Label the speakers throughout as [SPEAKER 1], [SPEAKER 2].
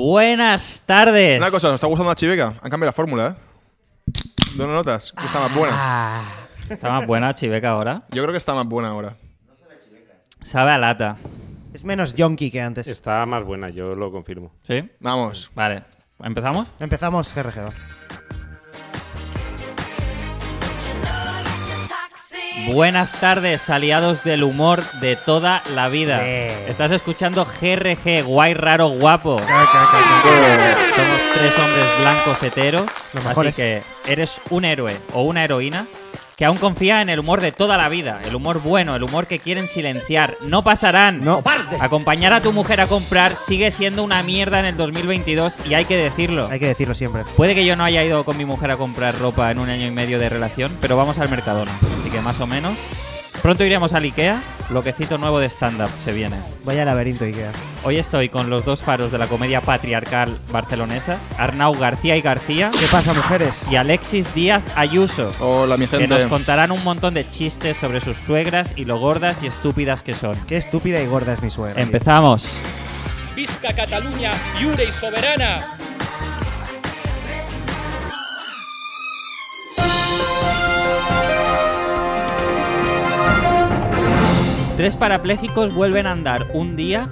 [SPEAKER 1] Buenas tardes.
[SPEAKER 2] Una cosa, nos está gustando la chiveca. Han cambiado la fórmula, ¿eh? No lo notas, que está más buena.
[SPEAKER 1] Ah, está más buena Chiveca ahora.
[SPEAKER 2] Yo creo que está más buena ahora.
[SPEAKER 1] Sabe a lata.
[SPEAKER 3] Es menos yonki que antes.
[SPEAKER 4] Está más buena, yo lo confirmo.
[SPEAKER 1] ¿Sí?
[SPEAKER 2] Vamos.
[SPEAKER 1] Vale. ¿Empezamos?
[SPEAKER 3] Empezamos GRG. va.
[SPEAKER 1] Buenas tardes, aliados del humor de toda la vida.
[SPEAKER 3] Bien.
[SPEAKER 1] Estás escuchando GRG, guay, raro, guapo.
[SPEAKER 3] Claro, claro, claro.
[SPEAKER 1] Somos tres hombres blancos heteros,
[SPEAKER 3] Los
[SPEAKER 1] así
[SPEAKER 3] mejores.
[SPEAKER 1] que eres un héroe o una heroína que aún confía en el humor de toda la vida, el humor bueno, el humor que quieren silenciar. No pasarán.
[SPEAKER 3] No.
[SPEAKER 1] Acompañar a tu mujer a comprar sigue siendo una mierda en el 2022 y hay que decirlo.
[SPEAKER 3] Hay que decirlo siempre.
[SPEAKER 1] Puede que yo no haya ido con mi mujer a comprar ropa en un año y medio de relación, pero vamos al Mercadona, así que más o menos. Pronto iremos al Ikea, loquecito nuevo de stand-up se viene.
[SPEAKER 3] Vaya laberinto Ikea.
[SPEAKER 1] Hoy estoy con los dos faros de la comedia patriarcal barcelonesa, Arnau García y García
[SPEAKER 3] ¿Qué pasa, mujeres?
[SPEAKER 1] y Alexis Díaz Ayuso,
[SPEAKER 2] Hola, mi
[SPEAKER 1] que nos
[SPEAKER 2] gente.
[SPEAKER 1] contarán un montón de chistes sobre sus suegras y lo gordas y estúpidas que son.
[SPEAKER 3] Qué estúpida y gorda es mi suegra. tío.
[SPEAKER 1] Empezamos.
[SPEAKER 5] Visca Cataluña, lliure i soberana.
[SPEAKER 1] Tres parapléjicos vuelven a andar un día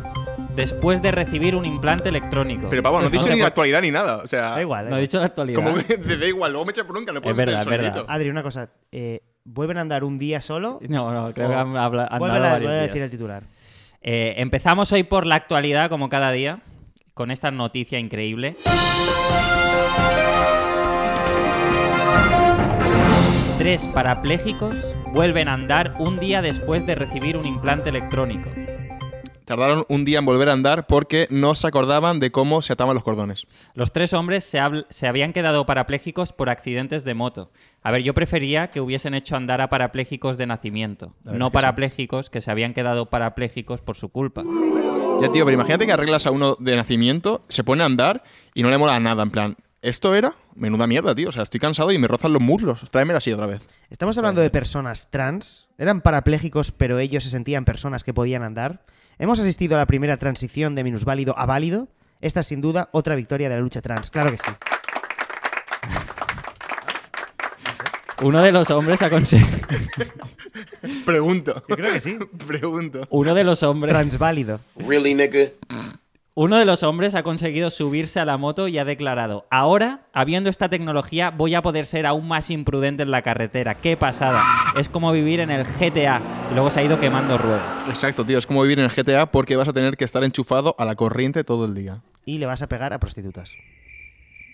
[SPEAKER 1] después de recibir un implante electrónico.
[SPEAKER 2] Pero Pablo, no he dicho
[SPEAKER 1] sé
[SPEAKER 2] ni la
[SPEAKER 1] por-
[SPEAKER 2] actualidad ni nada. O sea,
[SPEAKER 3] Da igual. da
[SPEAKER 1] No he
[SPEAKER 3] igual.
[SPEAKER 1] dicho la actualidad.
[SPEAKER 2] como que te da igual, luego me echa por nunca, no puedo
[SPEAKER 1] Es
[SPEAKER 2] meter
[SPEAKER 1] verdad,
[SPEAKER 2] el
[SPEAKER 1] es verdad.
[SPEAKER 2] sonidito.
[SPEAKER 3] Adri, una cosa. eh, ¿Vuelven a andar un día solo?
[SPEAKER 1] No, no, creo que han, habla- han
[SPEAKER 3] Vuelve
[SPEAKER 1] dado
[SPEAKER 3] a,
[SPEAKER 1] varios
[SPEAKER 3] voy a
[SPEAKER 1] días.
[SPEAKER 3] decir el titular.
[SPEAKER 1] Eh, empezamos hoy por la actualidad, como cada día, con esta noticia increíble. Tres parapléjicos vuelven a andar un día después de recibir un implante electrónico.
[SPEAKER 2] Tardaron un día en volver a andar porque no se acordaban de cómo se ataban los cordones.
[SPEAKER 1] Los tres hombres se, habl- se habían quedado parapléjicos por accidentes de moto. A ver, yo prefería que hubiesen hecho andar a parapléjicos de nacimiento, no parapléjicos que se habían quedado parapléjicos por su culpa.
[SPEAKER 2] Ya, tío, pero imagínate que arreglas a uno de nacimiento, se pone a andar y no le mola nada. En plan, ¿esto era? Menuda mierda, tío. O sea, estoy cansado y me rozan los muslos. Tráemela así otra vez.
[SPEAKER 3] Estamos hablando de personas trans. Eran parapléjicos, pero ellos se sentían personas que podían andar. Hemos asistido a la primera transición de minusválido a válido. Esta es sin duda otra victoria de la lucha trans. Claro que sí.
[SPEAKER 1] Uno de los hombres ha conseguido...
[SPEAKER 2] Pregunto.
[SPEAKER 3] creo que sí.
[SPEAKER 2] Pregunto.
[SPEAKER 1] Uno de los hombres...
[SPEAKER 3] Transválido.
[SPEAKER 6] Really, nigga?
[SPEAKER 1] Uno de los hombres ha conseguido subirse a la moto y ha declarado, ahora, habiendo esta tecnología, voy a poder ser aún más imprudente en la carretera. ¡Qué pasada! Es como vivir en el GTA. Y luego se ha ido quemando ruedas.
[SPEAKER 2] Exacto, tío. Es como vivir en el GTA porque vas a tener que estar enchufado a la corriente todo el día.
[SPEAKER 3] Y le vas a pegar a prostitutas.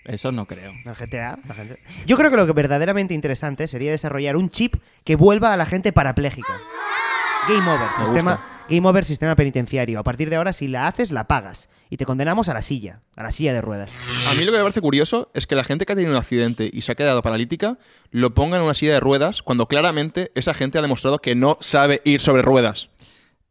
[SPEAKER 1] Eso no creo.
[SPEAKER 3] El GTA, la gente- Yo creo que lo que verdaderamente interesante sería desarrollar un chip que vuelva a la gente parapléjica. Game over,
[SPEAKER 2] Me
[SPEAKER 3] sistema,
[SPEAKER 2] gusta.
[SPEAKER 3] game over, sistema penitenciario. A partir de ahora, si la haces, la pagas. Y te condenamos a la silla, a la silla de ruedas.
[SPEAKER 2] A mí lo que me parece curioso es que la gente que ha tenido un accidente y se ha quedado paralítica lo ponga en una silla de ruedas cuando claramente esa gente ha demostrado que no sabe ir sobre ruedas.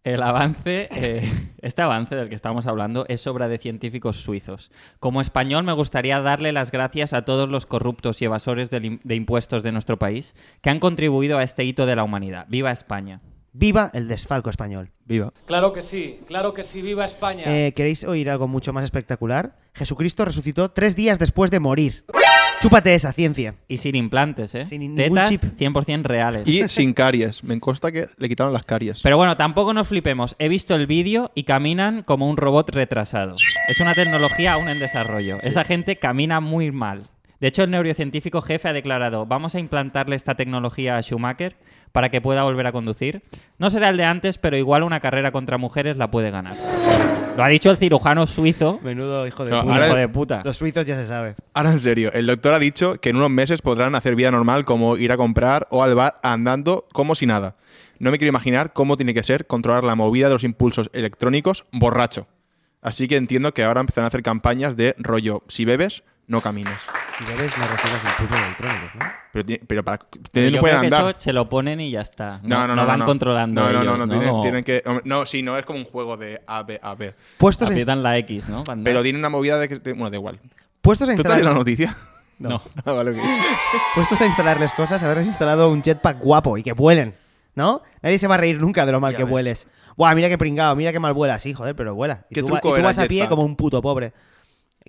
[SPEAKER 1] El avance, eh, este avance del que estamos hablando es obra de científicos suizos. Como español me gustaría darle las gracias a todos los corruptos y evasores del im- de impuestos de nuestro país que han contribuido a este hito de la humanidad. ¡Viva España!
[SPEAKER 3] Viva el desfalco español.
[SPEAKER 2] Viva.
[SPEAKER 5] Claro que sí, claro que sí, viva España.
[SPEAKER 3] Eh, ¿Queréis oír algo mucho más espectacular? Jesucristo resucitó tres días después de morir. Chúpate esa ciencia.
[SPEAKER 1] Y sin implantes, ¿eh?
[SPEAKER 3] Sin ningún
[SPEAKER 1] Tetas
[SPEAKER 3] chip.
[SPEAKER 1] 100% reales.
[SPEAKER 2] Y sin caries. Me consta que le quitaron las caries.
[SPEAKER 1] Pero bueno, tampoco nos flipemos. He visto el vídeo y caminan como un robot retrasado. Es una tecnología aún en desarrollo. Esa gente camina muy mal. De hecho, el neurocientífico jefe ha declarado, vamos a implantarle esta tecnología a Schumacher para que pueda volver a conducir. No será el de antes, pero igual una carrera contra mujeres la puede ganar. Lo ha dicho el cirujano suizo.
[SPEAKER 3] Menudo hijo de
[SPEAKER 2] No,
[SPEAKER 1] Un
[SPEAKER 2] ahora-
[SPEAKER 1] hijo de puta.
[SPEAKER 3] Los suizos ya se sabe.
[SPEAKER 2] Ahora en serio, el doctor ha dicho que en unos meses podrán hacer vida normal como ir a comprar o al bar andando como si nada. No me quiero imaginar cómo tiene que ser controlar la movida de los impulsos electrónicos borracho. Así que entiendo que ahora empezarán a hacer campañas de rollo, si bebes, no camines.
[SPEAKER 3] Si bebes, no recibes impulsos electrónicos, ¿no?
[SPEAKER 2] Pero, ti- pero para...
[SPEAKER 1] Pero
[SPEAKER 2] no
[SPEAKER 1] yo
[SPEAKER 2] pueden
[SPEAKER 1] creo que
[SPEAKER 2] andar.
[SPEAKER 1] eso se lo ponen y ya está.
[SPEAKER 2] No, no, no. no,
[SPEAKER 1] van
[SPEAKER 2] no.
[SPEAKER 1] controlando.
[SPEAKER 2] No, no,
[SPEAKER 1] ellos,
[SPEAKER 2] no. no, Tienen,
[SPEAKER 1] Como
[SPEAKER 2] tienen que. hombre, No, sí, no es como un juego de A, B, A, B.
[SPEAKER 3] Puestos en,
[SPEAKER 1] Aprietan la X, ¿no? Para andar.
[SPEAKER 2] Pero tiene una movida de que. de- Bueno, da igual.
[SPEAKER 3] puestos a
[SPEAKER 2] ¿Tú te has leído la
[SPEAKER 3] instalar,
[SPEAKER 2] noticia?
[SPEAKER 1] No.
[SPEAKER 2] Ah, vale, ok.
[SPEAKER 3] puestos a instalarles cosas, habrás instalado un jetpack guapo y que vuelen, ¿no? Nadie se va a reír nunca de lo mal
[SPEAKER 2] Ya
[SPEAKER 3] que
[SPEAKER 2] ves.
[SPEAKER 3] vueles. Buah, mira qué pringado, mira qué mal vuelas, sí, joder, pero vuela. Y
[SPEAKER 2] ¿Qué
[SPEAKER 3] tú, va-
[SPEAKER 2] truco
[SPEAKER 3] y tú
[SPEAKER 2] era
[SPEAKER 3] vas a
[SPEAKER 2] el
[SPEAKER 3] pie
[SPEAKER 2] jetpack?
[SPEAKER 3] como un puto pobre.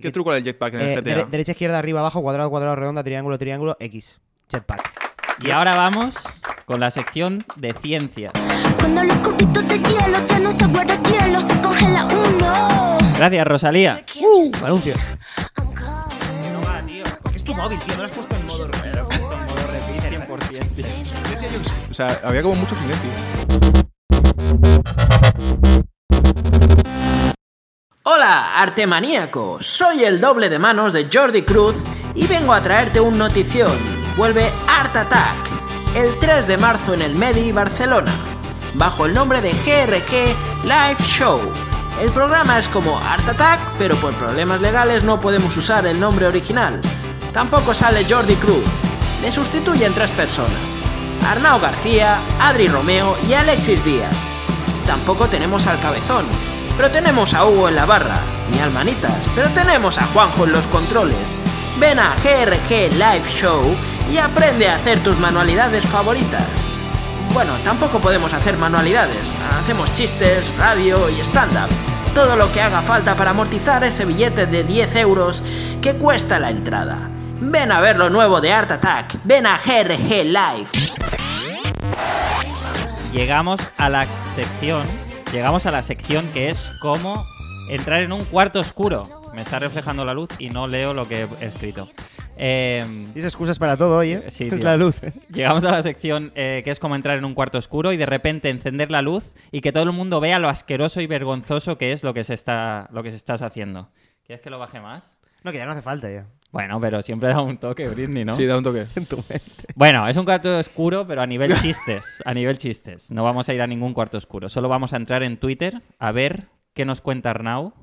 [SPEAKER 2] ¿Qué truco era el jetpack en
[SPEAKER 3] Eh,
[SPEAKER 2] el
[SPEAKER 3] dere-
[SPEAKER 2] GTA?
[SPEAKER 3] derecha, izquierda, arriba, abajo, cuadrado, cuadrado, redonda, triángulo, triángulo, X. Jetpack.
[SPEAKER 1] Y ahora vamos con la sección de ciencia.
[SPEAKER 6] Cuando los cubitos de hielo ya no se guarda hielo, se congela uno.
[SPEAKER 1] Gracias, Rosalía.
[SPEAKER 3] Anuncio.
[SPEAKER 6] I'm calling.
[SPEAKER 3] Es tu móvil, tío. No lo has puesto en modo recuerdo.
[SPEAKER 2] O sea, había como mucho silencio.
[SPEAKER 7] Hola, artemaníaco. Soy el doble de manos de Jordi Cruz y vengo a traerte un notición. Vuelve Art Attack el 3 de marzo en el Medi Barcelona, bajo el nombre de GRG Live Show. El programa es como Art Attack, pero por problemas legales no podemos usar el nombre original. Tampoco sale Jordi Cruz. Le sustituyen tres personas: Arnau García, Adri Romeo y Alexis Díaz. Tampoco tenemos al cabezón, pero tenemos a Hugo en la barra, ni al manitas, pero tenemos a Juanjo en los controles. Ven a GRG Live Show y aprende a hacer tus manualidades favoritas. Bueno, tampoco podemos hacer manualidades, hacemos chistes, radio y stand-up. Todo lo que haga falta para amortizar ese billete de 10 euros que cuesta la entrada. Ven a ver lo nuevo de Art Attack, ven a GRG Live.
[SPEAKER 1] Llegamos a la sección. Llegamos a la sección que es cómo entrar en un cuarto oscuro. Me está reflejando la luz y no leo lo que he escrito. Eh,
[SPEAKER 3] Tienes excusas para todo hoy, ¿eh?
[SPEAKER 1] Sí,
[SPEAKER 3] es
[SPEAKER 1] tío.
[SPEAKER 3] la luz.
[SPEAKER 1] Llegamos a la sección eh, que es como entrar en un cuarto oscuro y de repente encender la luz y que todo el mundo vea lo asqueroso y vergonzoso que es lo que se está lo que se estás haciendo. ¿Quieres que lo baje más?
[SPEAKER 3] No, que ya no hace falta ya.
[SPEAKER 1] Bueno, pero siempre da un toque, Britney, ¿no?
[SPEAKER 2] Sí, da un toque.
[SPEAKER 1] Bueno, es un cuarto oscuro, pero a nivel chistes, a nivel chistes. No vamos a ir a ningún cuarto oscuro. Solo vamos a entrar en Twitter a ver qué nos cuenta Arnau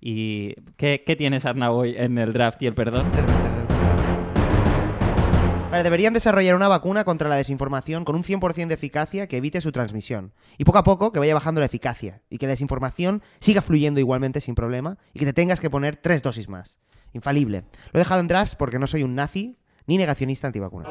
[SPEAKER 1] y qué, qué tienes Arnau hoy en el draft y el perdón.
[SPEAKER 3] Vale, deberían desarrollar una vacuna contra la desinformación con un 100% de eficacia que evite su transmisión. Y poco a poco que vaya bajando la eficacia. Y que la desinformación siga fluyendo igualmente sin problema. Y que te tengas que poner tres dosis más. Infalible. Lo he dejado en drafts porque no soy un nazi ni negacionista antivacunas.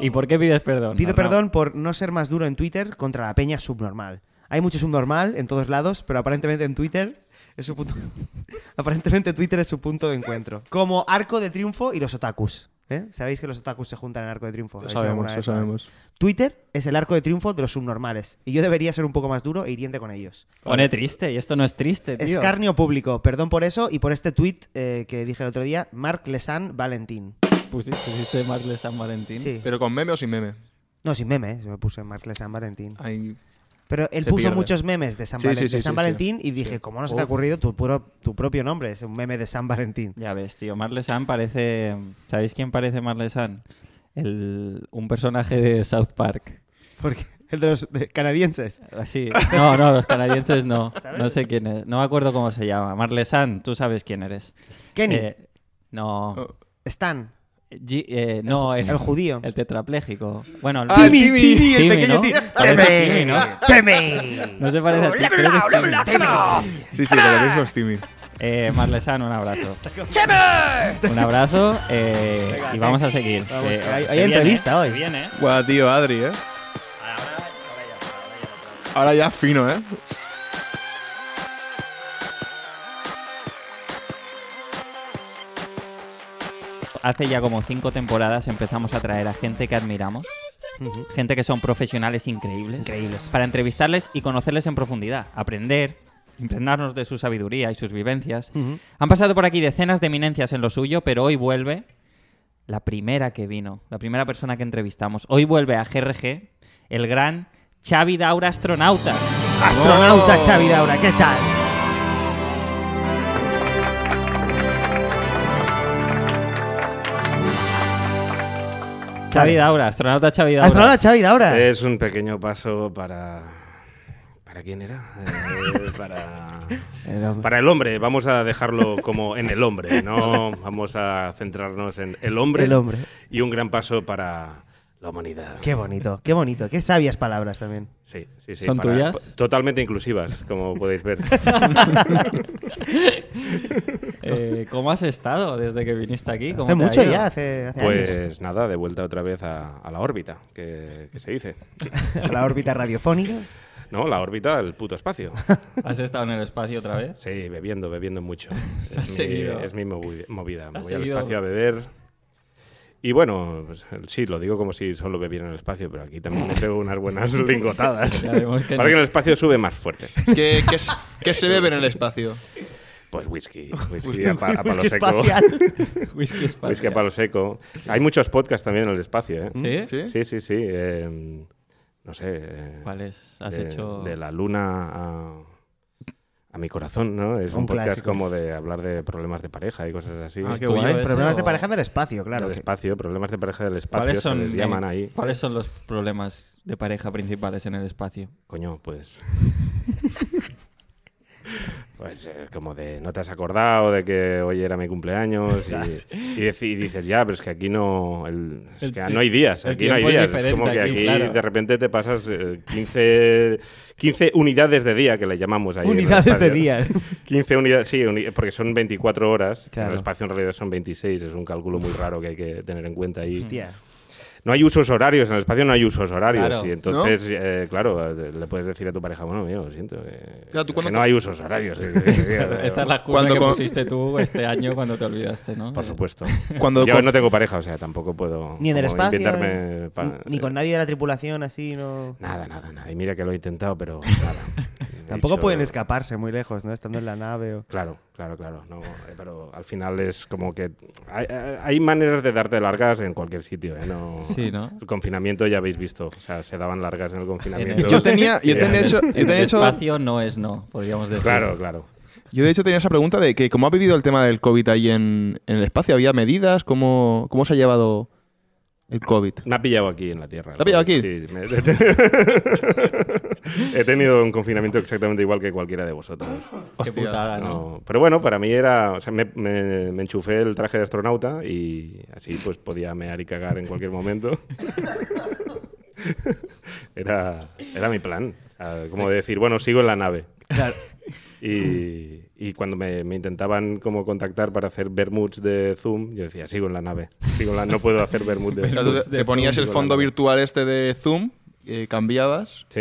[SPEAKER 1] ¿Y por qué pides perdón?
[SPEAKER 3] Pido
[SPEAKER 1] Arnau?
[SPEAKER 3] perdón por no ser más duro en Twitter contra la peña subnormal. Hay mucho subnormal en todos lados, pero aparentemente en Twitter es su punto. aparentemente Twitter es su punto de encuentro. Como Arco de Triunfo y los otakus. ¿eh? Sabéis que los otakus se juntan en Arco de Triunfo.
[SPEAKER 2] Lo
[SPEAKER 3] ¿Habéis ido alguna
[SPEAKER 2] sabemos, lo
[SPEAKER 3] vez, ¿vale?
[SPEAKER 2] sabemos.
[SPEAKER 3] Twitter es el arco de triunfo de los subnormales. Y yo debería ser un poco más duro e hiriente con ellos.
[SPEAKER 1] Pone triste y esto no es triste, Eh, tío.
[SPEAKER 3] Escarnio público, perdón por eso y por este tweet que dije el otro día, Marc Lesan Valentín.
[SPEAKER 1] Pusiste, pusiste más de San Valentín.
[SPEAKER 3] Sí.
[SPEAKER 2] Pero con meme o sin meme.
[SPEAKER 3] No, sin memes, me puse Marc Lesan Valentín.
[SPEAKER 2] Ahí-
[SPEAKER 3] Pero él
[SPEAKER 2] Se
[SPEAKER 3] puso
[SPEAKER 2] pierde.
[SPEAKER 3] muchos memes de San,
[SPEAKER 2] Sí,
[SPEAKER 3] Valen-
[SPEAKER 2] sí,
[SPEAKER 3] de
[SPEAKER 2] sí,
[SPEAKER 3] San
[SPEAKER 2] sí,
[SPEAKER 3] Valentín
[SPEAKER 2] sí.
[SPEAKER 3] y dije,
[SPEAKER 2] Sí.
[SPEAKER 3] ¿cómo no se te ha ocurrido tu, puro- tu propio nombre? Es un meme de San Valentín.
[SPEAKER 1] Ya ves, tío. Marlesan parece. ¿Sabéis quién parece Marlesan? El... Un personaje de South Park.
[SPEAKER 3] Porque el de los de- canadienses.
[SPEAKER 1] Así. No, no, los canadienses no. No sé quién es. No me acuerdo cómo se llama. Marlesan, tú sabes quién eres.
[SPEAKER 3] Kenny,
[SPEAKER 1] Eh, no.
[SPEAKER 2] Oh.
[SPEAKER 3] Stan,
[SPEAKER 1] G- eh, no, el,
[SPEAKER 3] el judío.
[SPEAKER 1] El tetrapléjico. Bueno, el.
[SPEAKER 2] Ah, el Timmy,
[SPEAKER 1] Timmy,
[SPEAKER 2] el
[SPEAKER 1] ¿no?
[SPEAKER 2] pequeño Timmy.
[SPEAKER 1] Parece Timmy, ¿no?
[SPEAKER 3] ¡Teme!
[SPEAKER 1] No se parece a ti. creo que es Timmy.
[SPEAKER 2] Sí, sí, lo mismo es Timmy.
[SPEAKER 1] Eh, Marlesan, un abrazo. Un abrazo eh, y vamos a seguir.
[SPEAKER 3] Vamos,
[SPEAKER 1] Eh,
[SPEAKER 3] que hay-
[SPEAKER 1] se
[SPEAKER 3] hay
[SPEAKER 1] viene,
[SPEAKER 3] entrevista hoy.
[SPEAKER 1] se viene.
[SPEAKER 2] Guau, tío, Adri, ¿eh? Ahora ya fino, ¿eh?
[SPEAKER 1] Hace ya como cinco temporadas empezamos a traer a gente que admiramos, gente que son profesionales increíbles,
[SPEAKER 3] Increíbles.
[SPEAKER 1] para entrevistarles y conocerles en profundidad, aprender, impregnarnos de su sabiduría y sus vivencias.
[SPEAKER 3] Ujú.
[SPEAKER 1] Han pasado por aquí decenas de eminencias en lo suyo, pero hoy vuelve la primera que vino, la primera persona que entrevistamos. Hoy vuelve a GRG el gran Xavi Daura astronauta.
[SPEAKER 3] Astronauta
[SPEAKER 2] Oh.
[SPEAKER 3] Xavi Daura, ¿qué tal?
[SPEAKER 1] Xavi Daura, astronauta Xavi Daura.
[SPEAKER 3] Astronauta Xavi Daura.
[SPEAKER 2] Eh.
[SPEAKER 4] Es un pequeño paso para. ¿Para quién era? Eh, para.
[SPEAKER 3] Eh,
[SPEAKER 4] Para el hombre, vamos a dejarlo como en el hombre, no vamos a centrarnos en el hombre.
[SPEAKER 3] El hombre.
[SPEAKER 4] Y un gran paso para la humanidad.
[SPEAKER 3] Qué bonito, qué bonito, qué sabias palabras también.
[SPEAKER 4] Sí, sí, sí.
[SPEAKER 1] ¿Son
[SPEAKER 4] para-
[SPEAKER 1] tuyas?
[SPEAKER 4] Totalmente inclusivas, como podéis ver.
[SPEAKER 1] Eh, ¿Cómo has estado desde que viniste aquí? ¿Cómo
[SPEAKER 3] Hace
[SPEAKER 1] te ha
[SPEAKER 3] mucho
[SPEAKER 1] ido?
[SPEAKER 3] ya, hace, hace años.
[SPEAKER 4] Pues nada, de vuelta otra vez a, a la órbita, que, que se dice.
[SPEAKER 2] Pues-
[SPEAKER 3] A La órbita radiofónica.
[SPEAKER 4] No, la órbita, el puto espacio.
[SPEAKER 1] ¿Has estado en el espacio otra vez?
[SPEAKER 4] Sí, bebiendo, bebiendo mucho.
[SPEAKER 1] Se ha
[SPEAKER 4] es, mi,
[SPEAKER 1] seguido.
[SPEAKER 4] es mi movi- movida. Me
[SPEAKER 1] Ha
[SPEAKER 4] voy al
[SPEAKER 1] seguido.
[SPEAKER 4] espacio a beber. Y bueno, pues, sí, lo digo como si solo bebiera en el espacio, pero aquí también me pego unas buenas lingotadas.
[SPEAKER 1] Ya vemos que
[SPEAKER 4] Para que
[SPEAKER 1] no-
[SPEAKER 4] en el espacio sube más fuerte.
[SPEAKER 2] ¿Qué, qué se- qué se bebe en el espacio?
[SPEAKER 4] Pues whisky, whisky a, pa- a palo
[SPEAKER 3] Whisky
[SPEAKER 4] seco.
[SPEAKER 3] espacial.
[SPEAKER 1] Whisky espacio.
[SPEAKER 4] Whisky a palo seco. Hay muchos podcasts también en el espacio, ¿eh?
[SPEAKER 1] ¿Sí?
[SPEAKER 2] ¿Sí?
[SPEAKER 4] Sí, sí, sí. eh, no sé. eh,
[SPEAKER 1] ¿Cuáles has
[SPEAKER 4] de,
[SPEAKER 1] hecho?
[SPEAKER 4] de la luna a, a mi corazón, ¿no? Es un,
[SPEAKER 3] Un
[SPEAKER 4] podcast
[SPEAKER 3] clásico.
[SPEAKER 4] como de hablar de problemas de pareja y cosas así.
[SPEAKER 1] Ah,
[SPEAKER 4] Es
[SPEAKER 1] qué
[SPEAKER 4] tuyo,
[SPEAKER 1] guay.
[SPEAKER 4] ¿eh?
[SPEAKER 3] Problemas
[SPEAKER 1] o-
[SPEAKER 3] de pareja del espacio, claro.
[SPEAKER 4] del
[SPEAKER 3] que-
[SPEAKER 4] espacio, problemas de pareja del espacio,
[SPEAKER 1] ¿Cuáles
[SPEAKER 4] se
[SPEAKER 1] son,
[SPEAKER 4] les llaman ahí.
[SPEAKER 1] ¿Cuáles son los problemas de pareja principales en el espacio?
[SPEAKER 4] Coño, pues. Pues eh, como de no te has acordado de que hoy era mi cumpleaños y, y deci- y dices ya, pero es que aquí no, el- es
[SPEAKER 1] El
[SPEAKER 4] que
[SPEAKER 1] ti-
[SPEAKER 4] no hay días,
[SPEAKER 1] el
[SPEAKER 4] aquí no hay
[SPEAKER 1] tiempo es
[SPEAKER 4] días. Es, como que
[SPEAKER 1] diferente
[SPEAKER 4] aquí,
[SPEAKER 1] aquí, claro.
[SPEAKER 4] de repente te pasas eh, 15, 15 unidades de día que le llamamos ahí. en el
[SPEAKER 3] Unidades de
[SPEAKER 4] espacio.
[SPEAKER 3] día.
[SPEAKER 4] 15 unidades, sí, uni- porque son 24 horas. En
[SPEAKER 3] Claro.
[SPEAKER 4] el espacio en realidad son 26, es un cálculo muy raro que hay que tener en cuenta. Y
[SPEAKER 3] Hostia.
[SPEAKER 4] no hay usos horarios, en el espacio no hay usos horarios.
[SPEAKER 1] Claro.
[SPEAKER 4] Y entonces, eh, claro, eh, le puedes decir a tu pareja, bueno, mío, lo siento. eh,
[SPEAKER 2] Claro, tú
[SPEAKER 4] que
[SPEAKER 2] cuando-
[SPEAKER 4] no hay usos horarios. eh,
[SPEAKER 1] Esta es la excusa
[SPEAKER 2] Cuando
[SPEAKER 1] que
[SPEAKER 2] con-
[SPEAKER 1] pusiste tú este año cuando te olvidaste, ¿no?
[SPEAKER 4] Por supuesto.
[SPEAKER 2] Cuando-
[SPEAKER 4] Yo
[SPEAKER 2] cuando-
[SPEAKER 4] no tengo pareja, o sea, tampoco puedo.
[SPEAKER 3] Ni en el
[SPEAKER 4] como
[SPEAKER 3] espacio.
[SPEAKER 4] inventarme
[SPEAKER 3] ni-
[SPEAKER 4] pa-
[SPEAKER 3] Ni con nadie de la tripulación así, no.
[SPEAKER 4] Nada, nada, nada. Y mira que lo he intentado, pero nada. He
[SPEAKER 3] Tampoco
[SPEAKER 4] dicho-
[SPEAKER 3] pueden escaparse muy lejos, ¿no? Estando en la nave o.
[SPEAKER 4] Claro, claro, claro. No, eh, pero al final es como que hay, hay- hay maneras de darte largas en cualquier sitio. ¿eh? No-
[SPEAKER 1] Sí, ¿no?
[SPEAKER 4] El confinamiento ya habéis visto. O sea, se daban largas en el
[SPEAKER 1] En
[SPEAKER 4] confinamiento.
[SPEAKER 1] el-
[SPEAKER 2] Yo tenía, yo
[SPEAKER 4] Sí.
[SPEAKER 2] tenía hecho, yo
[SPEAKER 1] El
[SPEAKER 2] tenía hecho,
[SPEAKER 1] espacio no es no, podríamos decir.
[SPEAKER 4] Claro, claro.
[SPEAKER 2] yo de hecho tenía esa pregunta de que cómo ha vivido el tema del COVID ahí en, en el espacio, había medidas, cómo, cómo se ha llevado el COVID.
[SPEAKER 4] Me ha pillado aquí en la Tierra.
[SPEAKER 2] ¿Te ha pillado aquí?
[SPEAKER 4] Sí. me- He tenido un confinamiento exactamente igual que cualquiera de vosotros.
[SPEAKER 1] Qué
[SPEAKER 2] Hostia.
[SPEAKER 1] putada, ¿no?
[SPEAKER 4] No, Pero bueno, para mí era. O sea, me, me- me enchufé el traje de astronauta y así pues podía mear y cagar en cualquier momento. era, era mi plan. O sea, como de decir, bueno, sigo en la nave. Y, y cuando me, me intentaban como contactar para hacer vermuts de Zoom, yo decía, sigo en la nave. Sigo en la, no puedo hacer vermut de
[SPEAKER 2] Claro, tú te, te ponías el fondo virtual este de Zoom, eh, cambiabas
[SPEAKER 4] Sí,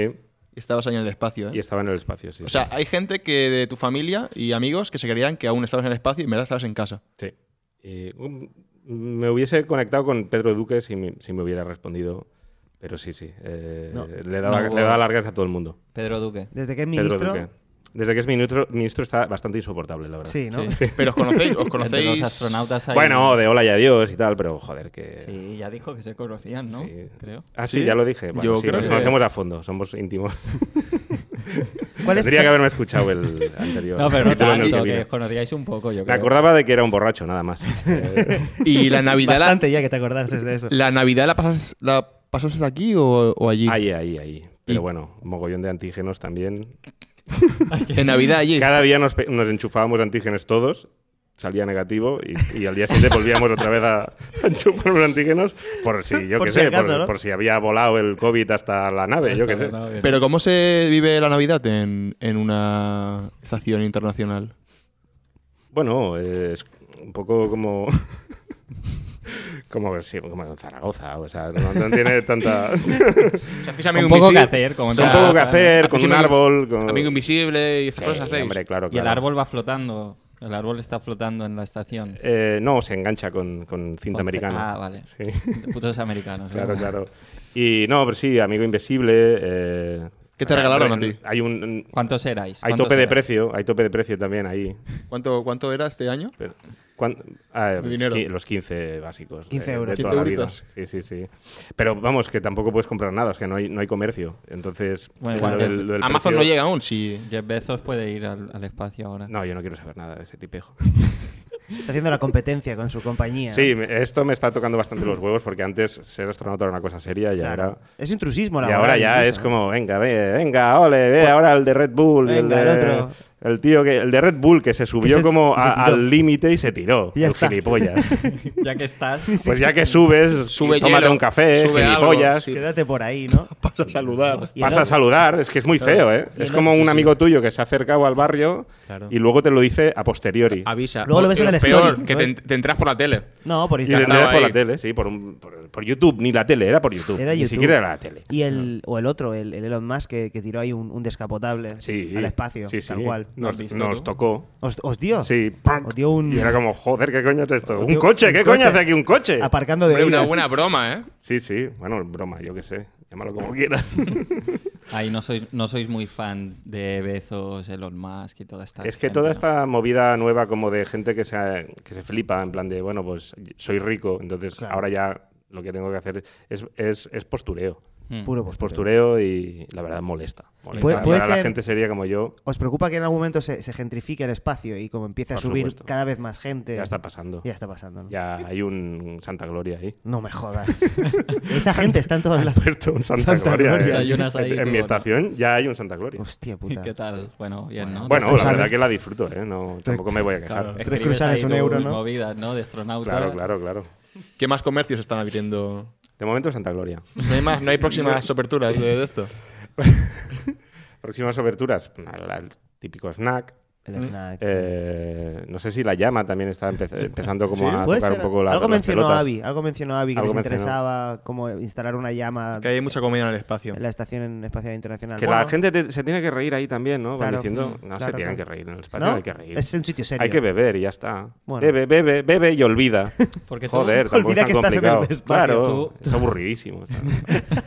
[SPEAKER 2] y estabas ahí en el espacio. ¿eh?
[SPEAKER 4] y estaba en el espacio, sí.
[SPEAKER 2] O sea, hay gente que de tu familia y amigos que se creían que aún estabas en el espacio y en verdad estabas en casa.
[SPEAKER 4] Sí. Y, um, me hubiese conectado con Pedro Duque si me, si me hubiera respondido, pero sí, sí. eh, le, daba,
[SPEAKER 1] No hubo-
[SPEAKER 4] le daba largas a todo el mundo.
[SPEAKER 1] Pedro Duque.
[SPEAKER 3] Desde que es
[SPEAKER 4] Pedro
[SPEAKER 3] ministro.
[SPEAKER 4] Duque. Desde que es ministro, ministro está bastante insoportable, la verdad.
[SPEAKER 3] Sí, ¿no?
[SPEAKER 1] Sí.
[SPEAKER 2] Pero os conocéis, os
[SPEAKER 1] Entre
[SPEAKER 2] conocéis.
[SPEAKER 1] los astronautas hay...
[SPEAKER 4] Bueno, de hola y adiós y tal, pero joder, que...
[SPEAKER 1] Sí, ya dijo que se conocían, ¿no?
[SPEAKER 4] sí.
[SPEAKER 1] Creo.
[SPEAKER 4] Ah, sí,
[SPEAKER 2] ¿Sí?
[SPEAKER 4] ya lo dije. Bueno,
[SPEAKER 2] Yo
[SPEAKER 4] sí,
[SPEAKER 2] creo
[SPEAKER 4] nos
[SPEAKER 2] que-
[SPEAKER 4] conocemos a fondo, somos íntimos.
[SPEAKER 3] ¿Cuál es-
[SPEAKER 4] Tendría que haberme escuchado el anterior.
[SPEAKER 1] No, pero no
[SPEAKER 4] capítulo en el que
[SPEAKER 1] tanto,
[SPEAKER 4] vino.
[SPEAKER 1] que os conocíais un poco, yo
[SPEAKER 4] Me
[SPEAKER 1] creo.
[SPEAKER 4] acordaba de que era un borracho, nada más. Eh,
[SPEAKER 2] ¿Y la Navidad la,
[SPEAKER 3] Bastante ya que te acordases de eso.
[SPEAKER 2] la Navidad la pasas, la pasaste aquí o, o allí?
[SPEAKER 4] ahí, ahí, ahí.
[SPEAKER 2] Y-
[SPEAKER 4] Pero bueno, mogollón de antígenos también.
[SPEAKER 2] En Navidad allí.
[SPEAKER 4] Cada día nos, pe- nos enchufábamos antígenos todos, salía negativo y, y al día siguiente volvíamos otra vez a, a enchufarnos antígenos por si, yo
[SPEAKER 3] Por
[SPEAKER 4] qué
[SPEAKER 3] si
[SPEAKER 4] sé,
[SPEAKER 3] acaso,
[SPEAKER 4] por,
[SPEAKER 3] ¿no?
[SPEAKER 4] por si había volado el COVID hasta la nave, yo qué sé.
[SPEAKER 1] No, bien.
[SPEAKER 2] Pero ¿cómo se vive la Navidad en, en una estación internacional?
[SPEAKER 4] Bueno, eh, es un poco como... Como, sí, como en Zaragoza, o sea, no, no tiene tanta...
[SPEAKER 1] Con un poco que hacer, como en
[SPEAKER 4] Con
[SPEAKER 1] Zaragoza,
[SPEAKER 4] poco que hacer,
[SPEAKER 2] haces
[SPEAKER 4] con un
[SPEAKER 2] amigo-
[SPEAKER 4] árbol... Con...
[SPEAKER 2] Amigo invisible y esas
[SPEAKER 4] Sí,
[SPEAKER 2] cosas hacéis.
[SPEAKER 4] hombre, claro,
[SPEAKER 1] ¿no? Y el
[SPEAKER 4] claro.
[SPEAKER 1] árbol va flotando. El árbol está flotando en la estación.
[SPEAKER 4] Eh, no, se engancha con, con cinta
[SPEAKER 1] Con-
[SPEAKER 4] americana.
[SPEAKER 1] Ah, vale.
[SPEAKER 4] Sí.
[SPEAKER 1] Putos americanos.
[SPEAKER 4] Claro,
[SPEAKER 1] ¿no?
[SPEAKER 4] claro. Y no, pero sí, Amigo Invisible. eh,
[SPEAKER 2] ¿Qué te
[SPEAKER 4] hay-
[SPEAKER 2] regalaron a
[SPEAKER 4] hay-
[SPEAKER 2] ti?
[SPEAKER 4] Hay un.
[SPEAKER 1] ¿Cuántos erais?
[SPEAKER 4] Hay
[SPEAKER 1] ¿Cuántos
[SPEAKER 4] tope de
[SPEAKER 1] erais?
[SPEAKER 4] precio, hay tope de precio también ahí.
[SPEAKER 2] ¿Cuánto, ¿Cuánto era este año?
[SPEAKER 4] Pero, ¿cuán- ah, los
[SPEAKER 2] dinero.
[SPEAKER 4] qui- Los 15 básicos. eh, de-
[SPEAKER 3] 15
[SPEAKER 4] de
[SPEAKER 3] euros.
[SPEAKER 4] toda
[SPEAKER 2] 15
[SPEAKER 4] la vida.
[SPEAKER 2] euritos.
[SPEAKER 4] Sí, sí, sí. Pero vamos, que tampoco puedes comprar nada, es que no hay, no hay comercio. Entonces,
[SPEAKER 1] Bueno,
[SPEAKER 4] claro,
[SPEAKER 1] igual
[SPEAKER 4] del- del
[SPEAKER 2] Amazon
[SPEAKER 4] precio-
[SPEAKER 2] no llega aún, sí.
[SPEAKER 1] Jeff Bezos puede ir al, al espacio ahora.
[SPEAKER 4] No, yo no quiero saber nada de ese tipejo.
[SPEAKER 3] Está haciendo la competencia con su compañía.
[SPEAKER 4] Sí, me- esto me está tocando bastante los huevos porque antes ser astronauta era una cosa seria y
[SPEAKER 3] Claro.
[SPEAKER 4] ahora
[SPEAKER 3] Es intrusismo ¿eh? la
[SPEAKER 4] Y ahora ya es como, venga, ve, venga, ole, ve, ahora el de Red Bull. y el
[SPEAKER 3] Venga,
[SPEAKER 4] de-
[SPEAKER 3] el otro.
[SPEAKER 4] El tío que, el de Red Bull, que se subió
[SPEAKER 3] se-
[SPEAKER 4] como
[SPEAKER 3] se
[SPEAKER 4] a-
[SPEAKER 3] tiró.
[SPEAKER 4] al límite y se tiró.
[SPEAKER 3] Y ya
[SPEAKER 4] el
[SPEAKER 3] está.
[SPEAKER 4] gilipollas.
[SPEAKER 1] Ya que estás.
[SPEAKER 4] Pues ya que subes,
[SPEAKER 2] Sube
[SPEAKER 4] tómate
[SPEAKER 2] hielo,
[SPEAKER 4] un café,
[SPEAKER 2] sube algo,
[SPEAKER 4] gilipollas.
[SPEAKER 2] sí.
[SPEAKER 3] Quédate por ahí, ¿no?
[SPEAKER 2] Pasa a saludar.
[SPEAKER 3] Y el
[SPEAKER 4] Pasa a
[SPEAKER 3] otro-
[SPEAKER 4] saludar, es que es muy feo, ¿eh?
[SPEAKER 3] Y
[SPEAKER 4] Es
[SPEAKER 3] el
[SPEAKER 4] como
[SPEAKER 3] otro-
[SPEAKER 4] un amigo tuyo que se ha acercado al barrio
[SPEAKER 2] Claro.
[SPEAKER 4] y luego te lo dice a posteriori.
[SPEAKER 2] Avisa.
[SPEAKER 3] Luego lo ves
[SPEAKER 2] O-
[SPEAKER 3] en el
[SPEAKER 2] peor,
[SPEAKER 3] story,
[SPEAKER 2] que
[SPEAKER 3] ¿no?
[SPEAKER 2] te, te entras por la tele.
[SPEAKER 3] No, por
[SPEAKER 4] Y le
[SPEAKER 3] Instagram.
[SPEAKER 4] das por la
[SPEAKER 2] ahí.
[SPEAKER 4] tele, sí, por, un- por- por YouTube, ni la tele, era por YouTube.
[SPEAKER 3] Era
[SPEAKER 4] ni
[SPEAKER 3] YouTube.
[SPEAKER 4] siquiera era la tele.
[SPEAKER 3] Y el, o el otro, el, el Elon Musk, que, que tiró ahí un, un descapotable
[SPEAKER 4] Sí,
[SPEAKER 3] al espacio,
[SPEAKER 4] sí, sí.
[SPEAKER 3] tal cual.
[SPEAKER 4] Nos,
[SPEAKER 1] ¿Has visto
[SPEAKER 4] nos
[SPEAKER 1] tú?
[SPEAKER 4] tocó.
[SPEAKER 3] ¿Os, os dio?
[SPEAKER 4] Sí,
[SPEAKER 3] Os dio un...
[SPEAKER 4] Y era como, eh, joder, ¿qué coño es esto?
[SPEAKER 3] os
[SPEAKER 4] ¿Un
[SPEAKER 3] dio
[SPEAKER 4] coche?
[SPEAKER 3] un
[SPEAKER 4] ¿Qué
[SPEAKER 3] coche
[SPEAKER 4] coño hace aquí un coche?
[SPEAKER 3] Aparcando de
[SPEAKER 2] Hombre, una
[SPEAKER 3] ellas.
[SPEAKER 2] buena broma, ¿eh?
[SPEAKER 4] Sí, sí, bueno, broma, yo qué sé. Llámalo como quieras.
[SPEAKER 1] Ahí no sois, no sois muy fans de Bezos, Elon Musk y toda esta.
[SPEAKER 4] Es que
[SPEAKER 1] gente,
[SPEAKER 4] toda
[SPEAKER 1] ¿no?
[SPEAKER 4] esta movida nueva como de gente que se, que se flipa, en plan de, bueno, pues soy rico, entonces
[SPEAKER 3] Claro.
[SPEAKER 4] ahora ya lo que tengo que hacer es, es, es postureo.
[SPEAKER 1] Mm.
[SPEAKER 3] Puro
[SPEAKER 4] Es
[SPEAKER 3] postureo.
[SPEAKER 4] postureo y la verdad molesta. molesta.
[SPEAKER 3] Puede-
[SPEAKER 4] La
[SPEAKER 3] puede
[SPEAKER 4] verdad, La
[SPEAKER 3] ser-
[SPEAKER 4] gente sería como yo,
[SPEAKER 3] ¿Os preocupa que en algún momento se, se gentrifique el espacio y como empiece a
[SPEAKER 4] Por
[SPEAKER 3] subir
[SPEAKER 4] supuesto.
[SPEAKER 3] cada vez más gente?
[SPEAKER 4] ya está pasando.
[SPEAKER 3] Ya está pasando, ¿no?
[SPEAKER 4] Ya hay un Santa Gloria ahí.
[SPEAKER 3] No me jodas. Esa gente está en todas las...
[SPEAKER 4] Puerto, un Santa,
[SPEAKER 3] Santa
[SPEAKER 4] Gloria.
[SPEAKER 3] Gloria.
[SPEAKER 4] eh.
[SPEAKER 1] Desayunas ahí
[SPEAKER 4] en
[SPEAKER 1] tú,
[SPEAKER 4] en mi
[SPEAKER 1] ¿no?
[SPEAKER 4] estación ya hay un Santa Gloria.
[SPEAKER 3] Hostia
[SPEAKER 1] ¿Y
[SPEAKER 3] puta.
[SPEAKER 1] qué tal? Bueno, bien, ¿no?
[SPEAKER 4] Bueno,
[SPEAKER 3] Desayunas.
[SPEAKER 4] la verdad que la disfruto, ¿eh? No, tampoco me voy a quejar.
[SPEAKER 1] claro,
[SPEAKER 4] Claro,
[SPEAKER 1] escribes
[SPEAKER 3] cruzadas,
[SPEAKER 1] ahí
[SPEAKER 3] un
[SPEAKER 1] tus
[SPEAKER 3] euro, ¿no?
[SPEAKER 1] movidas, ¿no? De astronauta.
[SPEAKER 4] claro, claro,
[SPEAKER 2] ¿Qué más comercios están abriendo?
[SPEAKER 4] De momento Santa Gloria.
[SPEAKER 2] No hay, más, no hay próximas aperturas de, de esto.
[SPEAKER 4] Próximas aberturas, pues, la- el típico snack.
[SPEAKER 3] El FNAC.
[SPEAKER 4] Eh, no sé si la llama también está empe- empezando como
[SPEAKER 2] Sí,
[SPEAKER 4] a
[SPEAKER 3] Puede
[SPEAKER 4] tocar
[SPEAKER 3] ser.
[SPEAKER 4] un poco la
[SPEAKER 3] algo
[SPEAKER 4] las
[SPEAKER 3] mencionó
[SPEAKER 4] pelotas.
[SPEAKER 3] Avi, algo mencionó Avi que
[SPEAKER 4] Algo
[SPEAKER 3] les
[SPEAKER 4] mencionó.
[SPEAKER 3] interesaba como instalar una llama
[SPEAKER 2] Que hay mucha comida en el espacio.
[SPEAKER 3] en la estación en- espacial internacional.
[SPEAKER 4] Que la
[SPEAKER 3] Bueno,
[SPEAKER 4] gente te- se tiene que reír ahí también, ¿no? Van
[SPEAKER 3] Claro.
[SPEAKER 4] diciendo,
[SPEAKER 3] Mm,
[SPEAKER 4] no se
[SPEAKER 3] claro, claro.
[SPEAKER 4] tienen que reír en el espacio,
[SPEAKER 3] ¿no?
[SPEAKER 4] hay que reír.
[SPEAKER 3] Es un sitio serio.
[SPEAKER 4] Hay que beber y ya está.
[SPEAKER 3] Bueno.
[SPEAKER 4] Bebe, bebe, bebe y olvida.
[SPEAKER 1] Porque tú-
[SPEAKER 4] Joder, tampoco
[SPEAKER 3] Olvida
[SPEAKER 4] es tan
[SPEAKER 3] que estás en el
[SPEAKER 4] complicado.
[SPEAKER 3] espacio.
[SPEAKER 4] Claro,
[SPEAKER 1] Tú-
[SPEAKER 4] es aburridísimo. está.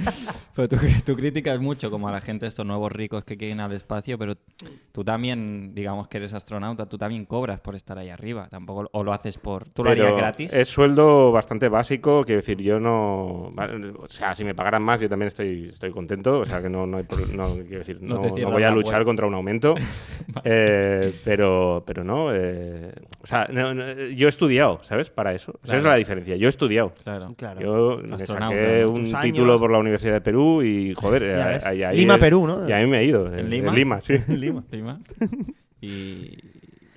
[SPEAKER 1] Pero tú, tú criticas mucho como a la gente, estos nuevos ricos que quieren ir al espacio, pero tú también, digamos que eres astronauta, tú también cobras por estar ahí arriba. Tampoco, o lo haces por. ¿Tú lo harías
[SPEAKER 4] Pero
[SPEAKER 1] gratis?
[SPEAKER 4] Es sueldo bastante básico, quiero decir, yo no. vale, O sea, si me pagaran más, yo también estoy, estoy contento. O sea, que no, no, hay pro- no, quiero decir,
[SPEAKER 1] No
[SPEAKER 4] no,
[SPEAKER 1] te
[SPEAKER 4] no
[SPEAKER 1] cierran
[SPEAKER 4] voy a
[SPEAKER 1] la
[SPEAKER 4] luchar
[SPEAKER 1] web.
[SPEAKER 4] contra un aumento. Eh, pero, pero no. eh, o sea, no- no, yo he estudiado, ¿sabes? Para eso. Esa es
[SPEAKER 1] Claro.
[SPEAKER 4] la diferencia. Yo he estudiado.
[SPEAKER 1] Claro.
[SPEAKER 3] Claro.
[SPEAKER 4] Yo me
[SPEAKER 1] Astronauta,
[SPEAKER 4] saqué
[SPEAKER 1] ¿no?
[SPEAKER 4] un
[SPEAKER 3] Tus
[SPEAKER 4] título
[SPEAKER 3] años.
[SPEAKER 4] por la Universidad de Perú y, joder,
[SPEAKER 3] Ya
[SPEAKER 4] ahí-
[SPEAKER 3] ves.
[SPEAKER 4] ahí- ahí-
[SPEAKER 3] Lima, Perú, ¿no?
[SPEAKER 4] Y ahí me he ido. eh,
[SPEAKER 1] ¿En Lima?
[SPEAKER 4] sí.
[SPEAKER 1] Lima. Y.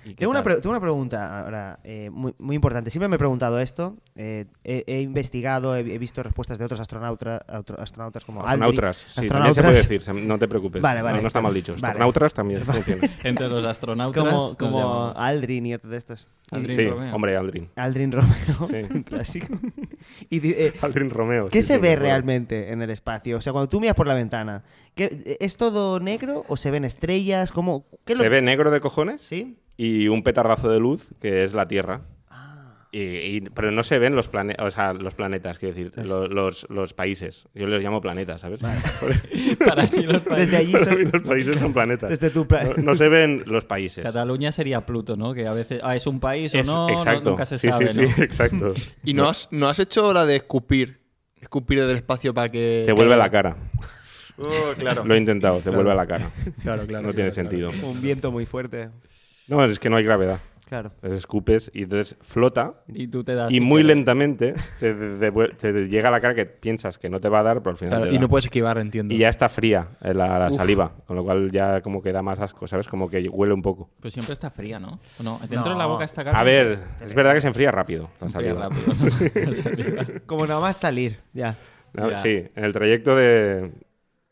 [SPEAKER 1] y qué
[SPEAKER 3] Tengo una,
[SPEAKER 1] tal?
[SPEAKER 3] pre- tengo una pregunta ahora eh, muy, muy importante. Siempre me he preguntado esto. eh, he, he investigado, he, he visto respuestas de otros astronautas, astronautas como Aldrin.
[SPEAKER 4] Astronautas, sí, también se puede
[SPEAKER 3] Astronautas.
[SPEAKER 4] decir, Sam, no te preocupes.
[SPEAKER 3] Vale,
[SPEAKER 4] No-
[SPEAKER 3] vale,
[SPEAKER 4] no, está
[SPEAKER 3] está-
[SPEAKER 4] mal dicho.
[SPEAKER 3] vale.
[SPEAKER 4] Astronautas también funciona.
[SPEAKER 1] Entre los astronautas.
[SPEAKER 3] Como,
[SPEAKER 1] nos
[SPEAKER 3] como
[SPEAKER 1] llamamos.
[SPEAKER 3] Aldrin y otros de estos.
[SPEAKER 1] Aldrin
[SPEAKER 4] Sí,
[SPEAKER 1] Romeo.
[SPEAKER 4] hombre, Aldrin.
[SPEAKER 3] Aldrin Romeo,
[SPEAKER 4] Sí.
[SPEAKER 3] un clásico. Y di- eh,
[SPEAKER 4] Aldrin Romeo.
[SPEAKER 3] ¿Qué
[SPEAKER 4] sí,
[SPEAKER 3] se
[SPEAKER 4] sí,
[SPEAKER 3] ve
[SPEAKER 4] me acuerdo.
[SPEAKER 3] realmente en el espacio? O sea, cuando tú miras por la ventana, ¿qué- ¿es todo negro o se ven estrellas? ¿Cómo, qué es lo-
[SPEAKER 4] Se ve negro de cojones
[SPEAKER 3] ¿Sí?
[SPEAKER 4] y un petardazo de luz que es la Tierra.
[SPEAKER 3] Ah.
[SPEAKER 4] Y, y- pero no se ven los, plane o sea, los planetas, quiero decir, lo- los, los países. Yo los llamo planetas, ¿sabes?
[SPEAKER 1] Para ti los países-
[SPEAKER 3] Desde allí
[SPEAKER 4] Para
[SPEAKER 3] se-
[SPEAKER 4] mí los países son planetas.
[SPEAKER 3] Desde tu pla-
[SPEAKER 4] no, no se ven los países.
[SPEAKER 1] Cataluña sería Pluto, ¿no? Que a veces. Ah, es un país o
[SPEAKER 4] Es-
[SPEAKER 1] no, no,
[SPEAKER 4] exacto.
[SPEAKER 1] Nunca se
[SPEAKER 4] sí,
[SPEAKER 1] sabe,
[SPEAKER 4] sí,
[SPEAKER 1] ¿no?
[SPEAKER 4] sí, exacto.
[SPEAKER 2] ¿Y no has, no has hecho la de escupir? Escupir del espacio para que.
[SPEAKER 4] Te vuelve a la cara.
[SPEAKER 2] Oh, claro.
[SPEAKER 4] Lo he intentado, te vuelve a la cara.
[SPEAKER 2] claro, claro.
[SPEAKER 4] No tiene
[SPEAKER 2] claro,
[SPEAKER 4] sentido.
[SPEAKER 3] Un viento muy fuerte.
[SPEAKER 4] No, es que no hay gravedad.
[SPEAKER 3] Claro.
[SPEAKER 4] Entonces escupes y entonces flota
[SPEAKER 1] Y tú te das.
[SPEAKER 4] y muy
[SPEAKER 1] lento
[SPEAKER 4] lentamente te, de- de- te llega a la cara que piensas que no te va a dar, pero al final
[SPEAKER 2] Claro,
[SPEAKER 4] te
[SPEAKER 2] y
[SPEAKER 4] da.
[SPEAKER 2] no puedes esquivar, entiendo.
[SPEAKER 4] Y ya está fría eh, la, la saliva, con lo cual ya como que da más asco, ¿sabes? Como que huele un poco.
[SPEAKER 1] Pues siempre está fría, ¿no? ¿O no? Dentro de la
[SPEAKER 3] No.
[SPEAKER 1] boca está caliente.
[SPEAKER 4] A ver, es verdad que se enfría rápido
[SPEAKER 1] Fría
[SPEAKER 4] la saliva.
[SPEAKER 1] rápido, ¿no? La saliva.
[SPEAKER 3] Como nada más salir, ya.
[SPEAKER 4] No,
[SPEAKER 1] Ya.
[SPEAKER 4] Sí, en el trayecto de,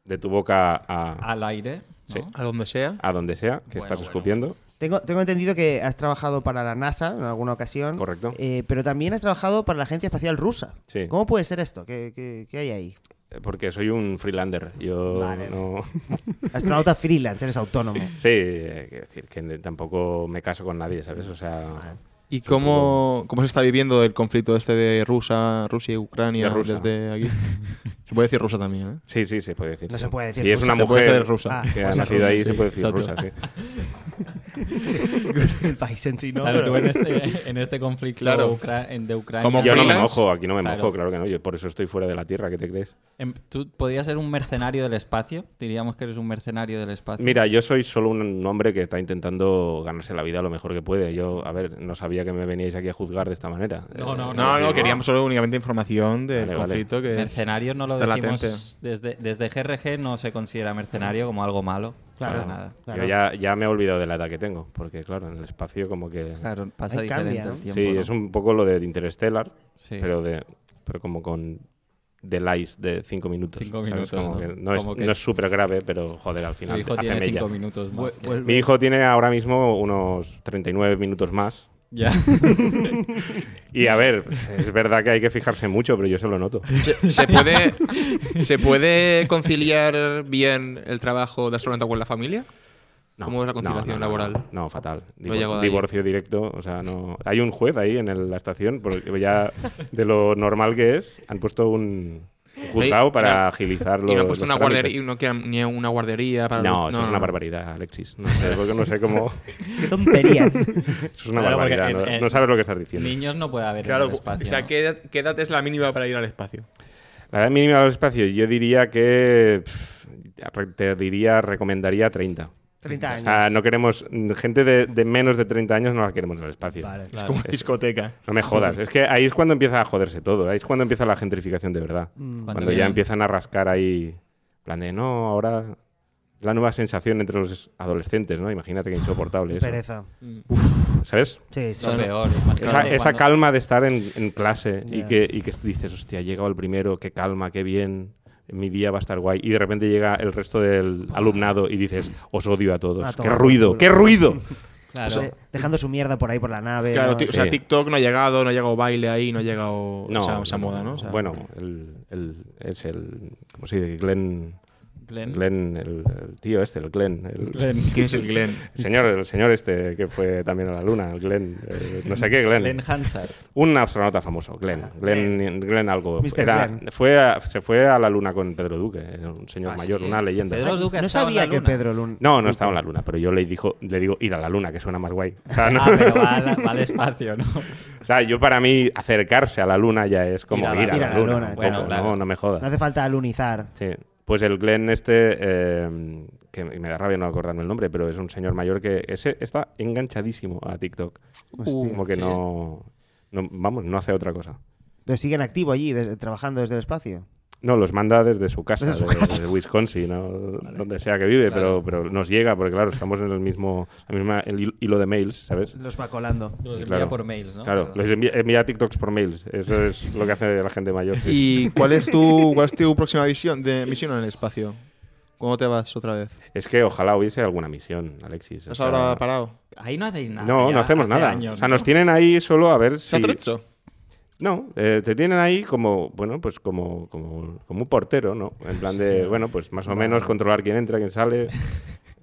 [SPEAKER 4] de tu boca a,
[SPEAKER 1] Al aire. ¿no?
[SPEAKER 4] Sí.
[SPEAKER 2] A donde sea.
[SPEAKER 4] a donde sea que
[SPEAKER 1] Bueno,
[SPEAKER 4] estás
[SPEAKER 1] bueno.
[SPEAKER 4] escupiendo.
[SPEAKER 3] Tengo, tengo entendido que has trabajado para la NASA en alguna ocasión.
[SPEAKER 4] Correcto.
[SPEAKER 3] Eh, pero también has trabajado para la Agencia Espacial Rusa.
[SPEAKER 4] Sí.
[SPEAKER 3] ¿Cómo puede ser esto? ¿Qué, qué- qué hay ahí?
[SPEAKER 4] eh, Porque soy un freelander. Yo
[SPEAKER 3] Vale.
[SPEAKER 4] no...
[SPEAKER 3] Astronauta freelance, eres autónomo.
[SPEAKER 4] Sí, eh, quiero decir que ne- tampoco me caso con nadie, ¿sabes? O sea,
[SPEAKER 2] ¿Y cómo, cómo se está viviendo el conflicto este de Rusia, Rusia y Ucrania
[SPEAKER 4] De Rusia.
[SPEAKER 2] desde aquí? se puede decir rusa también, ¿eh?
[SPEAKER 4] sí, sí, se puede decir.
[SPEAKER 3] No
[SPEAKER 4] sí.
[SPEAKER 3] se puede decir
[SPEAKER 4] Si es
[SPEAKER 3] rusa.
[SPEAKER 4] una
[SPEAKER 2] se
[SPEAKER 4] mujer
[SPEAKER 2] puede decir rusa.
[SPEAKER 3] Ah,
[SPEAKER 4] que ha
[SPEAKER 3] pues
[SPEAKER 4] nacido
[SPEAKER 2] rusa,
[SPEAKER 4] ahí,
[SPEAKER 2] sí,
[SPEAKER 4] se puede decir
[SPEAKER 2] exacto.
[SPEAKER 4] rusa, sí.
[SPEAKER 3] el país en sí, ¿no?
[SPEAKER 1] Claro, tú en este, en este conflicto
[SPEAKER 2] Claro.
[SPEAKER 1] ucra- en- de Ucrania.
[SPEAKER 2] Como
[SPEAKER 4] Yo no me
[SPEAKER 2] freelance.
[SPEAKER 4] mojo, aquí no me
[SPEAKER 1] Claro.
[SPEAKER 4] mojo, claro que no. Yo por eso estoy fuera de la tierra, ¿qué te crees?
[SPEAKER 1] Em, ¿Tú podrías ser un mercenario del espacio? Diríamos que eres un mercenario del espacio.
[SPEAKER 4] Mira, yo soy solo un hombre que está intentando ganarse la vida lo mejor que puede. Yo, a ver, no sabía que me veníais aquí a juzgar de esta manera. Eh,
[SPEAKER 1] No, no,
[SPEAKER 2] No, no, queríamos solo únicamente información del
[SPEAKER 4] Vale, vale.
[SPEAKER 2] conflicto que es-
[SPEAKER 1] Mercenario no lo
[SPEAKER 2] está
[SPEAKER 1] decimos.
[SPEAKER 2] latente.
[SPEAKER 1] Desde, desde GRG no se considera mercenario como algo malo.
[SPEAKER 3] Claro,
[SPEAKER 1] para nada.
[SPEAKER 3] claro.
[SPEAKER 4] Yo ya, ya me he olvidado de la edad que tengo, porque claro, en el espacio como que...
[SPEAKER 1] Claro, pasa
[SPEAKER 3] Ahí
[SPEAKER 1] diferente
[SPEAKER 3] cambia, ¿no?
[SPEAKER 1] el tiempo.
[SPEAKER 4] sí,
[SPEAKER 1] ¿no?
[SPEAKER 4] es un poco lo de Interstellar,
[SPEAKER 1] Sí.
[SPEAKER 4] pero de pero como con delays de 5 minutos.
[SPEAKER 8] Cinco
[SPEAKER 4] ¿sabes?
[SPEAKER 8] minutos,
[SPEAKER 4] Como
[SPEAKER 8] ¿no?
[SPEAKER 4] que no es
[SPEAKER 8] Como que-
[SPEAKER 4] no es súper grave, pero joder, al
[SPEAKER 8] Tu
[SPEAKER 4] final
[SPEAKER 8] hijo
[SPEAKER 4] hace
[SPEAKER 8] tiene
[SPEAKER 4] mella.
[SPEAKER 8] cinco minutos más.
[SPEAKER 4] Mi hijo tiene ahora mismo unos 39 minutos más.
[SPEAKER 8] Ya.
[SPEAKER 4] Y a ver, es verdad que hay que fijarse mucho, pero yo se lo noto.
[SPEAKER 2] ¿Se puede, ¿Se puede conciliar bien el trabajo de astronauta con la familia? ¿Cómo es la conciliación
[SPEAKER 4] no, no,
[SPEAKER 2] laboral?
[SPEAKER 4] No, no, fatal.
[SPEAKER 2] No
[SPEAKER 4] Divor-
[SPEAKER 2] llego de ahí.
[SPEAKER 4] divorcio directo. O sea, no. Hay un juez ahí en el- la estación, porque ya de lo normal que es, han puesto un un juzgado
[SPEAKER 2] Ahí,
[SPEAKER 4] para
[SPEAKER 2] no.
[SPEAKER 4] agilizar
[SPEAKER 2] Y
[SPEAKER 4] los-
[SPEAKER 2] no han puesto
[SPEAKER 4] los
[SPEAKER 2] una
[SPEAKER 4] trámites.
[SPEAKER 2] guardería, y no crean ni una guardería para
[SPEAKER 4] No,
[SPEAKER 2] los-
[SPEAKER 4] eso es una barbaridad, Alexis. No sé, porque no sé cómo.
[SPEAKER 3] Qué tontería.
[SPEAKER 4] Eso es una
[SPEAKER 1] Claro, porque
[SPEAKER 4] barbaridad.
[SPEAKER 1] en-
[SPEAKER 4] no,
[SPEAKER 1] en-
[SPEAKER 4] no sabes lo que estás diciendo.
[SPEAKER 1] Niños no puede haber en
[SPEAKER 2] Claro,
[SPEAKER 1] el espacio.
[SPEAKER 2] o sea,
[SPEAKER 1] ¿no?
[SPEAKER 2] ¿qué edad, qué edad es la mínima para ir al espacio?
[SPEAKER 4] La edad mínima de los espacios, yo diría que. pff, te diría, recomendaría 30.
[SPEAKER 3] 30 años.
[SPEAKER 4] Ah, no queremos. Gente de, de menos de 30 años no la queremos en el espacio.
[SPEAKER 3] Vale.
[SPEAKER 2] Es como una discoteca.
[SPEAKER 4] No me jodas. Es que ahí es cuando empieza a joderse todo. Ahí es cuando empieza la gentrificación de verdad. Cuando,
[SPEAKER 1] Cuando
[SPEAKER 4] ya
[SPEAKER 1] ya-
[SPEAKER 4] empiezan a rascar ahí. en plan de, no, ahora. es La nueva sensación entre los adolescentes, ¿no? Imagínate que insoportable eso.
[SPEAKER 3] Pereza.
[SPEAKER 4] ¿Sabes?
[SPEAKER 3] Sí, sí.
[SPEAKER 1] Lo peor. imagínate
[SPEAKER 4] Esa, esa
[SPEAKER 1] cuando-
[SPEAKER 4] calma de estar en, en clase y,
[SPEAKER 3] Ya.
[SPEAKER 4] que, y que dices, hostia, ha llegado el primero, qué calma, qué bien, mi día va a estar guay. Y de repente llega el resto del alumnado y dices, os odio a todos.
[SPEAKER 3] A
[SPEAKER 4] ¡Qué
[SPEAKER 3] tomar por
[SPEAKER 4] ruido!
[SPEAKER 3] culo".
[SPEAKER 4] ¡Qué ruido!
[SPEAKER 1] Claro.
[SPEAKER 3] Sí, Dejando su mierda por ahí por la nave.
[SPEAKER 2] Claro,
[SPEAKER 3] ¿no?
[SPEAKER 2] ti- o sea,
[SPEAKER 4] sí.
[SPEAKER 2] TikTok no ha llegado, no ha llegado baile ahí, no ha llegado
[SPEAKER 4] No,
[SPEAKER 2] esa, esa moda, ¿no? O sea,
[SPEAKER 4] bueno, el, el- es el. ¿Cómo se dice? Glenn.
[SPEAKER 1] Glenn.
[SPEAKER 4] Glenn, el, el tío este, el Glenn. El,
[SPEAKER 2] ¿Quién es el Glenn?
[SPEAKER 4] el señor, el señor este que fue también a la luna, el Glenn. eh, no sé qué, Glenn.
[SPEAKER 1] Glenn Hansard.
[SPEAKER 4] Un astronauta famoso, Glenn. Glenn, Glenn algo.
[SPEAKER 3] Mr.
[SPEAKER 4] Era-
[SPEAKER 3] Glenn.
[SPEAKER 4] Fue a- se fue a la luna con Pedro Duque, era un señor
[SPEAKER 1] Ah, sí,
[SPEAKER 4] mayor,
[SPEAKER 1] sí.
[SPEAKER 4] una leyenda.
[SPEAKER 1] Pedro Duque
[SPEAKER 3] no
[SPEAKER 1] estaba en la
[SPEAKER 3] sabía que
[SPEAKER 1] luna.
[SPEAKER 3] Pedro Luna.
[SPEAKER 4] No, no estaba en la luna, pero yo le, dijo, le digo ir a la luna, que suena más guay. O sea, no-
[SPEAKER 1] Ah, pero va, al- va al espacio, ¿no?
[SPEAKER 4] o sea, yo para mí acercarse a la luna ya es como ir a la, luna. un
[SPEAKER 1] bueno,
[SPEAKER 4] poco,
[SPEAKER 1] claro.
[SPEAKER 4] no, no me jodas.
[SPEAKER 3] No hace falta alunizar.
[SPEAKER 4] Sí. Pues el Glenn este, eh, que me da rabia no acordarme el nombre, pero es un señor mayor que ese está enganchadísimo a TikTok.
[SPEAKER 3] Hostia.
[SPEAKER 4] como que no, no- Vamos, no hace otra cosa.
[SPEAKER 3] Pero siguen activo allí, des- trabajando desde el espacio.
[SPEAKER 4] No, los manda desde su casa,
[SPEAKER 3] Desde su
[SPEAKER 4] de,
[SPEAKER 3] casa.
[SPEAKER 4] de Wisconsin, ¿no? donde sea que vive, pero, pero nos llega, porque claro, estamos en el mismo la misma el hil- hilo de mails, ¿sabes?
[SPEAKER 3] Los va colando.
[SPEAKER 8] Los envía
[SPEAKER 4] Claro.
[SPEAKER 8] por mails, ¿no?
[SPEAKER 4] Claro, los envía, envía TikToks por mails, eso es lo que hace la gente mayor. sí.
[SPEAKER 2] ¿Y cuál es tu, cuál es tu próxima visión de misión en el espacio? ¿Cuándo te vas otra vez?
[SPEAKER 4] Es que ojalá hubiese alguna misión, Alexis. o
[SPEAKER 2] ¿Estás
[SPEAKER 4] sea,
[SPEAKER 2] ahora parado?
[SPEAKER 1] Ahí no hacéis nada.
[SPEAKER 4] no,
[SPEAKER 1] ya
[SPEAKER 4] no hacemos
[SPEAKER 1] hace
[SPEAKER 4] nada.
[SPEAKER 1] años,
[SPEAKER 4] o sea,
[SPEAKER 1] ¿no?
[SPEAKER 4] nos tienen ahí solo a ver
[SPEAKER 2] ¿Se
[SPEAKER 4] si...
[SPEAKER 2] ha trecho?
[SPEAKER 4] No, eh, te tienen ahí como, bueno, pues como, como, como un portero, ¿no? En plan de, bueno, pues más o menos controlar quién entra, quién sale.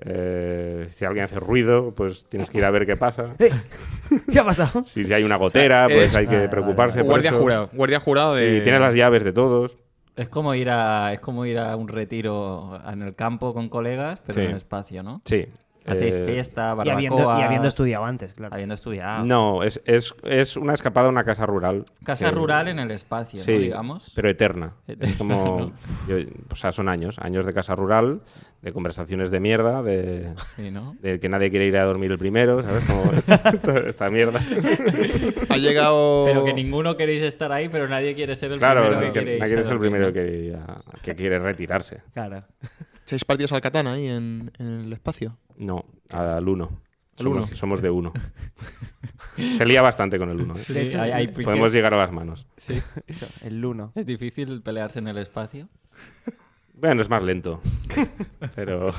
[SPEAKER 4] Eh, si alguien hace ruido, pues tienes que ir a ver qué pasa.
[SPEAKER 3] ¿Qué ha pasado?
[SPEAKER 4] Si hay una gotera,
[SPEAKER 2] sea,
[SPEAKER 4] pues
[SPEAKER 2] es-
[SPEAKER 4] hay que
[SPEAKER 3] Vale,
[SPEAKER 4] preocuparse.
[SPEAKER 3] vale,
[SPEAKER 4] por
[SPEAKER 2] Guardia
[SPEAKER 4] eso.
[SPEAKER 2] jurado. Guardia jurado
[SPEAKER 4] Sí,
[SPEAKER 2] de.
[SPEAKER 4] tienes las llaves de todos.
[SPEAKER 1] Es como ir a es como ir a un retiro en el campo con colegas, pero
[SPEAKER 4] Sí.
[SPEAKER 1] en el espacio, ¿no?
[SPEAKER 4] Sí.
[SPEAKER 1] Hacéis
[SPEAKER 4] Eh,
[SPEAKER 1] fiesta,
[SPEAKER 3] Y
[SPEAKER 1] barbacoa.
[SPEAKER 3] habiendo, y habiendo estudiado antes, claro.
[SPEAKER 1] habiendo estudiado.
[SPEAKER 4] No, es, es, es una escapada a una casa rural.
[SPEAKER 1] Casa
[SPEAKER 4] Que-
[SPEAKER 1] rural en el espacio,
[SPEAKER 4] Sí,
[SPEAKER 1] ¿no? digamos.
[SPEAKER 4] pero eterna. Es
[SPEAKER 1] Eterna,
[SPEAKER 4] como... yo- o sea, son años. Años de casa rural, de conversaciones de mierda, de...
[SPEAKER 1] Sí, ¿no?
[SPEAKER 4] de que nadie quiere ir a dormir el primero, ¿sabes? Como esta, esta mierda.
[SPEAKER 2] Ha llegado.
[SPEAKER 1] Pero que ninguno queréis estar ahí, pero nadie quiere ser el
[SPEAKER 4] Claro,
[SPEAKER 1] primero.
[SPEAKER 4] ni que-
[SPEAKER 1] quiere irse a
[SPEAKER 4] nadie es el
[SPEAKER 1] dormir,
[SPEAKER 4] primero
[SPEAKER 1] ¿no?
[SPEAKER 4] que, ir a- que quiere retirarse.
[SPEAKER 3] Claro.
[SPEAKER 2] Seis partidos al Catán ahí en, en el espacio.
[SPEAKER 4] No, al uno.
[SPEAKER 2] Al uno.
[SPEAKER 4] Somos, somos de uno. Se lía bastante con el uno. ¿eh?
[SPEAKER 1] Sí, hay- hay piques.
[SPEAKER 4] Podemos llegar a las manos.
[SPEAKER 1] Sí.
[SPEAKER 3] El Luno.
[SPEAKER 1] Es difícil pelearse en el espacio.
[SPEAKER 4] Bueno, es más lento. Pero.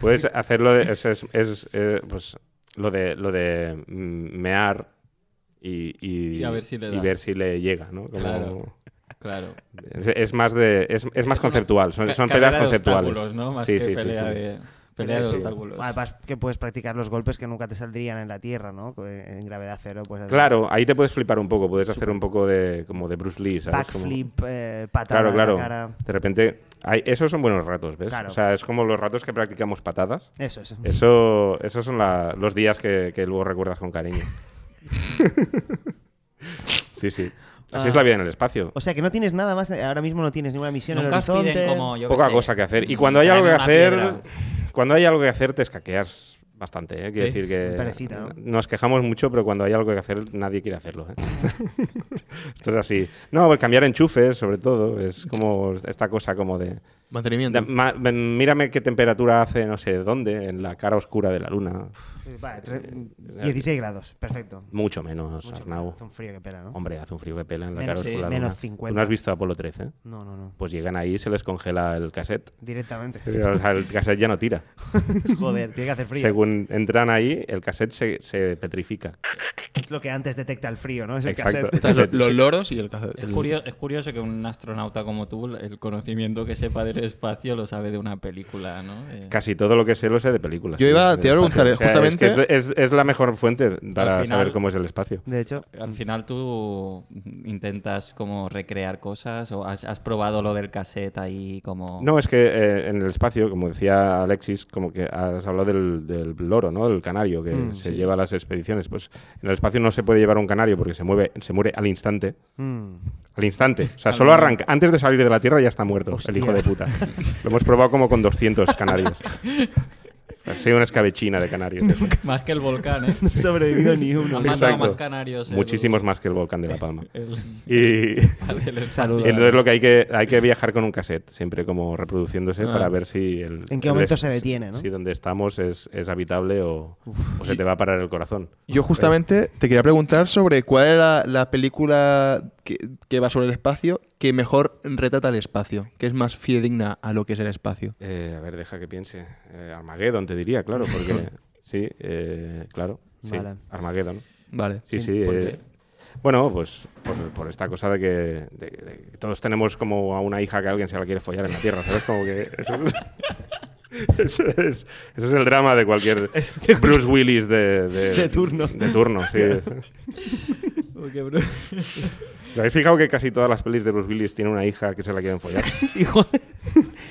[SPEAKER 4] Puedes hacerlo de. Es, es- es, eh, pues lo de lo de mm, mear y, y,
[SPEAKER 1] Y a ver si le das.
[SPEAKER 4] ver si le llega, ¿no? Como-
[SPEAKER 1] Claro. Claro.
[SPEAKER 4] es, es más de. Es, es más conceptual. Son,
[SPEAKER 1] Ca-
[SPEAKER 4] son
[SPEAKER 1] carrera
[SPEAKER 4] peleas
[SPEAKER 1] de
[SPEAKER 4] conceptuales.
[SPEAKER 1] obstáculos, ¿no? Más
[SPEAKER 4] Sí,
[SPEAKER 1] que
[SPEAKER 4] sí, sí,
[SPEAKER 1] pelea,
[SPEAKER 4] sí.
[SPEAKER 1] De, pelea de obstáculos.
[SPEAKER 3] Además que puedes practicar los golpes que nunca te saldrían en la Tierra, ¿no? En gravedad cero. Pues, hacer
[SPEAKER 4] Claro, ahí te puedes flipar un poco, puedes hacer un poco de como de Bruce Lee, ¿sabes? Como-
[SPEAKER 3] Backflip, eh, patada
[SPEAKER 4] Claro,
[SPEAKER 3] en la
[SPEAKER 4] claro.
[SPEAKER 3] cara.
[SPEAKER 4] De repente, hay- esos son buenos ratos, ¿ves?
[SPEAKER 3] Claro. Mm.
[SPEAKER 4] O sea, es como los ratos que practicamos patadas.
[SPEAKER 3] Eso, eso.
[SPEAKER 4] Eso, esos son la- los días que, que luego recuerdas con cariño. sí, sí.
[SPEAKER 3] Ah.
[SPEAKER 4] Así es la vida en el espacio.
[SPEAKER 3] O sea que no tienes nada más, eh, ahora mismo no tienes ninguna misión en el
[SPEAKER 1] Nunca os
[SPEAKER 3] horizonte.
[SPEAKER 1] piden como yo qué
[SPEAKER 4] Poca
[SPEAKER 1] sé,
[SPEAKER 4] cosa que hacer. Y cuando hay
[SPEAKER 1] traen
[SPEAKER 4] algo que
[SPEAKER 1] una
[SPEAKER 4] hacer,
[SPEAKER 1] piedra.
[SPEAKER 4] cuando hay algo que hacer, te escaqueas Bastante, ¿eh? Quiero
[SPEAKER 1] Sí,
[SPEAKER 4] decir que.
[SPEAKER 3] perecita, ¿no?
[SPEAKER 4] Nos quejamos mucho, pero cuando hay algo que hacer, nadie quiere hacerlo. ¿eh? Esto es así. No, pues cambiar enchufes, sobre todo. Es como esta cosa como de.
[SPEAKER 2] Mantenimiento.
[SPEAKER 4] de- ma- ven, mírame qué temperatura hace, no sé dónde, en la cara oscura de la luna.
[SPEAKER 3] Vale, tre- 16 Eh, grados, perfecto.
[SPEAKER 4] Mucho menos, Arnau.
[SPEAKER 3] Hace un frío que pela, ¿no?
[SPEAKER 4] Hombre, hace un frío que pela en la
[SPEAKER 3] Menos-
[SPEAKER 4] cara oscura.
[SPEAKER 1] sí,
[SPEAKER 4] de la
[SPEAKER 3] menos
[SPEAKER 4] luna.
[SPEAKER 3] 50.
[SPEAKER 4] ¿Tú no has visto Apolo 13?
[SPEAKER 3] No, no, no.
[SPEAKER 4] Pues llegan ahí y se les congela el cassette.
[SPEAKER 3] Directamente.
[SPEAKER 4] O sea, el cassette ya no tira.
[SPEAKER 3] Joder, tiene que hacer frío.
[SPEAKER 4] Según entran ahí, el cassette se, se petrifica.
[SPEAKER 3] Es lo que antes detecta el frío, ¿no? Es el
[SPEAKER 4] Exacto.
[SPEAKER 3] cassette.
[SPEAKER 2] Están los, los loros y el café.
[SPEAKER 1] Es, curio- es curioso que un astronauta como tú, el conocimiento que sepa del espacio lo sabe de una película, ¿no? Eh,
[SPEAKER 4] Casi todo lo que sé lo sé de películas.
[SPEAKER 2] Yo iba-
[SPEAKER 4] De
[SPEAKER 2] te iba a preguntar,
[SPEAKER 4] espacio. es
[SPEAKER 2] justamente-
[SPEAKER 4] que Es, es- es la mejor fuente para
[SPEAKER 1] Al final-
[SPEAKER 4] saber cómo es el espacio.
[SPEAKER 3] De hecho,
[SPEAKER 1] Al final tú intentas como recrear cosas o has, has probado lo del cassette ahí como...
[SPEAKER 4] No, es que eh, en el espacio, como decía Alexis, como que has hablado del, del loro, ¿no? El canario que se lleva a las expediciones. Pues en el espacio no se puede llevar un canario porque se mueve, se muere al instante. Al instante. O sea, solo arranca. Antes de salir de la Tierra ya está muerto
[SPEAKER 3] Hostia.
[SPEAKER 4] el hijo de puta. Lo hemos probado como con 200 canarios. Ha sido una escabechina de canarios.
[SPEAKER 1] Más que el volcán, ¿eh?
[SPEAKER 3] no he sobrevivido ni
[SPEAKER 1] Han
[SPEAKER 3] uno.
[SPEAKER 1] matado
[SPEAKER 4] Exacto.
[SPEAKER 1] más canarios. el-
[SPEAKER 4] Muchísimos más que el volcán de La Palma.
[SPEAKER 1] el-
[SPEAKER 4] Y,
[SPEAKER 1] el espacio.
[SPEAKER 3] Saludos.
[SPEAKER 4] Y entonces lo que hay que hay que viajar con un cassette, siempre como reproduciéndose
[SPEAKER 2] Ah.
[SPEAKER 4] para ver si el
[SPEAKER 3] ¿En qué
[SPEAKER 4] el
[SPEAKER 3] momento
[SPEAKER 4] est-
[SPEAKER 3] se detiene, no?
[SPEAKER 4] Si donde estamos es, es habitable o, o se te va a parar el corazón.
[SPEAKER 2] Yo justamente te quería preguntar sobre cuál era la película que, que va sobre el espacio que mejor retrata el espacio, que es más fidedigna a lo que es el espacio.
[SPEAKER 4] Eh, a ver, deja que piense. Eh, Armageddon te diría, claro, porque sí, eh, claro, sí,
[SPEAKER 3] Vale.
[SPEAKER 4] Armageddon.
[SPEAKER 2] Vale.
[SPEAKER 4] Sí, sí.
[SPEAKER 1] ¿por
[SPEAKER 4] eh, bueno, pues por, por esta cosa de que de- de que todos tenemos como a una hija que alguien se la quiere follar en la tierra, ¿sabes? Como que eso es, eso es- eso es el drama de cualquier Bruce Willis de, de-
[SPEAKER 3] De turno.
[SPEAKER 4] De turno, sí. ¿Os habéis fijado que casi todas las pelis de Bruce Willis tienen una hija que se la quieren follar?
[SPEAKER 3] Igual,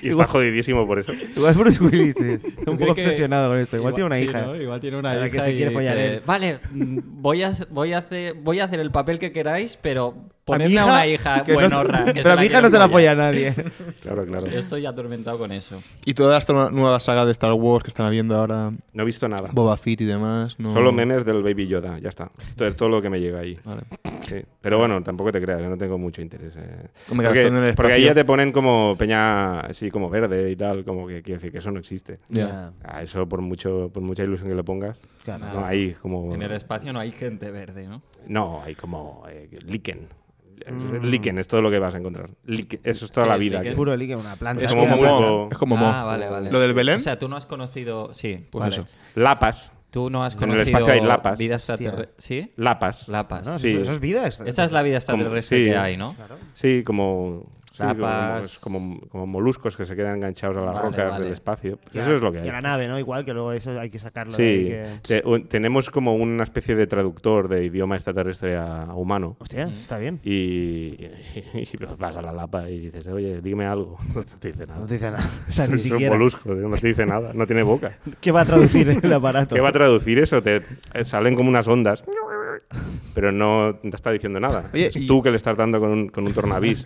[SPEAKER 4] Y está
[SPEAKER 3] Igual-
[SPEAKER 4] jodidísimo por eso.
[SPEAKER 3] igual Bruce Willis sí. Está un
[SPEAKER 1] Tiene
[SPEAKER 3] poco
[SPEAKER 1] que-
[SPEAKER 3] obsesionado con esto. Igual, tiene una
[SPEAKER 1] sí,
[SPEAKER 3] hija.
[SPEAKER 1] ¿no? Igual tiene una
[SPEAKER 3] A la
[SPEAKER 1] hija
[SPEAKER 3] que se
[SPEAKER 1] y
[SPEAKER 3] quiere follar
[SPEAKER 1] dice,
[SPEAKER 3] él.
[SPEAKER 1] Vale, mm, voy a, voy, a hacer, voy a hacer el papel que queráis, pero ponedme
[SPEAKER 3] mi
[SPEAKER 1] a una hija
[SPEAKER 3] que no-
[SPEAKER 1] buenorra. que
[SPEAKER 3] pero a mi hija
[SPEAKER 1] quiero
[SPEAKER 3] no se la folla
[SPEAKER 1] follar.
[SPEAKER 3] a nadie.
[SPEAKER 4] Claro, claro.
[SPEAKER 1] Yo estoy atormentado con eso.
[SPEAKER 2] Y toda esta nu- nueva saga de Star Wars que están viendo ahora,
[SPEAKER 4] No he visto nada.
[SPEAKER 2] Boba Fett y demás. No...
[SPEAKER 4] Solo memes del Baby Yoda, ya está. Esto es todo lo que me llega ahí.
[SPEAKER 2] Vale.
[SPEAKER 4] Sí, Pero bueno, tampoco te creas, yo no tengo mucho interés. eh.
[SPEAKER 2] Hombre, claro,
[SPEAKER 4] Porque,
[SPEAKER 2] estando en el
[SPEAKER 4] porque ahí
[SPEAKER 2] espacio.
[SPEAKER 4] ya te ponen como peña así como verde y tal, como que quiere decir que eso no existe.
[SPEAKER 2] Ya.
[SPEAKER 4] A eso por mucho por mucha ilusión que le pongas,
[SPEAKER 3] Claro.
[SPEAKER 4] no hay como
[SPEAKER 1] En el espacio no hay gente verde, ¿no?
[SPEAKER 4] no, hay como eh, líquen. Líquen es todo lo que vas a encontrar. Líquen, eso es toda la
[SPEAKER 1] ¿Qué es
[SPEAKER 4] vida.
[SPEAKER 1] líquen?
[SPEAKER 4] que-
[SPEAKER 3] Puro ligue una planta.
[SPEAKER 2] Es
[SPEAKER 4] Es
[SPEAKER 2] como
[SPEAKER 4] que la
[SPEAKER 2] Mo.
[SPEAKER 4] planta-
[SPEAKER 2] Es como Mo.
[SPEAKER 1] Ah, vale, vale.
[SPEAKER 2] Lo del Belén.
[SPEAKER 1] O sea, tú no has conocido... Sí,
[SPEAKER 2] Pues
[SPEAKER 1] vale.
[SPEAKER 2] eso.
[SPEAKER 4] Lapas,
[SPEAKER 1] Tú no has
[SPEAKER 4] En el
[SPEAKER 1] conocido...
[SPEAKER 4] espacio hay lapas.
[SPEAKER 1] Vida
[SPEAKER 3] Hostia.
[SPEAKER 1] extraterrestre. ¿Sí?
[SPEAKER 4] lapas.
[SPEAKER 1] Lapas.
[SPEAKER 3] No,
[SPEAKER 4] Sí.
[SPEAKER 3] eso, eso es vida. es-
[SPEAKER 1] Esa es la vida extraterrestre
[SPEAKER 4] Como- sí.
[SPEAKER 1] que hay, ¿no?
[SPEAKER 4] Sí, como sí, como-
[SPEAKER 1] Lapas.
[SPEAKER 4] como, como moluscos que se quedan enganchados a las
[SPEAKER 1] Vale,
[SPEAKER 4] rocas
[SPEAKER 1] vale.
[SPEAKER 4] del espacio. Pues
[SPEAKER 3] Y a-
[SPEAKER 4] eso es lo que hay.
[SPEAKER 3] Y a la nave, ¿no? Igual que luego eso hay que sacarlo. de ahí,
[SPEAKER 4] Sí,
[SPEAKER 3] que-
[SPEAKER 4] te- un- tenemos como una especie de traductor de idioma extraterrestre a, a humano.
[SPEAKER 3] Hostia, está bien.
[SPEAKER 4] Y, y vas a la lapa y dices, oye, dime algo. No te dice nada.
[SPEAKER 3] No te dice nada. O sea, ni
[SPEAKER 4] es un
[SPEAKER 3] siquiera.
[SPEAKER 4] molusco, no te dice nada, no tiene boca.
[SPEAKER 3] ¿Qué va a traducir el aparato?
[SPEAKER 4] ¿Qué va a traducir eso? Te eh, salen como unas ondas, pero no te está diciendo nada.
[SPEAKER 2] Oye,
[SPEAKER 4] es
[SPEAKER 2] y-
[SPEAKER 4] tú que le estás dando con un, con un tornavís.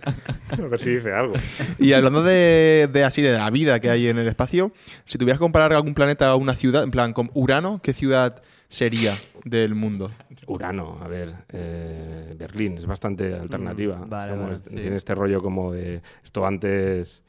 [SPEAKER 4] A ver si dice algo.
[SPEAKER 2] Y hablando de, de así, de la vida que hay en el espacio, si tuvieras que comparar algún planeta a una ciudad, en plan con Urano, ¿qué ciudad sería del mundo?
[SPEAKER 4] Urano, a ver, eh, Berlín es bastante alternativa.
[SPEAKER 3] vale,
[SPEAKER 4] Como
[SPEAKER 3] vale,
[SPEAKER 4] es- Tiene este rollo como de esto antes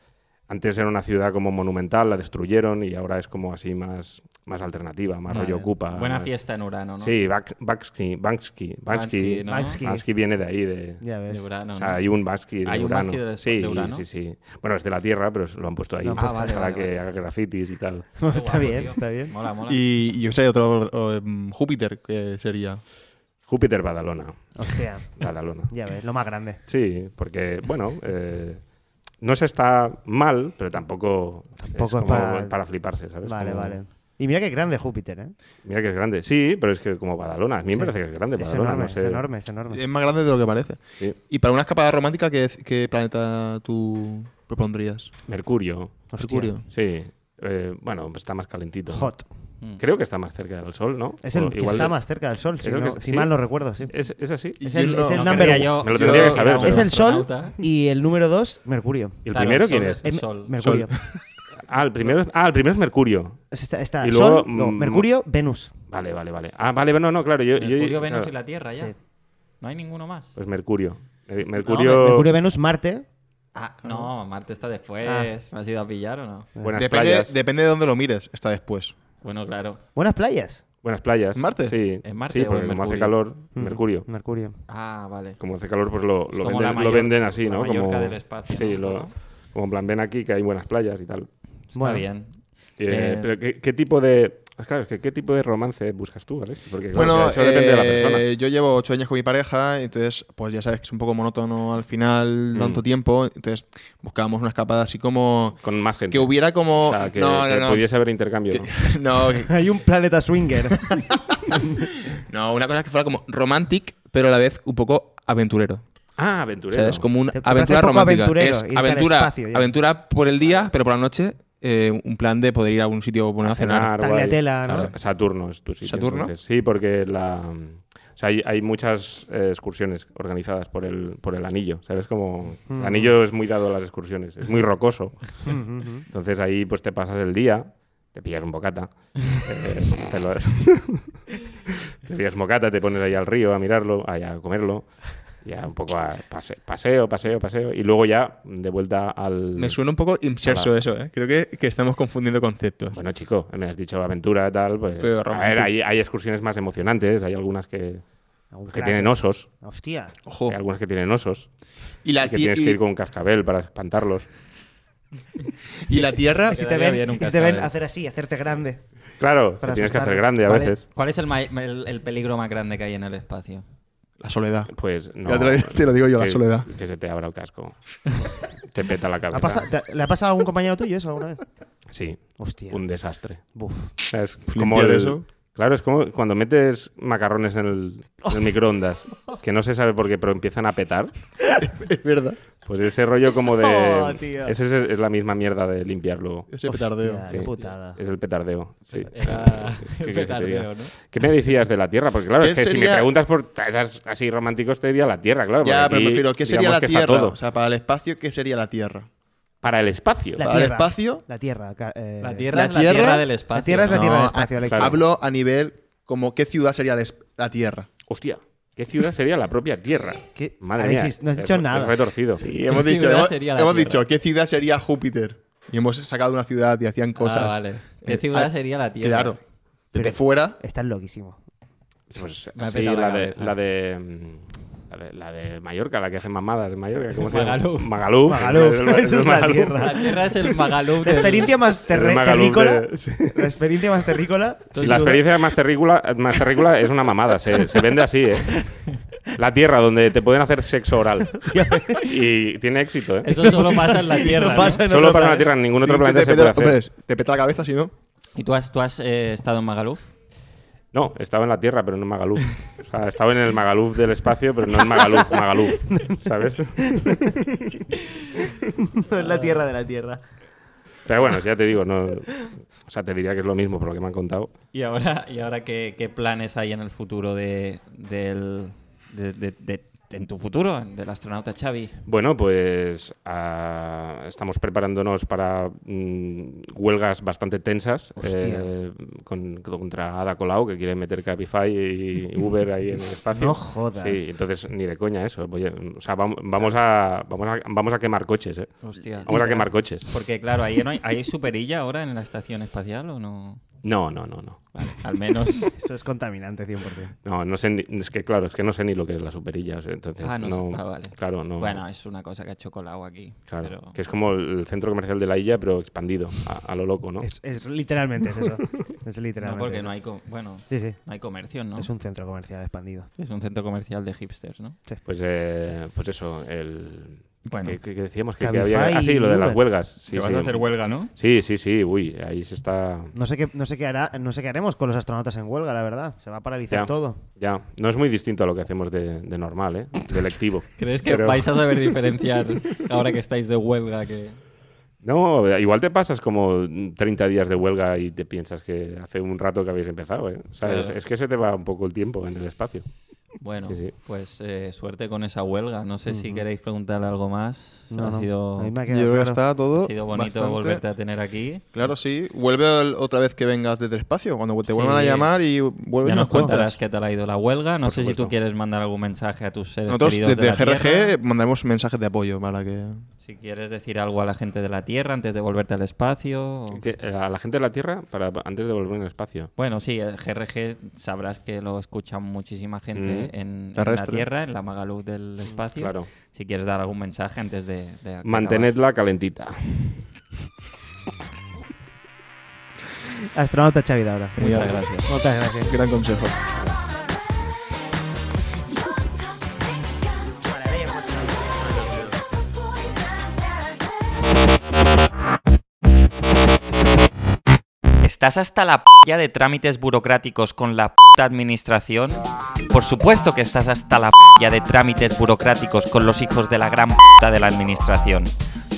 [SPEAKER 4] antes era una ciudad como monumental, la destruyeron y ahora es como así más más alternativa, más rollo ocupa.
[SPEAKER 1] Buena fiesta en Urano, ¿no?
[SPEAKER 4] Sí, Bak- Baksky, Bansky, Bansky,
[SPEAKER 1] Bansky, ¿no?
[SPEAKER 3] Bansky.
[SPEAKER 4] Bansky viene de ahí de
[SPEAKER 3] Ya ves.
[SPEAKER 1] De Urano.
[SPEAKER 4] o
[SPEAKER 1] ¿no?
[SPEAKER 4] sea, hay un Bansky de
[SPEAKER 1] Hay un
[SPEAKER 4] Urano.
[SPEAKER 1] Bansky de-
[SPEAKER 4] sí,
[SPEAKER 1] de Urano.
[SPEAKER 4] sí, sí. Bueno, es de la Tierra, pero lo han puesto ahí
[SPEAKER 1] han puesto. Ah, vale,
[SPEAKER 4] para
[SPEAKER 1] vale,
[SPEAKER 4] que haga grafitis y tal.
[SPEAKER 1] Qué
[SPEAKER 3] está
[SPEAKER 1] guapo,
[SPEAKER 3] bien,
[SPEAKER 1] tío.
[SPEAKER 3] está bien.
[SPEAKER 1] Mola, mola.
[SPEAKER 2] Y y yo sé, otro, o, em, Júpiter, ¿qué sería?
[SPEAKER 4] Júpiter Badalona,
[SPEAKER 3] Hostia,
[SPEAKER 4] Badalona.
[SPEAKER 3] ya ves, lo más grande.
[SPEAKER 4] Sí, porque, bueno, eh, no se está mal, pero tampoco,
[SPEAKER 3] Tampoco es
[SPEAKER 4] como
[SPEAKER 3] para-
[SPEAKER 4] para... fliparse, ¿sabes?
[SPEAKER 3] Vale,
[SPEAKER 4] Como-
[SPEAKER 3] vale. Y mira que grande Júpiter, ¿eh?
[SPEAKER 4] Mira que es grande. Sí, pero es que como Badalona. A mí me parece que es grande
[SPEAKER 3] Es
[SPEAKER 4] Badalona.
[SPEAKER 3] enorme,
[SPEAKER 4] no sé.
[SPEAKER 3] es enorme, es enorme.
[SPEAKER 2] Es más grande de lo que parece.
[SPEAKER 4] Sí.
[SPEAKER 2] Y para una escapada romántica, ¿qué, qué planeta tú propondrías?
[SPEAKER 4] Mercurio.
[SPEAKER 3] Hostia.
[SPEAKER 2] Mercurio.
[SPEAKER 4] Sí. Eh, bueno, está más calentito.
[SPEAKER 3] Hot.
[SPEAKER 1] Mm.
[SPEAKER 4] Creo que está más cerca del Sol, ¿no?
[SPEAKER 3] Es el
[SPEAKER 4] O
[SPEAKER 3] que
[SPEAKER 4] igual
[SPEAKER 3] está
[SPEAKER 4] de-
[SPEAKER 3] más cerca del Sol, si,
[SPEAKER 4] es el
[SPEAKER 3] no-
[SPEAKER 4] que-
[SPEAKER 3] si
[SPEAKER 4] sí.
[SPEAKER 3] mal no recuerdo, sí.
[SPEAKER 4] ¿Es, es así?
[SPEAKER 2] Y
[SPEAKER 3] Es
[SPEAKER 2] yo
[SPEAKER 3] el- es el
[SPEAKER 1] No
[SPEAKER 3] number
[SPEAKER 1] quería
[SPEAKER 3] one.
[SPEAKER 1] yo-
[SPEAKER 4] Me lo tendría que saber, pero-
[SPEAKER 3] Es el Sol
[SPEAKER 1] astronauta.
[SPEAKER 3] y el número dos, Mercurio.
[SPEAKER 4] ¿Y el
[SPEAKER 1] Claro,
[SPEAKER 4] primero
[SPEAKER 1] Sol
[SPEAKER 4] quién
[SPEAKER 1] es-
[SPEAKER 4] es?
[SPEAKER 1] el
[SPEAKER 3] Eh,
[SPEAKER 1] Sol.
[SPEAKER 3] Mercurio.
[SPEAKER 4] Sol. Ah, el primero, es- ah, el primero es Mercurio.
[SPEAKER 3] Está, está
[SPEAKER 4] Y
[SPEAKER 3] Sol,
[SPEAKER 4] luego,
[SPEAKER 3] no,
[SPEAKER 4] mm,
[SPEAKER 3] Mercurio, Venus.
[SPEAKER 4] Vale, vale, vale. Ah, vale, no, no, claro. Yo, yo-
[SPEAKER 1] Mercurio, Venus
[SPEAKER 4] claro.
[SPEAKER 1] y la Tierra ya.
[SPEAKER 3] Sí.
[SPEAKER 1] No hay ninguno más.
[SPEAKER 4] Pues Mercurio. Eh,
[SPEAKER 1] No,
[SPEAKER 4] Mercurio.
[SPEAKER 3] Mercurio, Venus, Marte.
[SPEAKER 1] Ah, no, Marte está después. ¿Me has ido a pillar o no?
[SPEAKER 4] Buenas
[SPEAKER 2] Depende,
[SPEAKER 4] playas.
[SPEAKER 2] depende de dónde lo mires, está después.
[SPEAKER 1] Bueno, claro.
[SPEAKER 3] Buenas playas.
[SPEAKER 4] Buenas playas.
[SPEAKER 2] ¿Marte? Mm.
[SPEAKER 4] Sí.
[SPEAKER 1] ¿En Marte
[SPEAKER 4] sí,
[SPEAKER 1] o
[SPEAKER 4] porque
[SPEAKER 1] en
[SPEAKER 4] como hace
[SPEAKER 1] Mercurio?
[SPEAKER 4] calor, Mercurio.
[SPEAKER 3] Mercurio.
[SPEAKER 1] Ah, vale.
[SPEAKER 4] Como hace calor, pues lo,
[SPEAKER 1] Es
[SPEAKER 4] lo
[SPEAKER 1] como
[SPEAKER 4] venden,
[SPEAKER 1] la
[SPEAKER 4] lo
[SPEAKER 1] Mallor-
[SPEAKER 4] venden así,
[SPEAKER 1] la
[SPEAKER 4] ¿no?
[SPEAKER 1] Mallorca
[SPEAKER 4] Como,
[SPEAKER 1] del espacio,
[SPEAKER 4] Sí,
[SPEAKER 1] ¿no?
[SPEAKER 4] lo- como en plan, ven aquí que hay buenas playas y tal.
[SPEAKER 1] Está
[SPEAKER 3] Bueno.
[SPEAKER 1] bien.
[SPEAKER 4] Eh,
[SPEAKER 1] Eh,
[SPEAKER 4] pero ¿qué, qué tipo de. ah, Claro, es que ¿qué tipo de romance buscas tú, Alex? Porque claro,
[SPEAKER 2] Bueno,
[SPEAKER 4] eso depende de la
[SPEAKER 2] eh,
[SPEAKER 4] persona.
[SPEAKER 2] yo llevo ocho años con mi pareja, entonces, pues ya sabes que es un poco monótono al
[SPEAKER 4] Mm.
[SPEAKER 2] final, tanto tiempo. Entonces, buscábamos una escapada así como.
[SPEAKER 4] Con más gente.
[SPEAKER 2] Que hubiera como.
[SPEAKER 4] O sea, que,
[SPEAKER 2] no,
[SPEAKER 4] que
[SPEAKER 2] no, no.
[SPEAKER 4] pudiese haber intercambio. ¿no?
[SPEAKER 2] Que- no, que-
[SPEAKER 3] Hay un planeta swinger.
[SPEAKER 2] no, una cosa es que fuera como romantic, pero a la vez un poco aventurero.
[SPEAKER 4] Ah,
[SPEAKER 2] O
[SPEAKER 4] aventurero.
[SPEAKER 2] sea, es como una
[SPEAKER 3] Te parece
[SPEAKER 2] aventura
[SPEAKER 3] poco
[SPEAKER 2] romántica.
[SPEAKER 3] aventurero
[SPEAKER 2] Es
[SPEAKER 3] irte al
[SPEAKER 2] aventura,
[SPEAKER 3] espacio ya.
[SPEAKER 2] aventura por el día, pero por la noche, eh, un plan de poder ir a algún sitio bueno, a cenar.
[SPEAKER 4] Cenar, guay.
[SPEAKER 3] Tagliatella, ¿no?
[SPEAKER 4] Sa- Saturno es tu sitio.
[SPEAKER 2] ¿Saturno?
[SPEAKER 4] entonces. Sí, porque la, o sea, hay, hay muchas eh, excursiones organizadas por el, por el anillo. ¿Sabes? Como, El anillo es muy dado a las excursiones, es muy rocoso. Entonces ahí pues te pasas el día, te pillas un bocata. eh, te, lo- te pillas bocata, te pones ahí al río a mirarlo, ahí a comerlo. Ya un poco a pase- paseo, paseo, paseo. Y luego ya de vuelta al.
[SPEAKER 2] Me suena un poco inserso
[SPEAKER 4] Hola.
[SPEAKER 2] eso, ¿eh? Creo que, que estamos confundiendo conceptos.
[SPEAKER 4] Bueno, chico, me has dicho aventura, tal. Pues,
[SPEAKER 2] Pero
[SPEAKER 4] a ver,
[SPEAKER 2] romántico.
[SPEAKER 4] hay, hay excursiones más emocionantes, hay algunas que,
[SPEAKER 3] Algún
[SPEAKER 4] que
[SPEAKER 3] crack.
[SPEAKER 4] tienen osos.
[SPEAKER 3] Hostia.
[SPEAKER 2] Ojo.
[SPEAKER 4] Hay algunas que tienen osos.
[SPEAKER 2] Y la,
[SPEAKER 4] y que
[SPEAKER 2] ti-
[SPEAKER 4] tienes que
[SPEAKER 2] y-
[SPEAKER 4] ir con un cascabel para espantarlos.
[SPEAKER 2] y la tierra.
[SPEAKER 3] Si te
[SPEAKER 1] quedaría
[SPEAKER 3] ven,
[SPEAKER 1] bien un
[SPEAKER 3] si te ven
[SPEAKER 1] cascabel.
[SPEAKER 3] hacer así, hacerte grande.
[SPEAKER 4] Claro, te
[SPEAKER 3] Para
[SPEAKER 4] tienes que hacer
[SPEAKER 3] asustarlos.
[SPEAKER 4] grande a
[SPEAKER 1] ¿Cuál
[SPEAKER 4] veces.
[SPEAKER 1] es, cuál es el, ma- el- el peligro más grande que hay en el espacio?
[SPEAKER 2] La soledad.
[SPEAKER 4] Pues no.
[SPEAKER 2] Ya te lo- te lo digo yo, la
[SPEAKER 4] que-
[SPEAKER 2] soledad.
[SPEAKER 4] Que se te abra el casco. te peta la
[SPEAKER 3] ¿Ha
[SPEAKER 4] cabeza.
[SPEAKER 3] pasa- te- ¿Le ha pasado a algún compañero tuyo eso alguna vez?
[SPEAKER 4] Sí,
[SPEAKER 3] Hostia.
[SPEAKER 4] un desastre.
[SPEAKER 3] Buf.
[SPEAKER 4] O sea, Es como
[SPEAKER 2] Limpiar
[SPEAKER 4] el-
[SPEAKER 2] eso.
[SPEAKER 4] Claro, es como cuando metes macarrones en el, en el microondas, que no se sabe por qué, pero empiezan a petar.
[SPEAKER 2] Es verdad.
[SPEAKER 4] Pues ese rollo como de...
[SPEAKER 3] Oh, tío.
[SPEAKER 4] ese es, es la misma mierda de limpiarlo.
[SPEAKER 2] Ese petardeo.
[SPEAKER 3] Hostia, qué putada.
[SPEAKER 4] Es el petardeo. sí.
[SPEAKER 1] Era
[SPEAKER 4] ¿Qué quieres que te
[SPEAKER 1] petardeo,
[SPEAKER 4] diga? Eh,
[SPEAKER 1] ¿no?
[SPEAKER 4] ¿Qué me decías de la Tierra? Porque claro,
[SPEAKER 2] ¿Qué
[SPEAKER 4] es que si
[SPEAKER 2] sería-
[SPEAKER 4] me preguntas por temas así románticos, te diría la Tierra, claro.
[SPEAKER 2] Ya,
[SPEAKER 4] porque
[SPEAKER 2] pero
[SPEAKER 4] aquí,
[SPEAKER 2] prefiero, ¿qué sería
[SPEAKER 4] digamos
[SPEAKER 2] la
[SPEAKER 4] que está
[SPEAKER 2] tierra?
[SPEAKER 4] todo.
[SPEAKER 2] O sea, para el espacio, ¿qué sería la tierra?
[SPEAKER 4] Para el espacio.
[SPEAKER 3] La
[SPEAKER 2] Para el
[SPEAKER 3] tierra.
[SPEAKER 2] espacio.
[SPEAKER 3] La tierra. ca- eh,
[SPEAKER 1] La Tierra
[SPEAKER 2] ¿La
[SPEAKER 1] es la
[SPEAKER 2] Tierra?
[SPEAKER 1] Tierra del espacio.
[SPEAKER 3] La tierra es la tierra del
[SPEAKER 2] No,
[SPEAKER 3] espacio,
[SPEAKER 2] ah,
[SPEAKER 3] Alex.
[SPEAKER 4] claro.
[SPEAKER 2] Hablo a nivel como qué ciudad sería el es- la tierra.
[SPEAKER 4] Hostia, ¿qué ciudad sería la propia Tierra?
[SPEAKER 3] ¿Qué?
[SPEAKER 4] Madre
[SPEAKER 3] Alexis,
[SPEAKER 4] mía.
[SPEAKER 3] no has
[SPEAKER 4] es-
[SPEAKER 3] dicho
[SPEAKER 4] es
[SPEAKER 3] nada.
[SPEAKER 4] retorcido.
[SPEAKER 2] Y hemos
[SPEAKER 1] ¿Qué
[SPEAKER 2] dicho,
[SPEAKER 1] ciudad
[SPEAKER 2] hemos,
[SPEAKER 1] sería la
[SPEAKER 2] hemos
[SPEAKER 1] Tierra?
[SPEAKER 2] dicho, ¿qué ciudad sería Júpiter? Y hemos sacado una ciudad y hacían cosas.
[SPEAKER 1] Ah, vale. ¿Qué
[SPEAKER 2] Eh,
[SPEAKER 1] ciudad
[SPEAKER 2] ah,
[SPEAKER 1] sería la Tierra?
[SPEAKER 2] Claro. Desde
[SPEAKER 3] Pero-
[SPEAKER 2] fuera.
[SPEAKER 3] Estás loquísimo.
[SPEAKER 4] Pues
[SPEAKER 1] Me ha
[SPEAKER 4] así,
[SPEAKER 1] petado la
[SPEAKER 4] la, de,
[SPEAKER 1] cabeza.
[SPEAKER 4] la de... mm, La de, la de Mallorca, la que hace mamadas en Mallorca. ¿Cómo se llama?
[SPEAKER 1] Magaluf.
[SPEAKER 4] Magaluf.
[SPEAKER 3] Magaluf,
[SPEAKER 4] El- el- el
[SPEAKER 3] esa es la
[SPEAKER 4] Magaluf.
[SPEAKER 3] Tierra.
[SPEAKER 1] La Tierra es el Magaluf
[SPEAKER 3] La
[SPEAKER 1] del-
[SPEAKER 3] experiencia más terre-
[SPEAKER 4] El Magaluf
[SPEAKER 3] terrícola.
[SPEAKER 4] de- sí.
[SPEAKER 3] La experiencia más terrícola.
[SPEAKER 4] Sí, la experiencia más terrícola, más terrícola es una mamada, se, se vende así, ¿eh? La tierra donde te pueden hacer sexo oral. Y tiene éxito, ¿eh?
[SPEAKER 1] Eso solo pasa en la Tierra. ¿no?
[SPEAKER 3] pasa en
[SPEAKER 4] Solo
[SPEAKER 3] otro
[SPEAKER 4] para la
[SPEAKER 3] planeta.
[SPEAKER 4] tierra, en ningún
[SPEAKER 2] sí,
[SPEAKER 4] otro
[SPEAKER 2] que
[SPEAKER 4] planeta
[SPEAKER 2] te,
[SPEAKER 4] se
[SPEAKER 2] peta,
[SPEAKER 4] puede hacer.
[SPEAKER 2] hombre, te peta la cabeza, si no.
[SPEAKER 1] ¿Y tú has, tú has eh, estado en Magaluf?
[SPEAKER 4] No, estaba en la tierra, pero no en Magaluf. O sea, estaba en el Magaluf del espacio, pero no en Magaluf, Magaluf. ¿Sabes?
[SPEAKER 3] No es la tierra de la tierra.
[SPEAKER 4] Pero bueno, ya te digo, no. O sea, te diría que es lo mismo por lo que me han contado.
[SPEAKER 1] ¿Y ahora, y ahora qué, qué planes hay en el futuro de, del, de, de- de- de- en tu futuro, del astronauta Xavi?
[SPEAKER 4] Bueno, pues ah, estamos preparándonos para mm, huelgas bastante tensas eh, con- contra Ada Colau, que quiere meter Cabify y Uber ahí en el espacio.
[SPEAKER 3] No jodas.
[SPEAKER 4] Sí, entonces ni de coña eso. Voy a- o sea, vam- vamos, a, vamos, a, vamos a quemar coches, ¿eh?
[SPEAKER 1] Hostia.
[SPEAKER 4] Vamos a quemar coches.
[SPEAKER 1] Porque claro, ¿ahí no hay, ¿hay superilla ahora en la estación espacial o no?
[SPEAKER 4] No, no, no, no.
[SPEAKER 1] Vale, al menos...
[SPEAKER 3] Eso es contaminante 100%.
[SPEAKER 4] No, no sé ni- es que claro, es que no sé ni lo que es la superilla, o sea, entonces
[SPEAKER 1] Ah, no,
[SPEAKER 4] no,
[SPEAKER 1] sé. Ah, vale.
[SPEAKER 4] claro, no.
[SPEAKER 1] Bueno, es una cosa que ha chocolado aquí.
[SPEAKER 4] claro,
[SPEAKER 1] pero-
[SPEAKER 4] que es como el centro comercial de la isla pero expandido a, a lo loco, ¿no?
[SPEAKER 3] Es, es literalmente es eso. Es literalmente.
[SPEAKER 1] No, porque
[SPEAKER 3] eso.
[SPEAKER 1] no hay, co- bueno,
[SPEAKER 3] Sí, sí.
[SPEAKER 1] no hay comercio, ¿no?
[SPEAKER 3] Es un centro comercial expandido.
[SPEAKER 1] Es un centro comercial de hipsters, ¿no?
[SPEAKER 4] Pues, eh, pues eso, el...
[SPEAKER 1] Bueno.
[SPEAKER 4] que, que- que decíamos que, que
[SPEAKER 3] Cabify
[SPEAKER 4] había... Ah, sí, lo de
[SPEAKER 3] y
[SPEAKER 4] las
[SPEAKER 3] Uber.
[SPEAKER 4] huelgas. Sí,
[SPEAKER 1] Que vas
[SPEAKER 4] sí.
[SPEAKER 1] a hacer huelga, ¿no?
[SPEAKER 4] Sí, sí, sí, uy, ahí se está...
[SPEAKER 3] No sé qué, no sé qué hará, no sé qué haremos con los astronautas en huelga, la verdad. Se va a paralizar
[SPEAKER 4] Ya.
[SPEAKER 3] todo.
[SPEAKER 4] Ya, no es muy distinto a lo que hacemos de, de normal, ¿eh? De lectivo.
[SPEAKER 1] ¿Crees que
[SPEAKER 4] Pero-
[SPEAKER 1] vais a saber diferenciar ahora que estáis de huelga que...
[SPEAKER 4] No, igual te pasas como 30 días de huelga y te piensas que hace un rato que habéis empezado, ¿eh? O sea,
[SPEAKER 1] Claro.
[SPEAKER 4] es, es que se te va un poco el tiempo en el espacio.
[SPEAKER 1] Bueno,
[SPEAKER 4] Sí, sí.
[SPEAKER 1] pues eh, suerte con esa huelga. No sé si queréis preguntar algo más.
[SPEAKER 3] No,
[SPEAKER 1] ha,
[SPEAKER 3] no,
[SPEAKER 1] Sido,
[SPEAKER 3] a mí me ha
[SPEAKER 1] ha
[SPEAKER 2] Yo
[SPEAKER 3] quedado
[SPEAKER 2] creo que
[SPEAKER 3] claro.
[SPEAKER 2] está todo.
[SPEAKER 1] sido bonito
[SPEAKER 2] bastante-
[SPEAKER 1] volverte a tener aquí.
[SPEAKER 2] Claro, sí. Vuelve el- otra vez que vengas desde el espacio, cuando te vuelvan a
[SPEAKER 1] Sí.
[SPEAKER 2] llamar y vuelves
[SPEAKER 1] Ya
[SPEAKER 2] y
[SPEAKER 1] nos
[SPEAKER 2] nos
[SPEAKER 1] contarás
[SPEAKER 2] cuentas.
[SPEAKER 1] qué tal ha ido la huelga. No sé si tú
[SPEAKER 4] supuesto.
[SPEAKER 1] quieres mandar algún mensaje a tus seres
[SPEAKER 2] Nosotros
[SPEAKER 1] queridos
[SPEAKER 2] desde
[SPEAKER 1] de la
[SPEAKER 2] GRG
[SPEAKER 1] Tierra.
[SPEAKER 2] mandaremos mensajes de apoyo para que...
[SPEAKER 1] Si quieres decir algo a la gente de la Tierra antes de volverte al espacio. o-
[SPEAKER 4] Que, eh, a la gente de la Tierra para antes de volver al espacio.
[SPEAKER 1] Bueno, sí, eh, el GRG sabrás que lo escucha muchísima gente
[SPEAKER 4] Mm.
[SPEAKER 1] en, en la
[SPEAKER 2] Terrestre.
[SPEAKER 1] Tierra, en la Magaluz del espacio.
[SPEAKER 4] Claro.
[SPEAKER 1] Si quieres dar algún mensaje antes de... de acabar.
[SPEAKER 4] Mantenedla calentita.
[SPEAKER 3] Astronauta Xavi ahora.
[SPEAKER 1] Muchas gracias.
[SPEAKER 3] Muchas gracias.
[SPEAKER 2] Gran consejo.
[SPEAKER 1] ¿Estás hasta la p*** de trámites burocráticos con la p*** administración? Por supuesto que estás hasta la p*** de trámites burocráticos con los hijos de la gran p*** de la administración.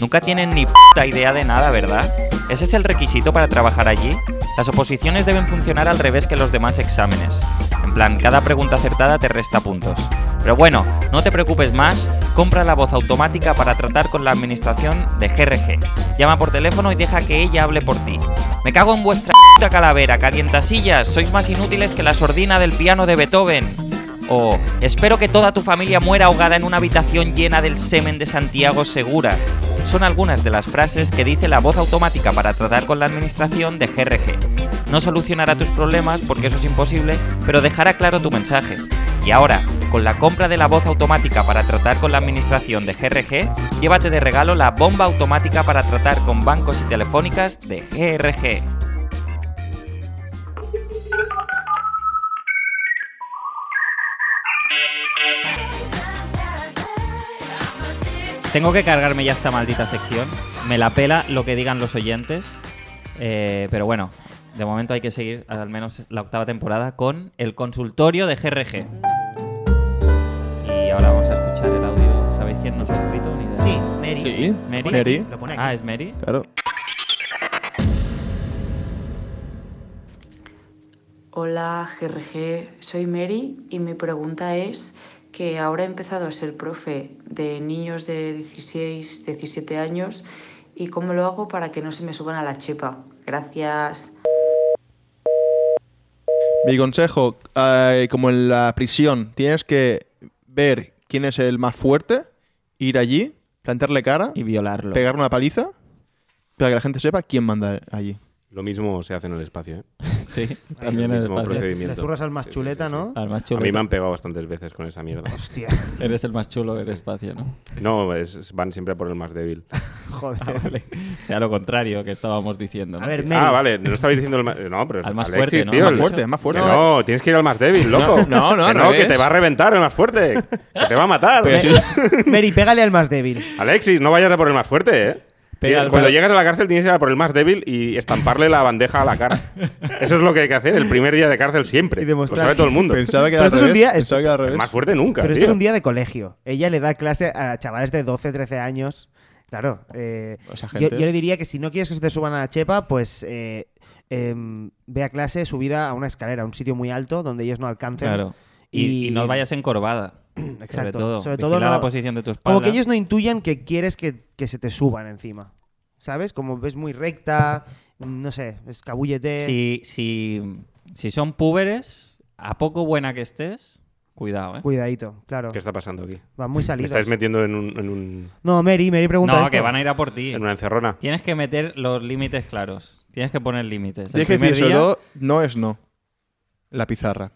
[SPEAKER 1] Nunca tienen ni p*** idea de nada, ¿verdad? ¿Ese es el requisito para trabajar allí? Las oposiciones deben funcionar al revés que los demás exámenes. En plan, cada pregunta acertada te resta puntos. Pero bueno, no te preocupes más, compra la voz automática para tratar con la administración de GRG. Llama por teléfono y deja que ella hable por ti. Me cago en vuestra puta calavera, calientasillas, sois más inútiles que la sordina del piano de Beethoven. O espero que toda tu familia muera ahogada en una habitación llena del semen de Santiago Segura. Son algunas de las frases que dice la voz automática para tratar con la administración de GRG. No solucionará tus problemas porque eso es imposible, pero dejará claro tu mensaje. Y ahora, con la compra de la voz automática para tratar con la administración de GRG, llévate de regalo la bomba automática para tratar con bancos y telefónicas de GRG. Tengo que cargarme ya esta maldita sección. Me la pela lo que digan los oyentes. Eh, pero bueno, de momento hay que seguir al menos la octava temporada con el consultorio de GRG. Y ahora vamos a escuchar el audio. ¿Sabéis quién nos ha escrito? Ni idea.
[SPEAKER 3] Sí, Mary.
[SPEAKER 2] Sí.
[SPEAKER 1] Mary.
[SPEAKER 2] Mary.
[SPEAKER 3] Lo pone aquí.
[SPEAKER 1] Ah, es Mary.
[SPEAKER 2] Claro.
[SPEAKER 8] Hola GRG, soy Mary y mi pregunta es que ahora he empezado a ser profe de niños de 16, 17 años y cómo lo hago para que no se me suban a la chepa. Gracias.
[SPEAKER 2] Mi consejo, eh, como en la prisión, tienes que ver quién es el más fuerte, ir allí, plantarle cara,
[SPEAKER 1] Y violarlo.
[SPEAKER 2] pegar una paliza, para que la gente sepa quién manda allí.
[SPEAKER 4] Lo mismo se hace en el espacio, ¿eh?
[SPEAKER 1] Sí,
[SPEAKER 4] también el es mismo fácil. procedimiento.
[SPEAKER 3] Le zurras al Ah, más chuleta, ¿no?
[SPEAKER 1] Al más
[SPEAKER 4] A
[SPEAKER 1] chulo.
[SPEAKER 4] mí me han pegado bastantes veces con esa mierda.
[SPEAKER 3] Hostia,
[SPEAKER 1] Eres el más chulo del espacio, ¿no?
[SPEAKER 4] No, es- van siempre a por el más débil.
[SPEAKER 1] Ah,
[SPEAKER 3] joder.
[SPEAKER 1] O sea, lo contrario que estábamos diciendo.
[SPEAKER 3] Ah, A ver, Mary.
[SPEAKER 4] Ah, vale, no estabais diciendo el más... No, pero es
[SPEAKER 1] Al más
[SPEAKER 4] Alexis,
[SPEAKER 1] fuerte, ¿no?
[SPEAKER 4] tío,
[SPEAKER 1] Al
[SPEAKER 2] Más
[SPEAKER 4] el-
[SPEAKER 2] fuerte, más fuerte.
[SPEAKER 4] Que no,
[SPEAKER 3] eh.
[SPEAKER 4] tienes que ir al más débil, loco.
[SPEAKER 2] No, no, no,
[SPEAKER 4] que,
[SPEAKER 2] al
[SPEAKER 4] no que
[SPEAKER 2] revés.
[SPEAKER 4] te va a reventar el más fuerte. Que te va a matar.
[SPEAKER 2] Pero sí.
[SPEAKER 3] Mary, pégale al más débil.
[SPEAKER 4] Alexis, no vayas a por el más fuerte, ¿eh?
[SPEAKER 1] Pega al-
[SPEAKER 4] Cuando
[SPEAKER 1] pero-
[SPEAKER 4] llegas a la cárcel tienes que ir a por el más débil y estamparle la bandeja a la cara. Eso es lo que hay que hacer el primer día de cárcel siempre.
[SPEAKER 3] Y
[SPEAKER 4] Lo
[SPEAKER 3] demostrar.
[SPEAKER 4] sabe todo el mundo.
[SPEAKER 2] Pensaba que era
[SPEAKER 3] Pero
[SPEAKER 2] al
[SPEAKER 3] esto es un
[SPEAKER 2] revés.
[SPEAKER 3] día-
[SPEAKER 2] Pensaba que era al revés.
[SPEAKER 4] Más fuerte nunca,
[SPEAKER 3] Pero
[SPEAKER 4] tío.
[SPEAKER 3] esto es un día de colegio. Ella le da clase a chavales de 12, 13 años. Claro. eh,
[SPEAKER 2] O sea,
[SPEAKER 3] yo,
[SPEAKER 2] gente-
[SPEAKER 3] yo le diría que si no quieres que se te suban a la chepa, pues eh, em, ve a clase subida a una escalera, a un sitio muy alto donde ellos no alcancen.
[SPEAKER 1] Claro. Y,
[SPEAKER 3] Y-
[SPEAKER 1] y no vayas encorvada. Sobre
[SPEAKER 3] Exacto.
[SPEAKER 1] todo.
[SPEAKER 3] Sobre todo
[SPEAKER 1] Vigila
[SPEAKER 3] no-
[SPEAKER 1] la posición de tu espalda.
[SPEAKER 3] Como que ellos no intuyan que quieres que, que se te suban encima. ¿Sabes? Como ves muy recta, no sé, escabúllete.
[SPEAKER 1] si, si, si son púberes, a poco buena que estés, cuidado, ¿eh?
[SPEAKER 3] Cuidadito, claro.
[SPEAKER 4] ¿Qué está pasando aquí?
[SPEAKER 3] Van muy
[SPEAKER 4] Me
[SPEAKER 3] salidos.
[SPEAKER 4] estáis metiendo en, un- en un-
[SPEAKER 3] No, Mary, Mary pregunta
[SPEAKER 1] No,
[SPEAKER 3] esto.
[SPEAKER 1] que van a ir a por ti.
[SPEAKER 4] en una encerrona.
[SPEAKER 1] Tienes que meter los límites claros. Tienes que poner límites. El
[SPEAKER 2] Tienes que
[SPEAKER 1] primer
[SPEAKER 2] decir, sobre
[SPEAKER 1] día,
[SPEAKER 2] todo, no es no. La pizarra.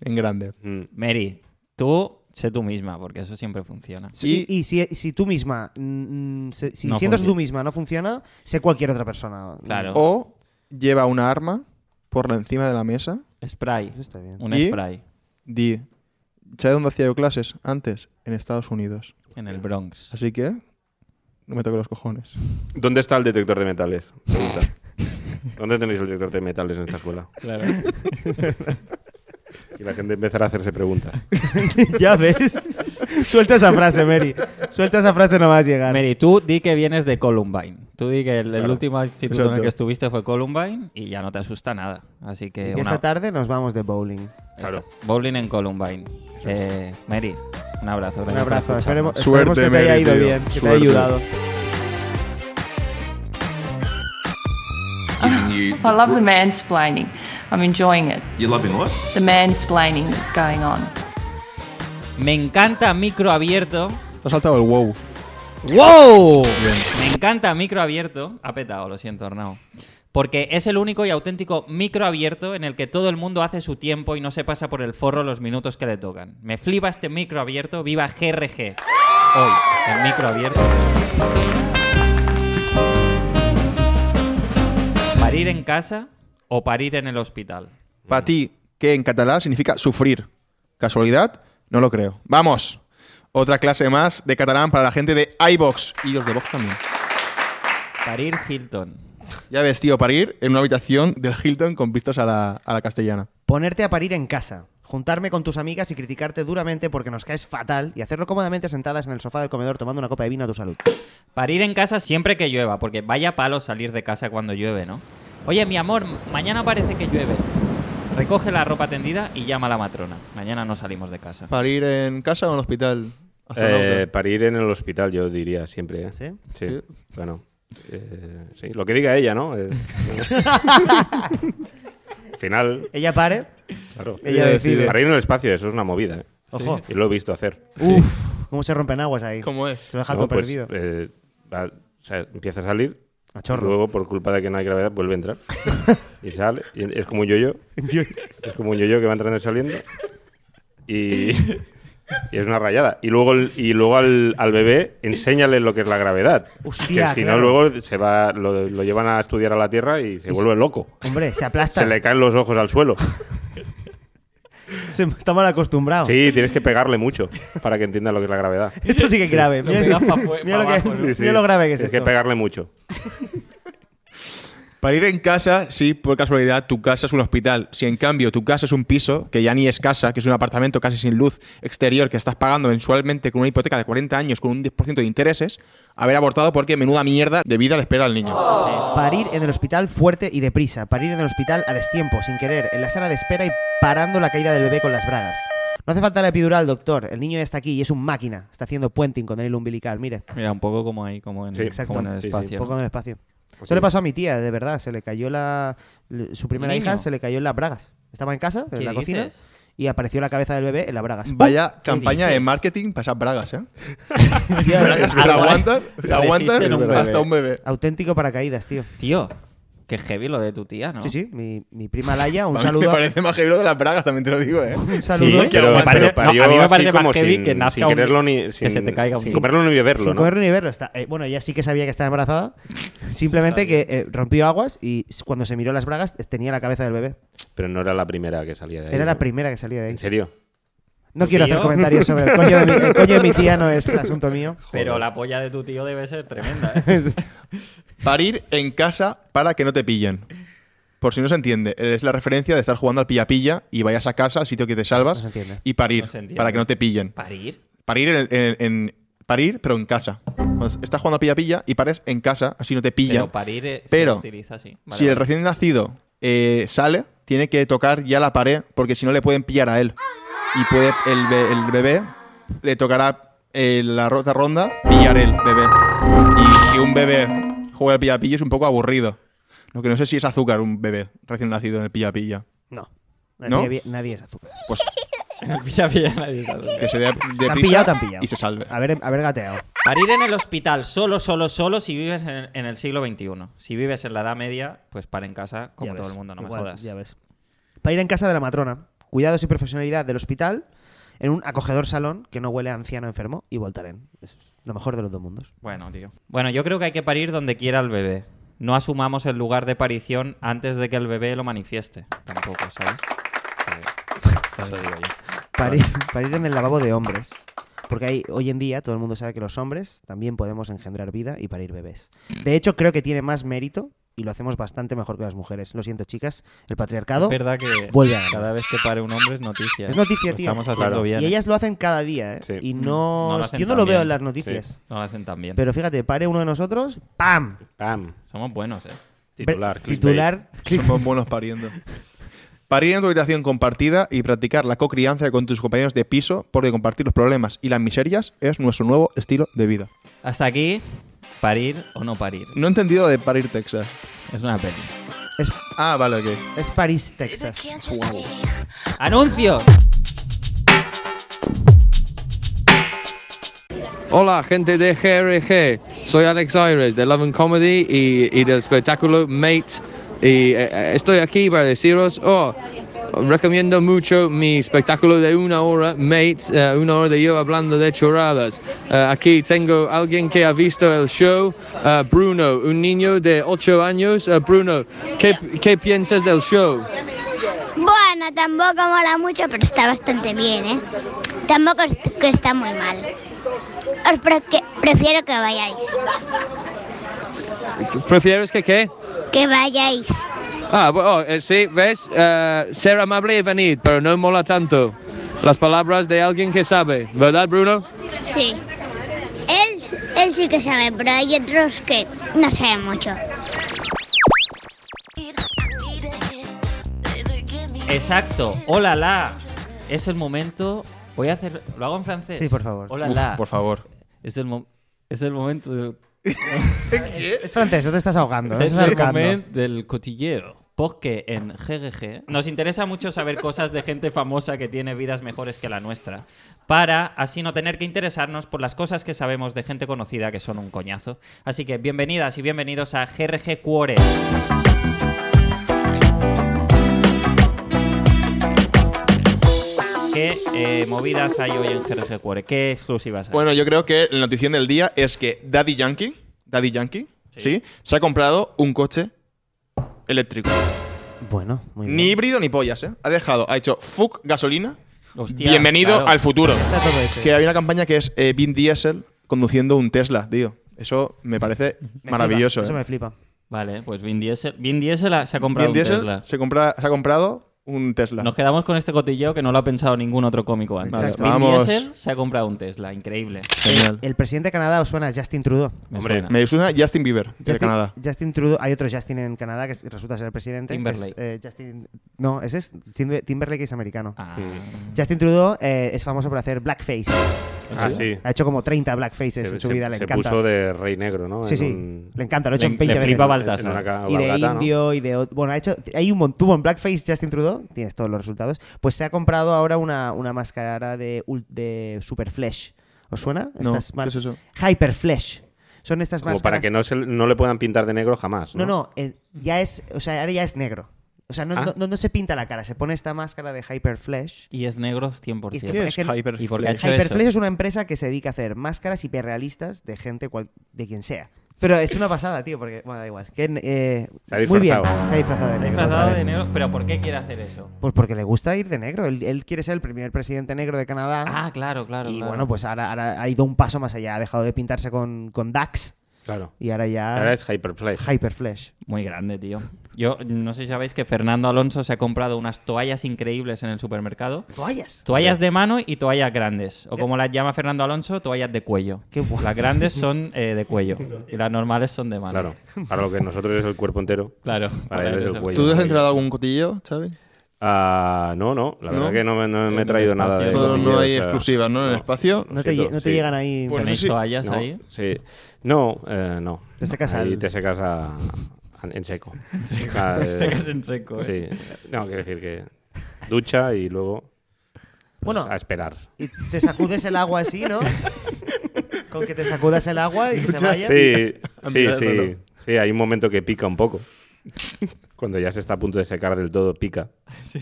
[SPEAKER 2] En grande.
[SPEAKER 4] Mm.
[SPEAKER 1] Mary, tú sé tú misma, porque eso siempre funciona.
[SPEAKER 3] Y, y si, si tú misma, mm, mm, se- si
[SPEAKER 1] No
[SPEAKER 3] siendo
[SPEAKER 1] funciona.
[SPEAKER 3] tú misma no funciona, sé cualquier otra persona.
[SPEAKER 1] Claro.
[SPEAKER 2] O lleva una arma por la encima de la mesa.
[SPEAKER 1] Spray.
[SPEAKER 3] Eso Mm, está bien.
[SPEAKER 1] Un
[SPEAKER 2] ¿Y?
[SPEAKER 1] spray.
[SPEAKER 2] Di, ¿sabes dónde hacía yo clases? Antes, en Estados Unidos.
[SPEAKER 1] En el Bronx.
[SPEAKER 2] Así que, no me toque los cojones.
[SPEAKER 4] ¿Dónde está el detector de metales? Pregunta. ¿Dónde tenéis el detector de metales en esta escuela?
[SPEAKER 1] Claro.
[SPEAKER 4] Y la gente empezará a hacerse preguntas.
[SPEAKER 3] ya ves. Suelta esa frase, Mary. Suelta esa frase, no vas a llegar.
[SPEAKER 1] Mary, tú di que vienes de Columbine. Tú di que el, el último instituto en el
[SPEAKER 2] Exacto.
[SPEAKER 1] que estuviste fue Columbine y ya no te asusta nada. Así que
[SPEAKER 3] Y esta
[SPEAKER 1] una-
[SPEAKER 3] tarde nos vamos de bowling.
[SPEAKER 4] Claro.
[SPEAKER 1] bowling en Columbine. Eh, Mary, un abrazo.
[SPEAKER 3] Un
[SPEAKER 1] gracias por
[SPEAKER 3] abrazo.
[SPEAKER 1] escucharnos.
[SPEAKER 3] Esperemos, esperemos
[SPEAKER 2] Suerte,
[SPEAKER 3] que te haya
[SPEAKER 2] Mary,
[SPEAKER 3] ido
[SPEAKER 2] tío.
[SPEAKER 3] bien, que te haya
[SPEAKER 2] Suerte.
[SPEAKER 3] ayudado.
[SPEAKER 9] I love the mansplaining. I'm enjoying it. You're loving what? The mansplaining that's going on.
[SPEAKER 1] Me encanta micro abierto.
[SPEAKER 2] Te ha saltado el wow.
[SPEAKER 1] ¡Wow! Me encanta micro abierto. Ha petado, lo siento, Arnau. Porque es el único y auténtico micro abierto en el que todo el mundo hace su tiempo y no se pasa por el forro los minutos que le tocan. Me flipa este micro abierto. ¡Viva GRG! Hoy, en micro abierto. Parir en casa o parir en el hospital.
[SPEAKER 2] Para ti, que en catalán significa sufrir. ¿Casualidad? No lo creo. ¡Vamos! Otra clase más de catalán para la gente de iBox y los de Vox también.
[SPEAKER 1] Parir Hilton.
[SPEAKER 2] Ya ves, tío, parir en una habitación del Hilton con vistas a la, a la castellana.
[SPEAKER 3] Ponerte a parir en casa. Juntarme con tus amigas y criticarte duramente porque nos caes fatal y hacerlo cómodamente sentadas en el sofá del comedor tomando una copa de vino a tu salud.
[SPEAKER 1] Parir en casa siempre que llueva, porque vaya palo salir de casa cuando llueve, ¿no? Oye, mi amor, mañana parece que llueve. Recoge la ropa tendida y llama a la matrona. Mañana no salimos de casa.
[SPEAKER 2] ¿Parir en casa o en hospital? Astronauta.
[SPEAKER 4] Eh, para ir en el hospital, yo diría siempre. ¿eh?
[SPEAKER 3] ¿Sí?
[SPEAKER 4] Sí.
[SPEAKER 2] Sí.
[SPEAKER 4] Bueno. eh, sí, lo que diga ella, ¿no? Es- Al final,
[SPEAKER 3] Ella pare,
[SPEAKER 4] claro.
[SPEAKER 3] ella decide.
[SPEAKER 4] Para ir en el espacio, eso es una movida. ¿eh?
[SPEAKER 3] Ojo.
[SPEAKER 4] Y lo he visto hacer.
[SPEAKER 3] Uf, cómo se rompen aguas ahí.
[SPEAKER 2] ¿Cómo es?
[SPEAKER 3] Se lo deja
[SPEAKER 4] No,
[SPEAKER 3] todo
[SPEAKER 4] pues,
[SPEAKER 3] perdido.
[SPEAKER 4] eh, va- o sea, empieza a salir.
[SPEAKER 3] A chorro.
[SPEAKER 4] Luego, por culpa de que no hay gravedad, vuelve a entrar. y sale. y es como un yo-yo. es como un yo-yo que va entrando y saliendo. Y, y es una rayada. Y luego, el- y luego al, al bebé, enséñale lo que es la gravedad.
[SPEAKER 3] Hostia,
[SPEAKER 4] que si
[SPEAKER 3] claro.
[SPEAKER 4] no, luego se va, lo, lo llevan a estudiar a la Tierra y se vuelve loco.
[SPEAKER 3] Hombre, se aplasta.
[SPEAKER 4] Se le caen los ojos al suelo.
[SPEAKER 3] Se- está mal acostumbrado.
[SPEAKER 4] Sí, tienes que pegarle mucho para que entienda lo que es la gravedad.
[SPEAKER 3] Esto sí que es grave. Mira,
[SPEAKER 1] pegas pa' fue-
[SPEAKER 3] mira
[SPEAKER 1] pa'
[SPEAKER 3] lo, que-
[SPEAKER 1] abajo, ¿no?
[SPEAKER 4] Sí, sí.
[SPEAKER 3] mira lo grave que es
[SPEAKER 4] Tienes
[SPEAKER 3] esto.
[SPEAKER 4] que pegarle mucho.
[SPEAKER 2] Parir en casa, si por casualidad tu casa es un hospital. Si en cambio tu casa es un piso, que ya ni es casa, que es un apartamento casi sin luz exterior que estás pagando mensualmente con una hipoteca de 40 años con un 10% de intereses, haber abortado porque menuda mierda de vida le espera al niño.
[SPEAKER 1] Oh,
[SPEAKER 3] Parir en el hospital fuerte y deprisa. Parir en el hospital a destiempo, sin querer, en la sala de espera y parando la caída del bebé con las bragas. No hace falta la epidural, doctor. El niño ya está aquí y es un máquina. Está haciendo puenting con el hilo umbilical, mire.
[SPEAKER 1] Mira, un poco como ahí, como en,
[SPEAKER 4] Sí,
[SPEAKER 3] exacto.
[SPEAKER 1] como en el
[SPEAKER 4] Sí, sí.
[SPEAKER 1] espacio.
[SPEAKER 3] Un
[SPEAKER 1] ¿no? Pues
[SPEAKER 3] poco en el espacio. Eso le pasó a mi tía, de verdad. Se le cayó la... le- Su primera
[SPEAKER 1] Niño.
[SPEAKER 3] hija se le cayó en las bragas. Estaba en casa,
[SPEAKER 1] ¿Qué
[SPEAKER 3] en la cocina,
[SPEAKER 1] dices?
[SPEAKER 3] y apareció la cabeza del bebé en las bragas.
[SPEAKER 2] Vaya campaña de
[SPEAKER 1] dices?
[SPEAKER 2] marketing para esas bragas, ¿eh?
[SPEAKER 3] Tía,
[SPEAKER 2] Bragas que
[SPEAKER 1] Algo hay.
[SPEAKER 2] aguantan,
[SPEAKER 1] Resisten
[SPEAKER 2] aguantan
[SPEAKER 1] un bebé.
[SPEAKER 2] hasta un bebé.
[SPEAKER 3] Auténtico paracaídas, tío.
[SPEAKER 1] Tío, qué heavy lo de tu tía, ¿no?
[SPEAKER 3] Sí, sí. Mi, mi prima Laia, un
[SPEAKER 2] A mí me
[SPEAKER 3] saludo.
[SPEAKER 2] parece más heavy lo de las bragas, también te lo digo, ¿eh?
[SPEAKER 3] Un saludo.
[SPEAKER 1] Sí, pero me parece- no, a mí me
[SPEAKER 4] así
[SPEAKER 1] parece más
[SPEAKER 4] como
[SPEAKER 1] heavy que nazca
[SPEAKER 4] sin
[SPEAKER 1] un-
[SPEAKER 4] quererlo ni,
[SPEAKER 1] que
[SPEAKER 4] sin-
[SPEAKER 1] se te caiga un
[SPEAKER 4] sin
[SPEAKER 1] niño.
[SPEAKER 4] comerlo ni beberlo,
[SPEAKER 3] sin
[SPEAKER 4] ¿no?
[SPEAKER 3] comerlo ni verlo. Está, eh, bueno, ella sí que sabía que estaba embarazada. Simplemente que eh, rompió aguas y s- cuando se miró las bragas eh, tenía la cabeza del bebé.
[SPEAKER 4] Pero no era la primera que salía de ahí.
[SPEAKER 3] Era la
[SPEAKER 4] ¿no?
[SPEAKER 3] primera que salía de ahí.
[SPEAKER 4] ¿En serio?
[SPEAKER 3] No quiero hacer
[SPEAKER 1] ¿Tío?
[SPEAKER 3] comentarios sobre el coño, de mi, el coño de mi tía, no es asunto mío.
[SPEAKER 1] Pero la polla de tu tío debe ser tremenda, ¿eh?
[SPEAKER 2] Parir en casa para que no te pillen. Por si no se entiende, es la referencia de estar jugando al pilla-pilla y vayas a casa, al sitio que te salvas,
[SPEAKER 3] No se entiende.
[SPEAKER 2] y parir,
[SPEAKER 1] No se entiende.
[SPEAKER 2] para que no te pillen.
[SPEAKER 1] ¿Parir?
[SPEAKER 2] Parir, en, en- en- parir pero en casa. Cuando estás jugando al pilla-pilla y pares en casa, así no te pillan.
[SPEAKER 1] Pero parir eh, se
[SPEAKER 2] Pero,
[SPEAKER 1] utiliza así. Vale,
[SPEAKER 2] si el
[SPEAKER 1] vale.
[SPEAKER 2] recién nacido eh, sale, tiene que tocar ya la pared, porque si no le pueden pillar a él. Y puede el, be- el bebé le tocará eh, la rota ronda pillar el bebé. Y que un bebé juegue al pilla-pilla es un poco aburrido. Lo que no sé si es azúcar un bebé recién nacido en el pilla-pilla.
[SPEAKER 3] No.
[SPEAKER 2] ¿No?
[SPEAKER 3] Nadie, nadie es azúcar.
[SPEAKER 2] Pues
[SPEAKER 1] Pilla, pilla, nadie sabe.
[SPEAKER 2] que se dé de
[SPEAKER 3] han pillado,
[SPEAKER 2] prisa
[SPEAKER 3] te han pillado. Ah,
[SPEAKER 2] y se salve.
[SPEAKER 3] Haber, haber gateado.
[SPEAKER 1] Parir en el hospital solo, solo, solo si vives en el, en el siglo XXI. Si vives en la Edad Media, pues para en casa como
[SPEAKER 3] Ya
[SPEAKER 1] todo
[SPEAKER 3] ves,
[SPEAKER 1] el mundo, no
[SPEAKER 3] igual,
[SPEAKER 1] me jodas.
[SPEAKER 3] Ya ves. Para ir en casa de la matrona, cuidados y profesionalidad del hospital, en un acogedor salón que no huele a anciano enfermo y Voltaren. Eso es lo mejor de los dos mundos.
[SPEAKER 1] Bueno, tío. Bueno, yo creo que hay que parir donde quiera el bebé. No asumamos el lugar de parición antes de que el bebé lo manifieste. Tampoco, ¿sabes? Sí, Eso digo yo.
[SPEAKER 3] Parir, parir en el lavabo de hombres. Porque hay, hoy en día todo el mundo sabe que los hombres también podemos engendrar vida y parir bebés. De hecho, creo que tiene más mérito y lo hacemos bastante mejor que las mujeres. Lo siento, chicas, el patriarcado.
[SPEAKER 1] Es verdad que
[SPEAKER 3] Vuelve a ganar.
[SPEAKER 1] cada vez que pare un hombre es noticia.
[SPEAKER 3] Es noticia,
[SPEAKER 1] Lo
[SPEAKER 3] tío.
[SPEAKER 1] Estamos haciendo
[SPEAKER 4] Claro.
[SPEAKER 1] bien.
[SPEAKER 3] Y ellas lo hacen cada día, ¿eh?
[SPEAKER 4] Sí.
[SPEAKER 3] Y
[SPEAKER 1] Mm, No
[SPEAKER 3] no.
[SPEAKER 1] lo hacen
[SPEAKER 3] yo no
[SPEAKER 1] tan
[SPEAKER 3] lo veo
[SPEAKER 1] bien.
[SPEAKER 3] en las noticias.
[SPEAKER 1] No lo hacen tan bien.
[SPEAKER 3] Pero fíjate, pare uno de nosotros, ¡pam!
[SPEAKER 4] Pam.
[SPEAKER 1] Somos buenos, ¿eh?
[SPEAKER 4] Titular. clickbait.
[SPEAKER 3] Titular.
[SPEAKER 2] Somos buenos pariendo. Parir en tu habitación compartida y practicar la cocrianza con tus compañeros de piso, porque compartir los problemas y las miserias es nuestro nuevo estilo de vida.
[SPEAKER 1] Hasta aquí, parir o no parir.
[SPEAKER 2] No he entendido de parir Texas.
[SPEAKER 1] Es una peli.
[SPEAKER 3] Es,
[SPEAKER 2] Ah, vale, ok.
[SPEAKER 3] es París, Texas.
[SPEAKER 1] ¡Anuncio!
[SPEAKER 10] Hola, gente de GRG. Soy Alex Aires de Love and Comedy y, y del espectáculo Mate. Y eh, eh, estoy aquí para deciros, oh, recomiendo mucho mi espectáculo de una hora, Mate, eh, una hora de yo hablando de chorradas. Eh, aquí tengo alguien que ha visto el show, eh, Bruno, un niño de 8 años. Eh, Bruno, ¿qué, ¿qué piensas del show?
[SPEAKER 6] Bueno, tampoco mola mucho, pero está bastante bien, ¿eh? Tampoco es que está muy mal. Os pre- que- prefiero que vayáis.
[SPEAKER 10] ¿Prefieres que qué?
[SPEAKER 6] Que vayáis.
[SPEAKER 10] Ah, bu- oh, eh, sí, ves, Eh, ser amable y venir, pero no mola tanto. Las palabras de alguien que sabe, ¿verdad, Bruno?
[SPEAKER 6] Sí. Él, él sí que sabe, pero hay otros que no saben mucho.
[SPEAKER 10] Eh.
[SPEAKER 1] Exacto. ¡Hola, la! Es el momento. Voy a hacer. ¿Lo hago en francés?
[SPEAKER 3] Sí, por favor.
[SPEAKER 1] ¡Hola,
[SPEAKER 2] Uf,
[SPEAKER 1] la!
[SPEAKER 2] por favor.
[SPEAKER 1] Es el, mo- es el momento. del-
[SPEAKER 3] Es francés, no te estás ahogando. no te
[SPEAKER 1] es
[SPEAKER 3] estás
[SPEAKER 1] el
[SPEAKER 3] ahogando.
[SPEAKER 1] momento del cotilleo. Porque en GGG nos interesa mucho saber cosas de gente famosa que tiene vidas mejores que la nuestra, para así no tener que interesarnos por las cosas que sabemos de gente conocida que son un coñazo. Así que bienvenidas y bienvenidos a GRG Cuore. ¿Qué eh, movidas hay hoy en GRG Cuore? ¿Qué exclusivas hay?
[SPEAKER 2] Bueno, yo creo que la noticia del día es que Daddy Yankee, Daddy Yankee,
[SPEAKER 1] Sí.
[SPEAKER 2] sí, se ha comprado un coche eléctrico.
[SPEAKER 3] Bueno, muy bien.
[SPEAKER 2] Ni híbrido ni pollas, ¿eh? Ha dejado, ha hecho fuck gasolina.
[SPEAKER 1] Hostia,
[SPEAKER 2] Bienvenido
[SPEAKER 1] claro.
[SPEAKER 2] al futuro.
[SPEAKER 3] Está todo hecho.
[SPEAKER 2] Que hay una campaña que es eh, Vin Diesel conduciendo un Tesla, tío. Eso me parece
[SPEAKER 3] Me
[SPEAKER 2] maravilloso.
[SPEAKER 3] flipa, Eso
[SPEAKER 2] ¿eh?
[SPEAKER 3] me flipa.
[SPEAKER 1] Vale, pues Vin Diesel, Vin Diesel ha- se ha comprado
[SPEAKER 2] Vin
[SPEAKER 1] un
[SPEAKER 2] Diesel
[SPEAKER 1] Tesla.
[SPEAKER 2] Se, compra- se ha comprado un Tesla.
[SPEAKER 1] Nos quedamos con este cotilleo que no lo ha pensado ningún otro cómico antes.
[SPEAKER 2] Vale,
[SPEAKER 1] Vin
[SPEAKER 2] vamos.
[SPEAKER 1] Diesel se ha comprado un Tesla, increíble.
[SPEAKER 2] Genial.
[SPEAKER 3] El presidente de Canadá os suena Justin Trudeau.
[SPEAKER 1] Me
[SPEAKER 4] Hombre,
[SPEAKER 1] suena.
[SPEAKER 2] Me suena Justin Bieber, de
[SPEAKER 3] Justin,
[SPEAKER 2] Canadá.
[SPEAKER 3] Justin Trudeau, hay otro Justin en Canadá que es- resulta ser el presidente. que es,
[SPEAKER 1] Timberlake.
[SPEAKER 3] eh, Justin, no, ese es Timber- Timberlake es americano.
[SPEAKER 1] Ah,
[SPEAKER 3] Justin Trudeau eh, es famoso por hacer blackface.
[SPEAKER 4] Ah, sí.
[SPEAKER 3] Ha hecho como 30 blackfaces en su vida, le
[SPEAKER 4] se
[SPEAKER 3] encanta.
[SPEAKER 4] puso de rey negro, ¿no?
[SPEAKER 3] Sí,
[SPEAKER 4] En
[SPEAKER 3] sí,
[SPEAKER 4] un-
[SPEAKER 3] le encanta, lo ha hecho
[SPEAKER 1] Le,
[SPEAKER 3] en 20
[SPEAKER 1] le
[SPEAKER 3] veces.
[SPEAKER 1] flipa
[SPEAKER 4] en una
[SPEAKER 1] Baltasar.
[SPEAKER 4] ca-
[SPEAKER 3] y de
[SPEAKER 4] cabalgata, Ah, ¿no?
[SPEAKER 3] indio y de ot- bueno ha hecho hay un montón tuvo en blackface Justin Trudeau tienes todos los resultados pues se ha comprado ahora una, una máscara de ul- de super flesh os suena
[SPEAKER 2] No,
[SPEAKER 3] estas
[SPEAKER 2] ¿qué es eso?
[SPEAKER 3] hyper flesh son estas
[SPEAKER 4] Como
[SPEAKER 3] máscaras
[SPEAKER 4] para que no, se, no le puedan pintar de negro jamás.
[SPEAKER 3] no
[SPEAKER 4] No,
[SPEAKER 3] no eh, ya es o sea ahora ya es negro o sea no,
[SPEAKER 4] Ah.
[SPEAKER 3] no, no- no se pinta la cara se pone esta máscara de hyper flesh
[SPEAKER 1] Y es negro 100%.
[SPEAKER 3] Y es
[SPEAKER 2] ¿Qué
[SPEAKER 3] que-
[SPEAKER 2] es
[SPEAKER 3] que-
[SPEAKER 2] Hyper
[SPEAKER 1] y porque ha
[SPEAKER 2] Flash?
[SPEAKER 1] hecho-
[SPEAKER 3] Hyperflesh
[SPEAKER 1] eso.
[SPEAKER 3] es una empresa que se dedica a hacer máscaras hiperrealistas de gente cual- de quien sea pero es una pasada, tío, porque, bueno, da igual. Que, eh,
[SPEAKER 4] Se ha
[SPEAKER 3] muy bien,
[SPEAKER 4] disfrazado.
[SPEAKER 3] se ha disfrazado de
[SPEAKER 1] Está
[SPEAKER 3] negro otra
[SPEAKER 1] disfrazado
[SPEAKER 3] vez.
[SPEAKER 1] de negro, pero ¿por qué quiere hacer eso?
[SPEAKER 3] Pues porque le gusta ir de negro. Él, él quiere ser el primer presidente negro de Canadá.
[SPEAKER 1] Ah, claro, claro.
[SPEAKER 3] y
[SPEAKER 1] claro.
[SPEAKER 3] bueno, pues ahora, ahora ha ido un paso más allá. Ha dejado de pintarse con, con Dax
[SPEAKER 4] Claro.
[SPEAKER 3] y ahora ya
[SPEAKER 4] Ahora es Hyperplay.
[SPEAKER 3] Hyperflesh.
[SPEAKER 1] Muy grande, tío. Yo no sé si sabéis que Fernando Alonso se ha comprado unas toallas increíbles en el supermercado.
[SPEAKER 3] ¡Toallas!
[SPEAKER 1] Toallas de mano y toallas grandes. O como las llama Fernando Alonso, toallas de cuello.
[SPEAKER 3] Qué guay.
[SPEAKER 1] Las grandes son eh, de cuello y las normales son de mano.
[SPEAKER 4] Claro. Para lo que nosotros es el cuerpo entero.
[SPEAKER 1] Claro.
[SPEAKER 4] Para él es el cuello.
[SPEAKER 2] ¿Tú has
[SPEAKER 4] ¿no?
[SPEAKER 2] entrado a algún cotillo, Xavi?
[SPEAKER 4] Ah, no, no. La verdad
[SPEAKER 2] ¿No?
[SPEAKER 4] que no, me- no me he
[SPEAKER 1] En
[SPEAKER 4] traído
[SPEAKER 1] el
[SPEAKER 4] nada de.
[SPEAKER 1] espacio.
[SPEAKER 2] No,
[SPEAKER 4] cotillo,
[SPEAKER 2] no hay
[SPEAKER 4] o sea,
[SPEAKER 2] exclusivas, ¿no? En el
[SPEAKER 4] no.
[SPEAKER 2] espacio.
[SPEAKER 4] Lo
[SPEAKER 3] No te,
[SPEAKER 4] siento,
[SPEAKER 3] lle- no te
[SPEAKER 4] sí.
[SPEAKER 3] llegan ahí.
[SPEAKER 2] Pues-
[SPEAKER 1] ¿Tenéis
[SPEAKER 2] sí.
[SPEAKER 1] toallas
[SPEAKER 4] No,
[SPEAKER 1] ahí?
[SPEAKER 4] Sí. No, eh, no.
[SPEAKER 3] Te secas
[SPEAKER 4] Ahí
[SPEAKER 3] al-
[SPEAKER 4] te secas a- a- en seco. O sea, eh,
[SPEAKER 1] Secas en seco. ¿eh?
[SPEAKER 4] Sí. No, quiero decir que ducha y luego pues,
[SPEAKER 3] Bueno.
[SPEAKER 4] a esperar.
[SPEAKER 3] Y te sacudes el agua así, ¿no? con que te sacudas el agua y que se
[SPEAKER 2] Muchas-
[SPEAKER 3] vaya.
[SPEAKER 4] Sí,
[SPEAKER 2] a
[SPEAKER 4] sí,
[SPEAKER 2] mirar el
[SPEAKER 4] sí,
[SPEAKER 2] reloj.
[SPEAKER 4] sí. Hay un momento que pica un poco. Cuando ya se está a punto de secar del todo, pica.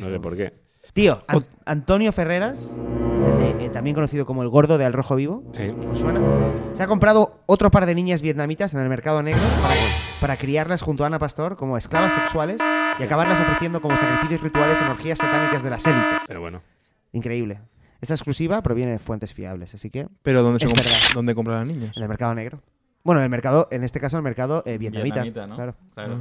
[SPEAKER 4] No sé por qué.
[SPEAKER 3] Tío, An- Antonio Ferreras, eh, eh, también conocido como el gordo de Al Rojo Vivo,
[SPEAKER 4] Sí.
[SPEAKER 3] ¿os suena? Se ha comprado otro par de niñas vietnamitas en el mercado negro para, para criarlas junto a Ana Pastor como esclavas sexuales y acabarlas ofreciendo como sacrificios rituales en orgías satánicas de las élites.
[SPEAKER 4] Pero bueno.
[SPEAKER 3] Increíble. Esta exclusiva proviene de fuentes fiables, así que en
[SPEAKER 2] Pero ¿dónde, se
[SPEAKER 3] Es
[SPEAKER 2] compra,
[SPEAKER 3] verdad.
[SPEAKER 2] ¿dónde compra las niñas?
[SPEAKER 3] el mercado negro. Bueno, el mercado, en este caso el mercado eh, vietnamita.
[SPEAKER 1] Vietnamita, ¿no?
[SPEAKER 3] Claro.
[SPEAKER 1] Claro.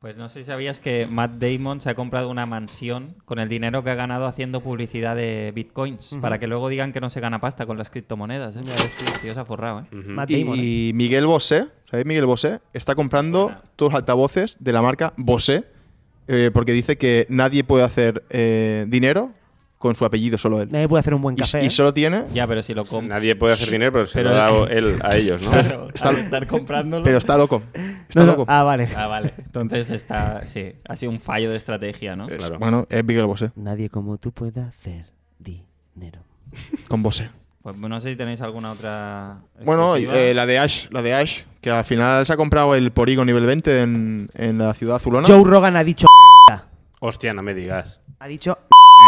[SPEAKER 1] Pues no sé si sabías que Matt Damon se ha comprado una mansión con el dinero que ha ganado haciendo publicidad de bitcoins
[SPEAKER 3] Ujú.
[SPEAKER 1] para que luego digan que no se gana pasta con las criptomonedas. ¿eh? Ya ves tú, el tío se ha forrado, ¿eh?
[SPEAKER 3] Matt Damon. ¿eh?
[SPEAKER 2] Y Miguel Bosé, ¿sabéis Miguel Bosé? Está comprando todos los altavoces de la marca Bosé eh, porque dice que nadie puede hacer eh, dinero con su apellido, solo él.
[SPEAKER 3] Nadie puede hacer un buen
[SPEAKER 2] Y,
[SPEAKER 3] café.
[SPEAKER 2] y
[SPEAKER 3] ¿eh?
[SPEAKER 2] solo tiene,
[SPEAKER 1] Ya, pero si lo compras.
[SPEAKER 4] Nadie puede hacer dinero, pero se
[SPEAKER 1] Pero-
[SPEAKER 4] lo ha dado él a ellos, ¿no?
[SPEAKER 1] Claro, al
[SPEAKER 2] Está-
[SPEAKER 1] estar comprándolo.
[SPEAKER 2] pero está loco. Está
[SPEAKER 3] No, no,
[SPEAKER 2] loco.
[SPEAKER 3] Ah, vale.
[SPEAKER 1] Ah, vale. Entonces está. Sí, ha sido un fallo de estrategia, ¿no?
[SPEAKER 2] Es-
[SPEAKER 4] claro.
[SPEAKER 2] Bueno, es Miguel Bosé,
[SPEAKER 3] Nadie como tú puede hacer dinero.
[SPEAKER 2] con Bosé.
[SPEAKER 1] Pues no sé si tenéis alguna otra.
[SPEAKER 2] Bueno,
[SPEAKER 1] exclusiva.
[SPEAKER 2] eh, la de Ash, la de Ash, que al final se ha comprado el Porigo nivel 20 en, en la ciudad azulona.
[SPEAKER 3] Joe Rogan ha dicho.
[SPEAKER 4] Hostia, no me digas.
[SPEAKER 3] Ha dicho.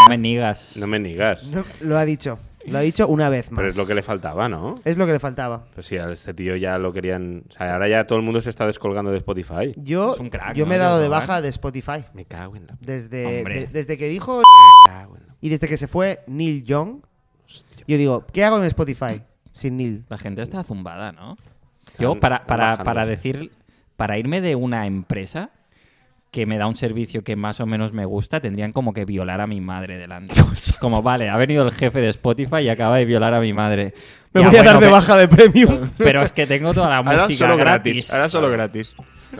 [SPEAKER 1] No me nigas.
[SPEAKER 4] No me digas.
[SPEAKER 3] no, lo ha dicho. Lo ha dicho una vez más.
[SPEAKER 4] Pero es lo que le faltaba, ¿no?
[SPEAKER 3] Es lo que le faltaba.
[SPEAKER 4] Pues sí, a este tío ya lo querían. O sea, ahora ya todo el mundo se está descolgando de Spotify.
[SPEAKER 3] Yo,
[SPEAKER 1] Es un crack,
[SPEAKER 3] yo
[SPEAKER 1] ¿no?
[SPEAKER 3] me he dado
[SPEAKER 1] Joe
[SPEAKER 3] de
[SPEAKER 1] Rogan.
[SPEAKER 3] baja de Spotify.
[SPEAKER 4] Me cago en la.
[SPEAKER 3] Desde,
[SPEAKER 1] Hombre.
[SPEAKER 3] de- desde que dijo
[SPEAKER 4] cago en la-
[SPEAKER 3] y desde que se fue Neil Young, yo digo, ¿qué hago en Spotify sin Neil?
[SPEAKER 1] La gente está zumbada, ¿no? Yo, para,
[SPEAKER 4] están
[SPEAKER 1] para,
[SPEAKER 4] bajando,
[SPEAKER 1] para
[SPEAKER 4] sí.
[SPEAKER 1] decir, para irme de una empresa que me da un servicio que más o menos me gusta, tendrían como que violar a mi madre delante. Como, vale, ha venido el jefe de Spotify y acaba de violar a mi madre.
[SPEAKER 3] Me
[SPEAKER 1] Ya,
[SPEAKER 3] voy
[SPEAKER 1] bueno,
[SPEAKER 3] a dar de
[SPEAKER 1] pe-
[SPEAKER 3] baja de premium.
[SPEAKER 1] Pero es que tengo toda la
[SPEAKER 2] Ahora
[SPEAKER 1] música
[SPEAKER 2] solo
[SPEAKER 1] gratis.
[SPEAKER 2] gratis. Ahora solo gratis. sí.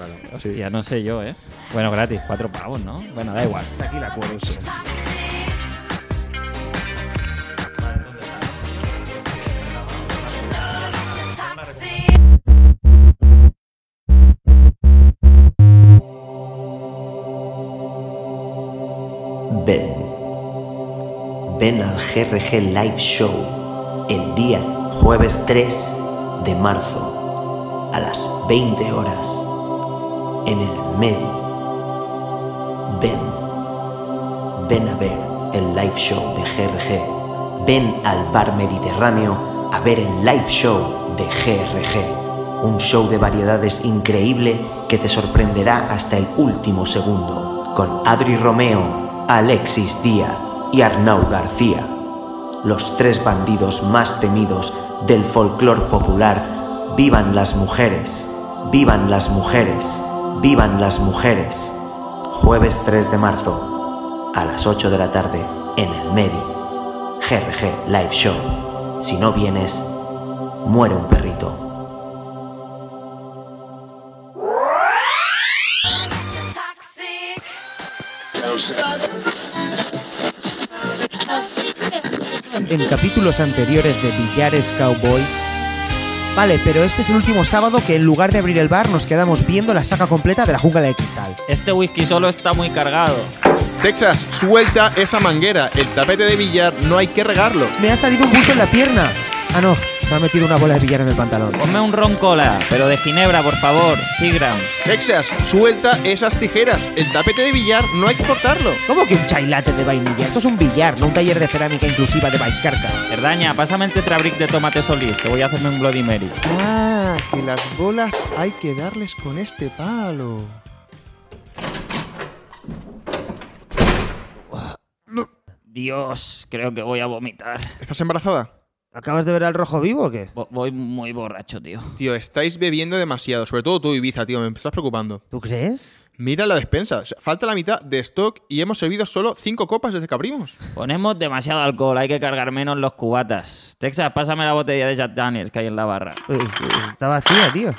[SPEAKER 1] Hostia, no sé yo, ¿eh? Bueno, gratis, cuatro pavos, ¿no? Bueno, da igual.
[SPEAKER 3] Hasta aquí la cuerda.
[SPEAKER 11] Ven. Ven al GRG Live Show el día jueves 3 de marzo a las 20 horas en el Medi. Ven. Ven a ver el live show de GRG. Ven al bar mediterráneo a ver el live show de GRG. Un show de variedades increíble que te sorprenderá hasta el último segundo. Con Adri Romeo, Alexis Díaz y Arnau García. Los tres bandidos más temidos del folclor popular. Vivan las mujeres. Vivan las mujeres. Vivan las mujeres. Jueves 3 de marzo, a las 8 de la tarde en el Medi. GRG Live Show. Si no vienes, muere un perrito.
[SPEAKER 3] En capítulos anteriores de Billares Cowboys. Vale, pero este es el último sábado que en lugar de abrir el bar nos quedamos viendo la saga completa de la jungla de cristal.
[SPEAKER 1] Este whisky solo está muy cargado.
[SPEAKER 2] Texas, suelta esa manguera. El tapete de billar no hay que regarlo.
[SPEAKER 3] Me ha salido un bulto en la pierna. Ah, no, se ha metido una bola de billar en el pantalón.
[SPEAKER 1] Ponme un ron cola, pero de Ginebra, por favor. Sigram.
[SPEAKER 2] Texas, suelta esas tijeras. El tapete de billar no hay que cortarlo.
[SPEAKER 3] ¿Cómo que un chailate de vainilla? Esto es un billar, no un taller de cerámica inclusiva de Baicarca.
[SPEAKER 1] Cerdaña, pásame el tetrabric de tomate solís, que voy a hacerme un Bloody Mary.
[SPEAKER 11] Ah, que las bolas hay que darles con este palo.
[SPEAKER 1] Dios, creo que voy a vomitar.
[SPEAKER 2] ¿Estás embarazada?
[SPEAKER 3] ¿Acabas de ver al rojo vivo o qué?
[SPEAKER 1] Vo- voy muy borracho, tío.
[SPEAKER 2] Tío, estáis bebiendo demasiado. Sobre todo tú, Ibiza, tío. Me estás preocupando.
[SPEAKER 3] ¿Tú crees?
[SPEAKER 2] Mira la despensa. o sea, falta la mitad de stock y hemos servido solo cinco copas desde que abrimos.
[SPEAKER 1] Ponemos demasiado alcohol, hay que cargar menos los cubatas. Texas, pásame la botella de Jack Daniels que hay en la barra.
[SPEAKER 3] Eh, eh, Está vacía, tío.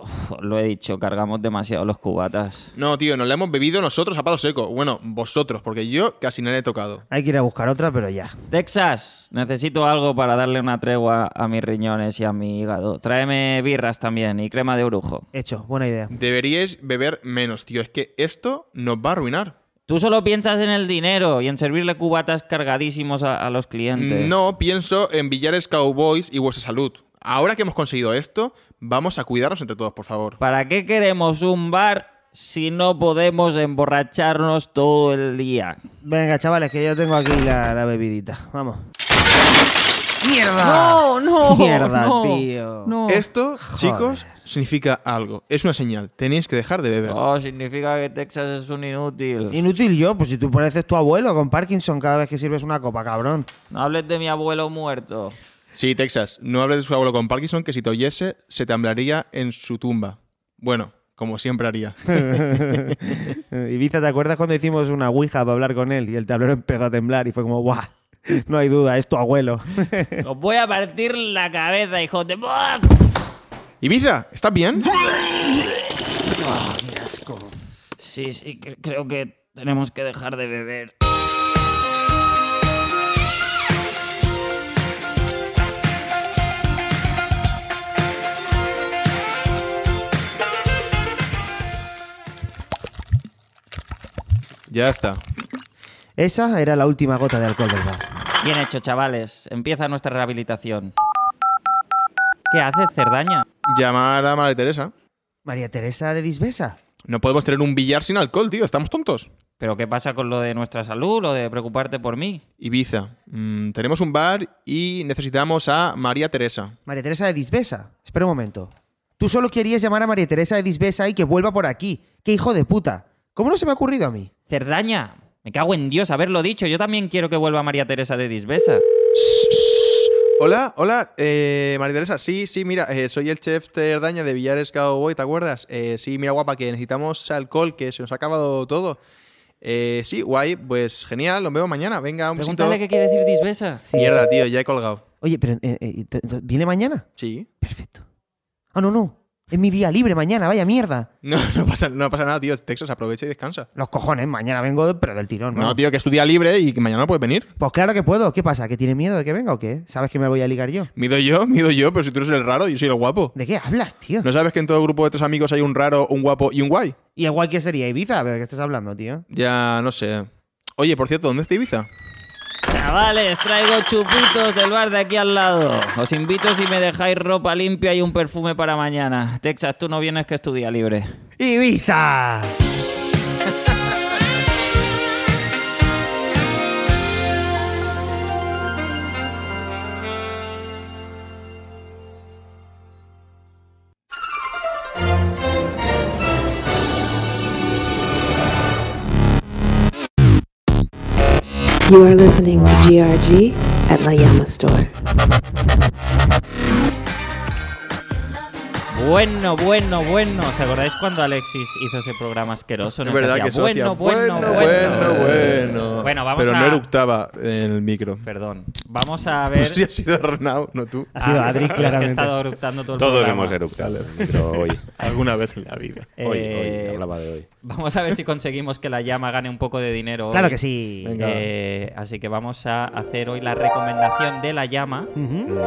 [SPEAKER 1] Uf, os lo he dicho, cargamos demasiado los cubatas.
[SPEAKER 2] No, tío, nos la hemos bebido nosotros a palo seco. Bueno, vosotros, porque yo casi no le he tocado.
[SPEAKER 3] Hay que ir a buscar otra, pero ya.
[SPEAKER 1] Texas, necesito algo para darle una tregua a mis riñones y a mi hígado. Tráeme birras también y crema de orujo.
[SPEAKER 3] Hecho, buena idea.
[SPEAKER 2] Deberíais beber menos, tío. Es que esto nos va a arruinar.
[SPEAKER 1] Tú solo piensas en el dinero y en servirle cubatas cargadísimos a, a los clientes.
[SPEAKER 2] No pienso en billares cowboys y vuestra salud. Ahora que hemos conseguido esto, vamos a cuidarnos entre todos, por favor.
[SPEAKER 1] ¿Para qué queremos un bar si no podemos emborracharnos todo el día?
[SPEAKER 3] Venga, chavales, que yo tengo aquí la, la bebidita. Vamos. ¡Mierda!
[SPEAKER 1] No, no,
[SPEAKER 3] ¡Mierda,
[SPEAKER 1] no,
[SPEAKER 3] tío!
[SPEAKER 1] no.
[SPEAKER 2] Esto, chicos, significa algo. Es una señal. Tenéis que dejar de beber.
[SPEAKER 1] Oh, significa que Texas es un inútil.
[SPEAKER 3] Inútil yo, pues si tú pareces tu abuelo con Parkinson cada vez que sirves una copa, cabrón.
[SPEAKER 1] No hables de mi abuelo muerto.
[SPEAKER 2] Sí, Texas, no hables de su abuelo con Parkinson, que si te oyese, se temblaría en su tumba. Bueno, como siempre haría.
[SPEAKER 3] Ibiza, ¿te acuerdas cuando hicimos una ouija para hablar con él y el tablero empezó a temblar y fue como, ¡guau! No hay duda, es tu abuelo.
[SPEAKER 1] Os voy a partir la cabeza, hijo de... ¡Buah!
[SPEAKER 2] Ibiza, ¿estás bien?
[SPEAKER 1] Sí, sí, cre- creo que tenemos que dejar de beber.
[SPEAKER 2] Ya está.
[SPEAKER 3] Esa era la última gota de alcohol del bar.
[SPEAKER 1] Bien hecho, chavales. Empieza nuestra rehabilitación. ¿Qué haces, Cerdaña?
[SPEAKER 2] Llamar a María Teresa.
[SPEAKER 3] María Teresa de Disbesa.
[SPEAKER 2] No podemos tener un billar sin alcohol, tío. Estamos tontos.
[SPEAKER 1] ¿Pero qué pasa con lo de nuestra salud, lo de preocuparte por mí?
[SPEAKER 2] Ibiza, mm, tenemos un bar y necesitamos a María Teresa.
[SPEAKER 3] María Teresa de Disbesa. Espera un momento. Tú solo querías llamar a María Teresa de Disbesa y que vuelva por aquí. ¡Qué hijo de puta! ¿Cómo no se me ha ocurrido a mí?
[SPEAKER 1] Cerdaña, me cago en Dios haberlo dicho. Yo también quiero que vuelva María Teresa de Disbesa.
[SPEAKER 2] Hola, hola, eh, María Teresa. Sí, sí, mira, eh, soy el chef Terdaña de Villares Cowboy, ¿te acuerdas? Eh, sí, mira, guapa, que necesitamos alcohol, que se nos ha acabado todo. Eh, sí, guay, pues genial, nos vemos mañana. Venga, un besito.
[SPEAKER 1] Pregúntale qué quiere decir Disbesa.
[SPEAKER 2] Mierda, tío, ya he colgado.
[SPEAKER 3] Oye, pero eh, eh, t- t- ¿viene mañana?
[SPEAKER 2] Sí.
[SPEAKER 3] Ah, no, no. Es mi día libre mañana, vaya mierda.
[SPEAKER 2] No, no pasa, no pasa nada, tío. Texas, aprovecha y descansa.
[SPEAKER 3] Los cojones, mañana vengo, pero del tirón.
[SPEAKER 2] No, tío, que es tu día libre y que mañana no puedes venir.
[SPEAKER 3] Pues claro que puedo. ¿Qué pasa? ¿Que tiene miedo de que venga o qué? ¿Sabes que me voy a ligar yo?
[SPEAKER 2] Mido yo, mido yo, pero si tú eres el raro, yo soy el guapo.
[SPEAKER 3] ¿De qué hablas, tío?
[SPEAKER 2] ¿No sabes que en todo grupo de tres amigos hay un raro, un guapo y un guay?
[SPEAKER 3] ¿Y igual que sería Ibiza? ¿Pero de qué estás hablando, tío?
[SPEAKER 2] Ya, no sé. Oye, por cierto, ¿dónde está Ibiza?
[SPEAKER 1] Chavales, traigo chupitos del bar de aquí al lado. Os invito si me dejáis ropa limpia y un perfume para mañana. Texas, tú no vienes que es tu día libre.
[SPEAKER 3] ¡Ibiza!
[SPEAKER 12] You are listening to GRG at La Llama Store.
[SPEAKER 1] Bueno, bueno, bueno. ¿Os acordáis cuando Alexis hizo ese programa asqueroso? en el
[SPEAKER 2] Es verdad
[SPEAKER 1] hacía,
[SPEAKER 2] que se
[SPEAKER 1] bueno, bueno, bueno,
[SPEAKER 2] bueno, bueno.
[SPEAKER 1] Bueno, vamos
[SPEAKER 2] Pero
[SPEAKER 1] a...
[SPEAKER 2] no eructaba en el micro.
[SPEAKER 1] Perdón. Vamos a
[SPEAKER 2] No
[SPEAKER 1] ver...
[SPEAKER 2] sé si ha sido Arnau, no tú.
[SPEAKER 3] Ha sido
[SPEAKER 1] Ah,
[SPEAKER 3] Adri,
[SPEAKER 1] es que he
[SPEAKER 3] claramente.
[SPEAKER 1] estado eructando todo el
[SPEAKER 4] Todos
[SPEAKER 1] programa.
[SPEAKER 4] hemos eructado en el micro hoy.
[SPEAKER 2] Alguna vez en la vida.
[SPEAKER 4] Hoy,
[SPEAKER 1] Eh,
[SPEAKER 4] hoy, hablaba de hoy.
[SPEAKER 1] Vamos a ver si conseguimos que la llama gane un poco de dinero. hoy.
[SPEAKER 3] Claro que sí.
[SPEAKER 2] Venga.
[SPEAKER 1] Eh, así que vamos a hacer hoy la recomendación de la llama.
[SPEAKER 3] Ujú.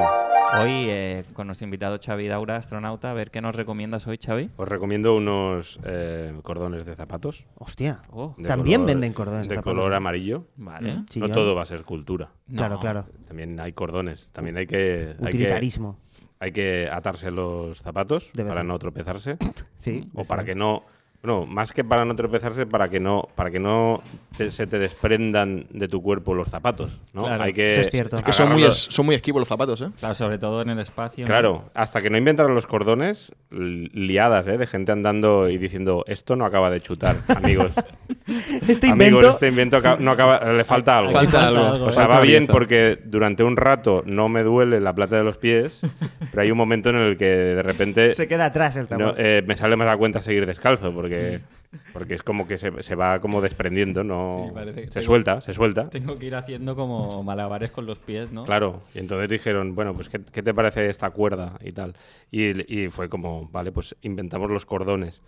[SPEAKER 1] Hoy eh, con nuestro invitado Xavi Daura, astronauta. A ver qué nos recomiendas hoy, Xavi.
[SPEAKER 4] Os recomiendo unos eh, cordones de zapatos.
[SPEAKER 3] Hostia.
[SPEAKER 1] Oh,
[SPEAKER 4] de
[SPEAKER 3] También
[SPEAKER 4] color-
[SPEAKER 3] venden cordones
[SPEAKER 4] De
[SPEAKER 3] zapatos.
[SPEAKER 4] color amarillo.
[SPEAKER 1] vale.
[SPEAKER 3] Mm, sí,
[SPEAKER 4] no
[SPEAKER 3] yo-
[SPEAKER 4] todo va a ser cultura.
[SPEAKER 3] Claro,
[SPEAKER 1] No.
[SPEAKER 3] claro.
[SPEAKER 4] También hay cordones. También hay que. hay que-
[SPEAKER 3] Utilitarismo.
[SPEAKER 4] Hay que, atarse los zapatos
[SPEAKER 3] De vez
[SPEAKER 4] para
[SPEAKER 3] en-
[SPEAKER 4] no tropezarse.
[SPEAKER 3] Sí.
[SPEAKER 1] Mm.
[SPEAKER 4] o para que no. No, más que para no tropezarse, para que no, para que no te- se te desprendan de tu cuerpo los zapatos. ¿no?
[SPEAKER 1] Claro,
[SPEAKER 4] hay que,
[SPEAKER 3] eso es cierto. Es
[SPEAKER 2] Que son muy,
[SPEAKER 4] agarrarlo-
[SPEAKER 2] es- son muy esquivos los zapatos, ¿eh?
[SPEAKER 1] Claro, sobre todo en el espacio. ¿no?
[SPEAKER 4] Claro, hasta que no inventaron los cordones, li- liadas, ¿eh? De gente andando y diciendo, esto no acaba de chutar, amigos.
[SPEAKER 3] Este
[SPEAKER 4] amigos,
[SPEAKER 3] invento.
[SPEAKER 4] este invento aca- no acaba, le falta algo.
[SPEAKER 2] Falta algo.
[SPEAKER 1] algo,
[SPEAKER 4] O sea,
[SPEAKER 2] Falta
[SPEAKER 4] va bien
[SPEAKER 2] belleza.
[SPEAKER 4] porque durante un rato no me duele la plata de los pies, pero hay un momento en el que de repente
[SPEAKER 3] Se queda atrás el
[SPEAKER 4] no,
[SPEAKER 3] tablero.
[SPEAKER 4] eh, me sale más la cuenta seguir descalzo porque, porque es como que se, se va como desprendiendo, no
[SPEAKER 1] Sí, parece que
[SPEAKER 4] se
[SPEAKER 1] tengo-
[SPEAKER 4] suelta, se suelta.
[SPEAKER 1] Tengo que ir haciendo como malabares con los pies, ¿no?
[SPEAKER 4] Claro, y entonces dijeron, bueno, pues ¿qué, qué te parece esta cuerda y tal? Y, y fue como, vale, pues inventamos los cordones.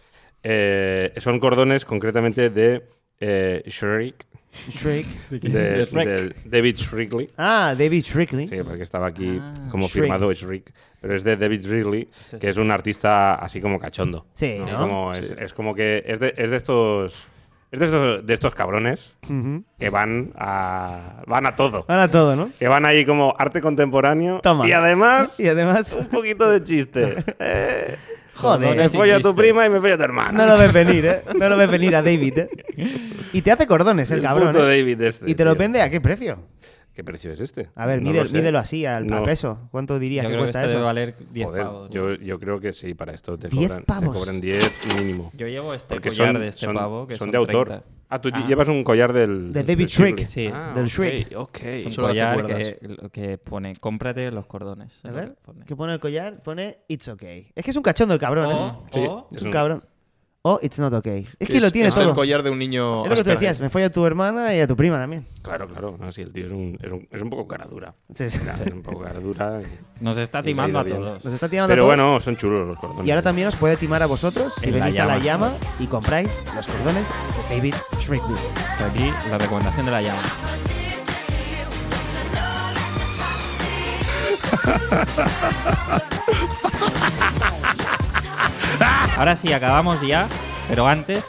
[SPEAKER 4] Eh, son cordones concretamente de eh, Shrek,
[SPEAKER 3] Shrek.
[SPEAKER 4] de,
[SPEAKER 1] De Shrek.
[SPEAKER 4] del David Shrigley.
[SPEAKER 3] Ah, David Shrickley.
[SPEAKER 4] Sí, porque estaba aquí
[SPEAKER 1] Ah. Este
[SPEAKER 4] como
[SPEAKER 3] Shrek.
[SPEAKER 4] firmado Shrek, pero es de David Shrigley, que es un artista así como cachondo.
[SPEAKER 3] Sí,
[SPEAKER 4] Es
[SPEAKER 3] ¿no?
[SPEAKER 4] como- Es, es como que es de, es de estos... Es de estos, de estos cabrones
[SPEAKER 3] Ujú.
[SPEAKER 4] que van a, van a todo.
[SPEAKER 3] Ahora todo, ¿no?
[SPEAKER 4] Que van ahí como arte contemporáneo.
[SPEAKER 3] Toma.
[SPEAKER 4] Y además,
[SPEAKER 3] Y además.
[SPEAKER 4] un poquito de chiste.
[SPEAKER 1] Cordones
[SPEAKER 4] Me
[SPEAKER 3] Joder.
[SPEAKER 1] Sin
[SPEAKER 4] follo a tu
[SPEAKER 1] chistes.
[SPEAKER 4] prima y me follo a tu hermana.
[SPEAKER 3] No lo ves venir, ¿eh? No lo ves venir a David, ¿eh? Y te hace cordones, el
[SPEAKER 4] El
[SPEAKER 3] cabrón.
[SPEAKER 4] puto
[SPEAKER 3] ¿eh?
[SPEAKER 4] David este,
[SPEAKER 3] ¿Y te lo
[SPEAKER 4] tío.
[SPEAKER 3] vende a qué precio?
[SPEAKER 4] ¿Qué precio es este?
[SPEAKER 3] A ver,
[SPEAKER 4] No
[SPEAKER 3] mídelo,
[SPEAKER 4] lo sé.
[SPEAKER 3] mídelo así, al al
[SPEAKER 4] No.
[SPEAKER 3] peso. ¿Cuánto
[SPEAKER 1] Yo
[SPEAKER 3] dirías que
[SPEAKER 1] creo que esto
[SPEAKER 3] cuesta
[SPEAKER 1] debe
[SPEAKER 3] eso?
[SPEAKER 1] valer 10
[SPEAKER 4] Joder,
[SPEAKER 1] pavos. ¿no?
[SPEAKER 4] yo, yo creo que sí, para esto te
[SPEAKER 3] ¿Diez
[SPEAKER 4] cobran, te
[SPEAKER 3] pavos?
[SPEAKER 4] cobran 10 mínimo.
[SPEAKER 1] Yo llevo este
[SPEAKER 4] Porque
[SPEAKER 1] collar
[SPEAKER 4] son-
[SPEAKER 1] de este
[SPEAKER 4] son-
[SPEAKER 1] pavo que
[SPEAKER 4] son
[SPEAKER 1] son
[SPEAKER 4] de autor.
[SPEAKER 1] 30.
[SPEAKER 4] Ah, tú llevas un collar del.
[SPEAKER 3] Del David Shrek.
[SPEAKER 1] Sí.
[SPEAKER 4] Ah,
[SPEAKER 3] del
[SPEAKER 4] ok,
[SPEAKER 3] Shrek.
[SPEAKER 4] ok.
[SPEAKER 1] Es un
[SPEAKER 4] Solo hace
[SPEAKER 1] collar
[SPEAKER 4] cuerdas.
[SPEAKER 1] que, que pone, cómprate los cordones.
[SPEAKER 3] A ver, ¿qué pone el collar? Pone It's okay. Es que es un cachondo el cabrón,
[SPEAKER 1] O-
[SPEAKER 3] ¿eh?
[SPEAKER 1] Sí, o-
[SPEAKER 3] es
[SPEAKER 1] es
[SPEAKER 3] un
[SPEAKER 1] un-
[SPEAKER 3] cabrón. O It's not okay. Es que
[SPEAKER 2] Es-
[SPEAKER 3] lo tiene
[SPEAKER 2] es
[SPEAKER 3] todo.
[SPEAKER 2] el collar de un niño
[SPEAKER 3] Es lo que tú
[SPEAKER 2] Asperger.
[SPEAKER 3] decías, me fue a tu hermana y a tu prima también.
[SPEAKER 4] Claro, claro. No, sí, el tío es un, es un, es un poco cara dura.
[SPEAKER 3] Sí, sí.
[SPEAKER 4] Era un poco cara dura. y-
[SPEAKER 1] Nos está
[SPEAKER 4] y
[SPEAKER 1] timando
[SPEAKER 4] ha
[SPEAKER 1] a
[SPEAKER 4] ido bien.
[SPEAKER 1] todos.
[SPEAKER 3] Nos está timando a
[SPEAKER 4] Pero
[SPEAKER 3] todos.
[SPEAKER 4] bueno, son chulos los cordones.
[SPEAKER 3] Y ahora también os puede timar a vosotros si
[SPEAKER 1] En la
[SPEAKER 3] venís a la
[SPEAKER 1] llama.
[SPEAKER 3] llama y compráis los cordones de David Shrek.
[SPEAKER 1] Hasta aquí la recomendación de la llama. Ahora sí, acabamos ya, pero antes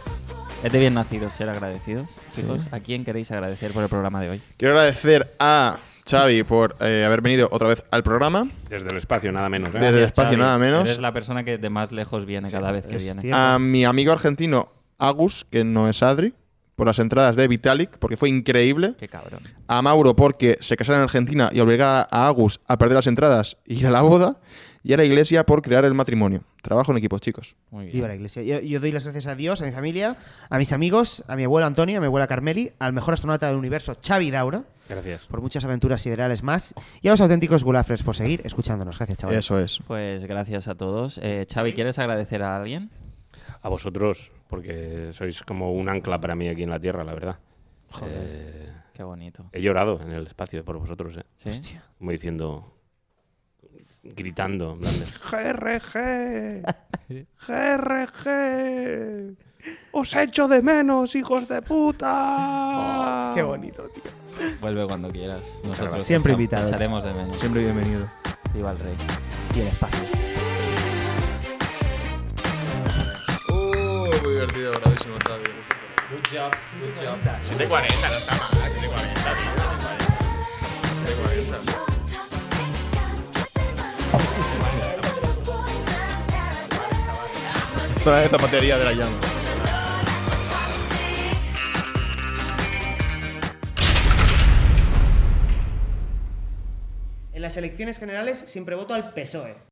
[SPEAKER 1] es de bien nacido ser agradecidos. Chicos, ¿a quién queréis agradecer por el programa de hoy?
[SPEAKER 2] Quiero agradecer a Xavi por eh, haber venido otra vez al programa.
[SPEAKER 4] Desde el espacio, nada menos. ¿eh?
[SPEAKER 2] Desde el espacio, Pues nada menos.
[SPEAKER 1] Eres la persona que de más lejos viene cada vez que viene.
[SPEAKER 2] A mi amigo argentino Agus, que no es Adri, por las entradas de Vitalik, porque fue increíble.
[SPEAKER 1] Qué cabrón.
[SPEAKER 2] A Mauro, porque se casara en Argentina y obligaba a Agus a perder las entradas y ir a la boda. Y a la iglesia por crear el matrimonio. Trabajo en equipos, chicos.
[SPEAKER 1] Muy bien.
[SPEAKER 3] Viva la iglesia. Yo, yo doy las gracias a Dios, a mi familia, a mis amigos, a mi abuelo Antonio, a mi abuela Carmeli, al mejor astronauta del universo, Xavi Daura,
[SPEAKER 4] Gracias.
[SPEAKER 3] por muchas aventuras siderales más, y a los auténticos gulafres por seguir escuchándonos. Gracias, chaval.
[SPEAKER 2] Eso es.
[SPEAKER 1] Pues gracias a todos. Eh, Xavi, ¿quieres agradecer a alguien?
[SPEAKER 4] A vosotros, porque sois como un ancla para mí aquí en la Tierra, la verdad. Eh,
[SPEAKER 1] Qué bonito.
[SPEAKER 4] he llorado en el espacio por vosotros, ¿eh?
[SPEAKER 1] ¿Sí?
[SPEAKER 4] Como diciendo. Gritando. en plan de,
[SPEAKER 13] GRG. GRG. Os echo de menos, hijos de puta.
[SPEAKER 3] qué bonito,
[SPEAKER 13] tío.
[SPEAKER 1] Vuelve cuando quieras. Nosotros
[SPEAKER 3] Siempre
[SPEAKER 1] te echa-
[SPEAKER 3] invitado.
[SPEAKER 1] te echaremos de menos.
[SPEAKER 2] Siempre bienvenido.
[SPEAKER 1] Viva el rey.
[SPEAKER 3] Y el espacio.
[SPEAKER 2] Oh, muy divertido, bravísimo, Xavi.
[SPEAKER 1] Good job, good job.
[SPEAKER 2] 740, no está mal. 740, tío. 740. Otra vez zapatería de la llama.
[SPEAKER 3] En las elecciones generales siempre voto al PSOE.